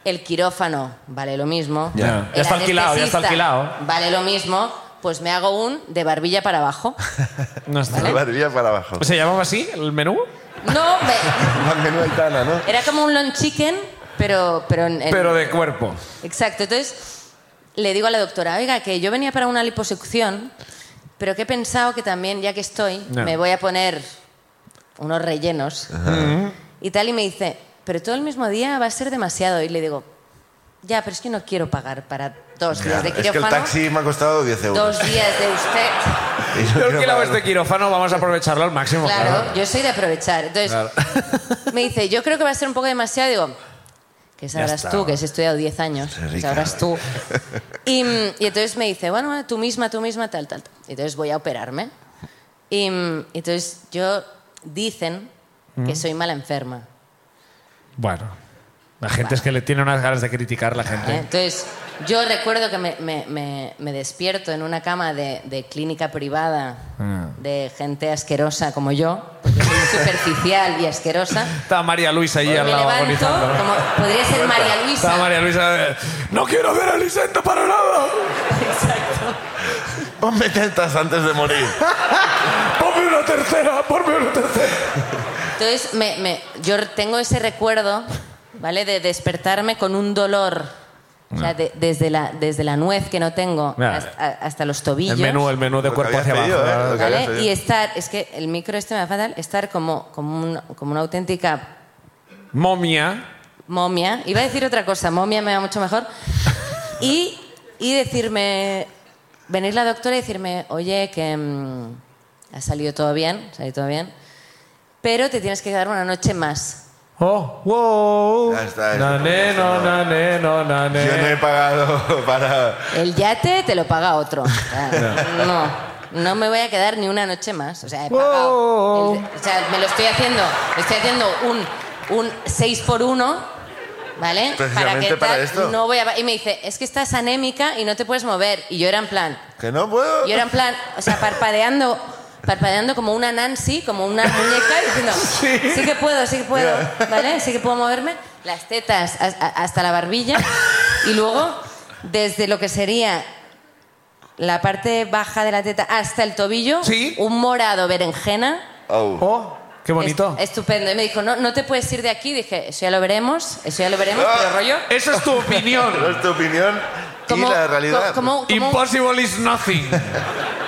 Speaker 11: el quirófano vale lo mismo.
Speaker 1: Ya. Ya está alquilado, ya
Speaker 11: anestesista
Speaker 1: está alquilado.
Speaker 11: Vale lo mismo, pues me hago un de barbilla para abajo.
Speaker 1: [laughs] No está.
Speaker 2: Barbilla para abajo. [laughs]
Speaker 1: Pues ¿Se llamaba así el menú?
Speaker 11: No, me-
Speaker 2: Al menú de Tana, ¿no?
Speaker 11: era como un long chicken, pero... Pero, en- en-
Speaker 1: Pero de
Speaker 2: [laughs]
Speaker 1: cuerpo.
Speaker 11: Exacto, entonces le digo a la doctora, oiga, que yo venía para una liposucción, pero que he pensado que también, ya que estoy,
Speaker 12: Ya.
Speaker 11: me voy a poner unos rellenos y tal, y me dice, pero todo el mismo día va a ser demasiado. Y le digo, ya, pero es que no quiero pagar para dos días
Speaker 2: Claro,
Speaker 11: de
Speaker 2: es que el
Speaker 11: quirófano,
Speaker 2: taxi me ha costado 10 euros.
Speaker 11: dos días de usted.
Speaker 2: Y yo
Speaker 1: Yo
Speaker 2: quiero
Speaker 1: alquilaba
Speaker 2: pagar-
Speaker 1: este quirófano, vamos a aprovecharlo al máximo.
Speaker 11: Claro,
Speaker 1: [laughs] Claro.
Speaker 11: yo soy de aprovechar. Entonces
Speaker 1: Claro.
Speaker 11: me dice, yo creo que va a ser un poco demasiado. Y digo, que sabrás
Speaker 1: está. ¿eh?
Speaker 11: tú, que has estudiado 10 años,
Speaker 2: rica.
Speaker 11: sabrás tú. Y, mm, y entonces me dice, bueno, bueno, tú misma, tú misma, tal, tal. tal. Y entonces voy a operarme. Y mm, entonces yo dicen que
Speaker 1: Mm.
Speaker 11: soy mala enferma.
Speaker 1: Bueno, la gente es que le tiene unas ganas de criticar la
Speaker 11: ¿eh?
Speaker 1: gente.
Speaker 11: Entonces yo recuerdo que me, me- me- me despierto en una cama de, de clínica privada
Speaker 1: Ah.
Speaker 11: de gente asquerosa como yo, porque soy superficial y asquerosa.
Speaker 1: Está María Luisa allí
Speaker 11: Me
Speaker 1: al lado
Speaker 11: levanto,
Speaker 1: agonizando.
Speaker 11: como- podría ser María
Speaker 1: Está
Speaker 11: Luisa.
Speaker 1: María Luisa. eh, No quiero ver a Lisenda para nada.
Speaker 2: Ponme tetas antes de morir.
Speaker 1: Ponme una tercera, ponme una tercera.
Speaker 11: Entonces, me, me- yo tengo ese recuerdo, ¿vale? De despertarme con un dolor. O
Speaker 1: Ah.
Speaker 11: sea, de- desde, la, desde la nuez que no tengo
Speaker 1: Mira,
Speaker 11: hasta, a- hasta los tobillos.
Speaker 1: Ah. El menú, el menú de
Speaker 2: Lo que
Speaker 1: cuerpo
Speaker 2: habías
Speaker 1: hacia
Speaker 2: pedido,
Speaker 1: abajo.
Speaker 2: ¿eh?
Speaker 1: ¿verdad?
Speaker 2: Lo que habías
Speaker 11: ¿vale? Y estar, es que el micro este me va fatal, estar como, como, un- como una auténtica
Speaker 1: Momia.
Speaker 11: momia. Iba a decir otra cosa, momia me va mucho mejor. Y, y decirme, venir la doctora y decirme, oye, que mm, ha salido todo bien, ha salido todo bien, pero te tienes que quedar una noche más.
Speaker 1: Oh, wow.
Speaker 2: Ya está, eso
Speaker 1: Na,
Speaker 2: no
Speaker 1: ne,
Speaker 2: es,
Speaker 1: no,
Speaker 2: no.
Speaker 1: na, ne, no, na, ne.
Speaker 2: Yo no he pagado [laughs] para...
Speaker 11: El yate te lo paga otro. O
Speaker 2: [laughs]
Speaker 11: sea, no, no me voy a quedar ni una noche más. O sea, he pagado. el- o sea, me lo estoy haciendo. me estoy haciendo un, un 6 por 1 ¿vale?
Speaker 2: Precisamente para esto.
Speaker 11: No voy a, y me dice, es que estás anémica y no te puedes mover. Y yo era en plan,
Speaker 2: Que no puedo.
Speaker 11: yo era en plan, o sea, parpadeando, parpadeando como una Nancy, como una muñeca, diciendo, sí, que puedo, sí que puedo, ¿vale? Sí que puedo moverme. Las tetas has- a- hasta la barbilla. Y luego, desde lo que sería la parte baja de la teta hasta el tobillo, un morado berenjena.
Speaker 2: Oh.
Speaker 1: Oh, qué bonito.
Speaker 11: Es- estupendo. Y me dijo, no, no te puedes ir de aquí. Dije, eso ya lo veremos, eso ya lo veremos, pero rollo...
Speaker 1: Esa es tu
Speaker 2: No [laughs]
Speaker 1: opinión.
Speaker 2: es tu opinión
Speaker 11: Como-
Speaker 2: y la realidad.
Speaker 11: como- como-
Speaker 1: Impossible is nothing.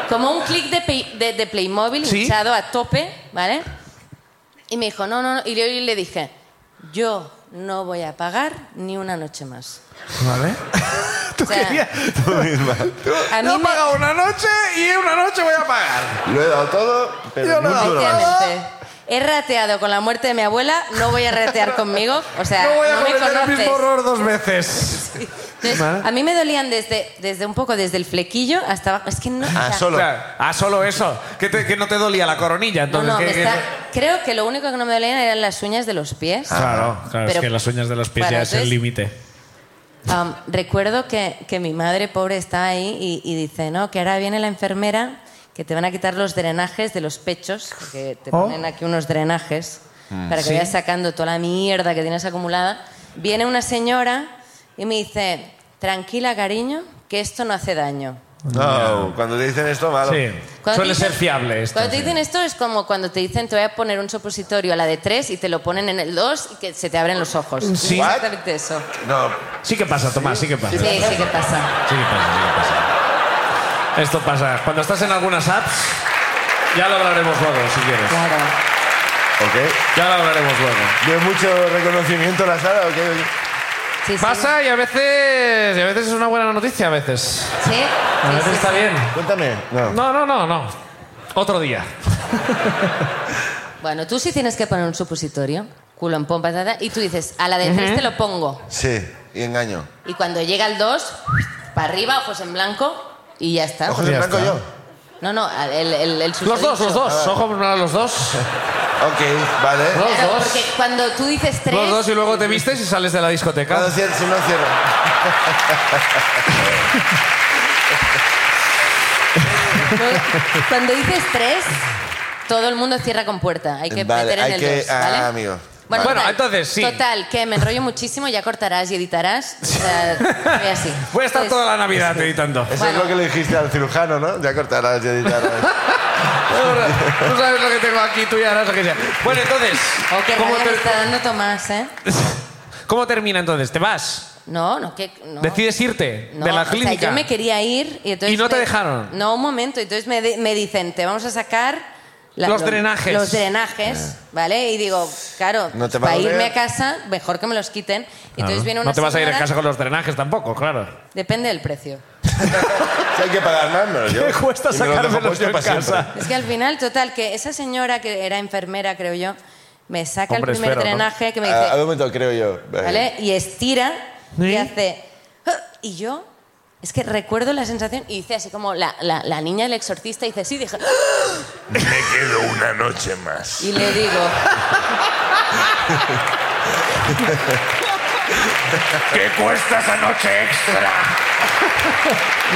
Speaker 11: Como un clic de, Play- de, de Playmobil
Speaker 1: ¿Sí?
Speaker 11: hinchado a tope, ¿vale? Y me dijo, no, no, no. Y yo le dije, yo no voy a pagar ni una noche más. [laughs]
Speaker 1: ¿Vale?
Speaker 11: O sea,
Speaker 2: [laughs] Tú misma.
Speaker 11: a mí
Speaker 1: Yo he
Speaker 11: me-
Speaker 1: pagado una noche y una noche voy a pagar.
Speaker 2: Lo he dado todo, pero
Speaker 1: Yo lo he
Speaker 2: muy
Speaker 1: dado
Speaker 2: duro.
Speaker 1: todo.
Speaker 11: Efectivamente. He rateado con la muerte de mi abuela, no voy a ratear conmigo. O sea,
Speaker 1: No
Speaker 11: Ah, no,
Speaker 1: voy a
Speaker 11: me
Speaker 1: cometer el
Speaker 11: conoces.
Speaker 1: mismo error dos veces.
Speaker 11: Entonces,
Speaker 1: Vale.
Speaker 11: a mí me dolían desde, desde un poco desde el flequillo hasta abajo. Es que no. o
Speaker 2: Ah,
Speaker 11: sea,
Speaker 2: solo.
Speaker 1: O sea, ah, solo eso. Que, te- que no te dolía la coronilla.
Speaker 11: No,
Speaker 1: Entonces,
Speaker 11: no,
Speaker 1: que-
Speaker 11: me
Speaker 1: que-
Speaker 11: está- creo que lo único que no me dolían eran las uñas de los pies.
Speaker 1: Ah,
Speaker 5: Claro, claro,
Speaker 11: Pero-
Speaker 5: es que las uñas de los pies
Speaker 11: Bueno,
Speaker 5: ya es el
Speaker 11: entonces-
Speaker 5: límite.
Speaker 11: Um, recuerdo que, que mi madre pobre estaba ahí y, y dice, no, que ahora viene la enfermera que te van a quitar los drenajes de los pechos, que te
Speaker 1: Oh.
Speaker 11: ponen aquí unos drenajes
Speaker 1: Mm.
Speaker 11: para que
Speaker 1: Sí.
Speaker 11: vayas sacando toda la mierda que tienes acumulada. Viene una señora y me dice, tranquila cariño, que esto no hace daño.
Speaker 2: No, cuando te dicen esto, malo.
Speaker 1: Sí.
Speaker 11: Cuando
Speaker 1: Suele
Speaker 11: te dicen-
Speaker 1: ser fiable esto.
Speaker 11: Cuando te dicen esto es como cuando te dicen te voy a poner un supositorio a la de tres y te lo ponen en el dos y que se te abren los ojos.
Speaker 1: Sí.
Speaker 11: Exactamente eso.
Speaker 2: No,
Speaker 1: Sí que pasa, Tomás, sí que
Speaker 11: Sí,
Speaker 1: pasa.
Speaker 11: sí que pasa.
Speaker 1: Sí que pasa, sí que pasa. Esto pasa. Cuando estás en algunas apps, ya lo hablaremos luego, si quieres.
Speaker 11: Claro.
Speaker 2: ok.
Speaker 1: Ya lo hablaremos luego.
Speaker 2: ¿De mucho reconocimiento la sala o qué?
Speaker 11: Sí, sí.
Speaker 1: Pasa y a veces, y a veces es una buena noticia, a veces. [laughs]
Speaker 11: Sí. sí,
Speaker 1: A veces
Speaker 11: sí,
Speaker 1: está
Speaker 11: sí.
Speaker 1: bien.
Speaker 2: Cuéntame. No.
Speaker 1: No, no, no, no. Otro día.
Speaker 11: Bueno, tú sí tienes que poner un supositorio, culo en pompa, ta, ta, y tú dices, a la de tres te lo pongo.
Speaker 2: Sí, y engaño.
Speaker 11: Y cuando llega el dos, para arriba, ojos en blanco, y Ah, ya está.
Speaker 2: Ojos en
Speaker 1: Ya
Speaker 2: blanco
Speaker 1: está.
Speaker 2: yo.
Speaker 11: No, no, el, el, el
Speaker 1: Los dos,
Speaker 11: susodicho.
Speaker 1: los dos. Ojo, los dos.
Speaker 2: Ok, vale.
Speaker 11: Claro, porque cuando tú dices tres...
Speaker 1: Los dos y luego te vistes y sales de la discoteca.
Speaker 2: Cuando cier- si no cierro.
Speaker 1: [laughs]
Speaker 11: Cuando dices tres, todo el mundo cierra con puerta. Hay que
Speaker 2: Vale,
Speaker 11: meter en
Speaker 2: hay
Speaker 11: el
Speaker 2: que-
Speaker 11: dos,
Speaker 2: ah,
Speaker 11: ¿vale?
Speaker 2: amigo.
Speaker 11: Bueno,
Speaker 2: Vale. Bueno,
Speaker 11: total,
Speaker 1: entonces, sí.
Speaker 11: Total, que me enrollo muchísimo, ya cortarás y editarás. O
Speaker 1: [laughs]
Speaker 11: sea, voy así.
Speaker 1: Voy a estar
Speaker 11: Pues,
Speaker 1: toda la Navidad editando.
Speaker 2: Eso es lo que le dijiste al cirujano, ¿no? Ya cortarás, ya editarás.
Speaker 1: Tú sabes lo que tengo aquí, tú ya sabes lo que sea. Bueno, entonces,
Speaker 11: Oh, qué
Speaker 1: ¿cómo,
Speaker 11: rabia me
Speaker 1: ter-
Speaker 11: está dando Tomás, ¿eh?
Speaker 1: cómo termina entonces? ¿Te vas?
Speaker 11: No, no, que... No.
Speaker 1: ¿Decides irte
Speaker 11: No,
Speaker 1: de la
Speaker 11: o sea,
Speaker 1: clínica?
Speaker 11: yo me quería ir y entonces...
Speaker 1: ¿Y no te
Speaker 11: me-
Speaker 1: dejaron?
Speaker 11: No, un momento. Entonces me, de- me dicen, te vamos a sacar...
Speaker 1: Los drenajes.
Speaker 11: Los drenajes, ¿vale? Y digo, claro,
Speaker 1: Eh. No te va a
Speaker 11: para irme
Speaker 1: doler.
Speaker 11: a casa, mejor que me los quiten. Y entonces
Speaker 1: Claro.
Speaker 11: viene una
Speaker 1: Ah. no te vas a ir a
Speaker 11: señora-
Speaker 1: casa con los drenajes tampoco, claro.
Speaker 11: Depende del precio.
Speaker 2: Si hay que pagar más, me lo llevo.
Speaker 1: ¿Qué cuesta
Speaker 2: Y me lo dejo
Speaker 1: sacármelos
Speaker 2: puesto
Speaker 1: yo en
Speaker 2: para siempre.
Speaker 1: casa?
Speaker 11: Es que al final, total, que esa señora que era enfermera, creo yo, me saca
Speaker 2: Hombre,
Speaker 11: el primer
Speaker 2: espero, ¿no?
Speaker 11: drenaje que me
Speaker 1: Ah,
Speaker 2: A-
Speaker 11: dice,
Speaker 2: A, un Ah, momento, creo yo.
Speaker 11: ¿vale? Y estira y hace... "Ah", Y yo, es que recuerdo la sensación y dice así como la, la- la niña del exorcista dice, sí, dije... "Ah",
Speaker 2: Me quedo una noche más.
Speaker 11: Y le digo...
Speaker 2: ¿Qué cuesta esa noche extra?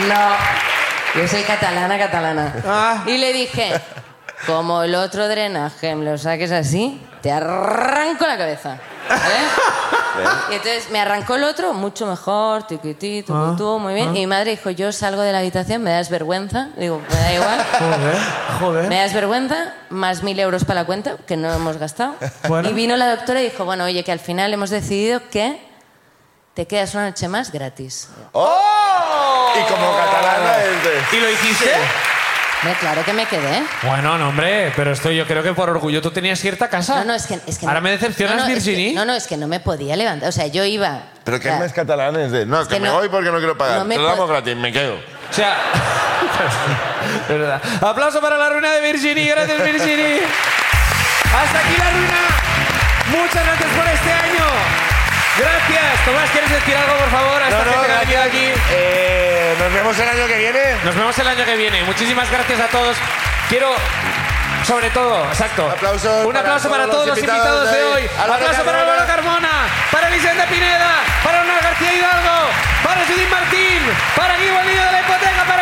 Speaker 11: No, yo soy catalana, catalana.
Speaker 6: Ah.
Speaker 11: Y le dije, como el otro drenaje me lo saques así, te arranco la cabeza. ¿Vale?
Speaker 6: [laughs]
Speaker 11: Y entonces me arrancó el otro, mucho mejor, tiquitito,
Speaker 6: Ah,
Speaker 11: muy bien.
Speaker 6: ah.
Speaker 11: Y mi madre dijo, yo salgo de la habitación, me das vergüenza. Digo, me
Speaker 6: [laughs]
Speaker 11: da igual.
Speaker 4: Joder,
Speaker 1: [laughs] ¿Eh?
Speaker 4: joder.
Speaker 11: Me das vergüenza, más mil euros para la cuenta, que no hemos gastado.
Speaker 4: Bueno.
Speaker 11: Y vino la doctora y dijo, bueno, oye, que al final hemos decidido que te quedas una noche más gratis.
Speaker 2: ¡Oh! Y como catalana... este.
Speaker 1: ¿Y lo hiciste?
Speaker 11: Hombre, claro que me quedé.
Speaker 1: Bueno, no, hombre, pero esto yo creo que por orgullo tú tenías cierta casa.
Speaker 11: No, no, es que, es que
Speaker 1: Ahora
Speaker 11: no.
Speaker 1: me decepcionas,
Speaker 11: no, no, es que-
Speaker 1: Virginie.
Speaker 11: no, no, es que no me podía levantar. O sea, yo iba.
Speaker 2: Pero que
Speaker 11: o sea,
Speaker 2: es más catalana es de... No, es que,
Speaker 11: que
Speaker 2: me
Speaker 11: no-
Speaker 2: voy porque no quiero pagar.
Speaker 11: no me
Speaker 2: Te lo damos
Speaker 11: puedo-
Speaker 2: gratis, me quedo.
Speaker 1: O sea... es verdad. Aplauso para la ruina de Virginie. Gracias, Virginie. Hasta aquí la ruina. Muchas gracias por este año. Gracias. Tomás, ¿quieres decir algo, por favor, a esta gente que ha venido aquí?
Speaker 2: Eh, nos vemos el año que viene.
Speaker 1: Nos vemos el año que viene. Muchísimas gracias a todos. Quiero... Sobre todo, exacto. Un aplauso para, todos los invitados de hoy.
Speaker 2: Álvaro
Speaker 1: aplauso para
Speaker 2: Carmona.
Speaker 1: Álvaro Carmona, para Vicente Pineda, para Ana García Hidalgo, para Judith Martín, para Guy Bolillo de la Hipoteca, para este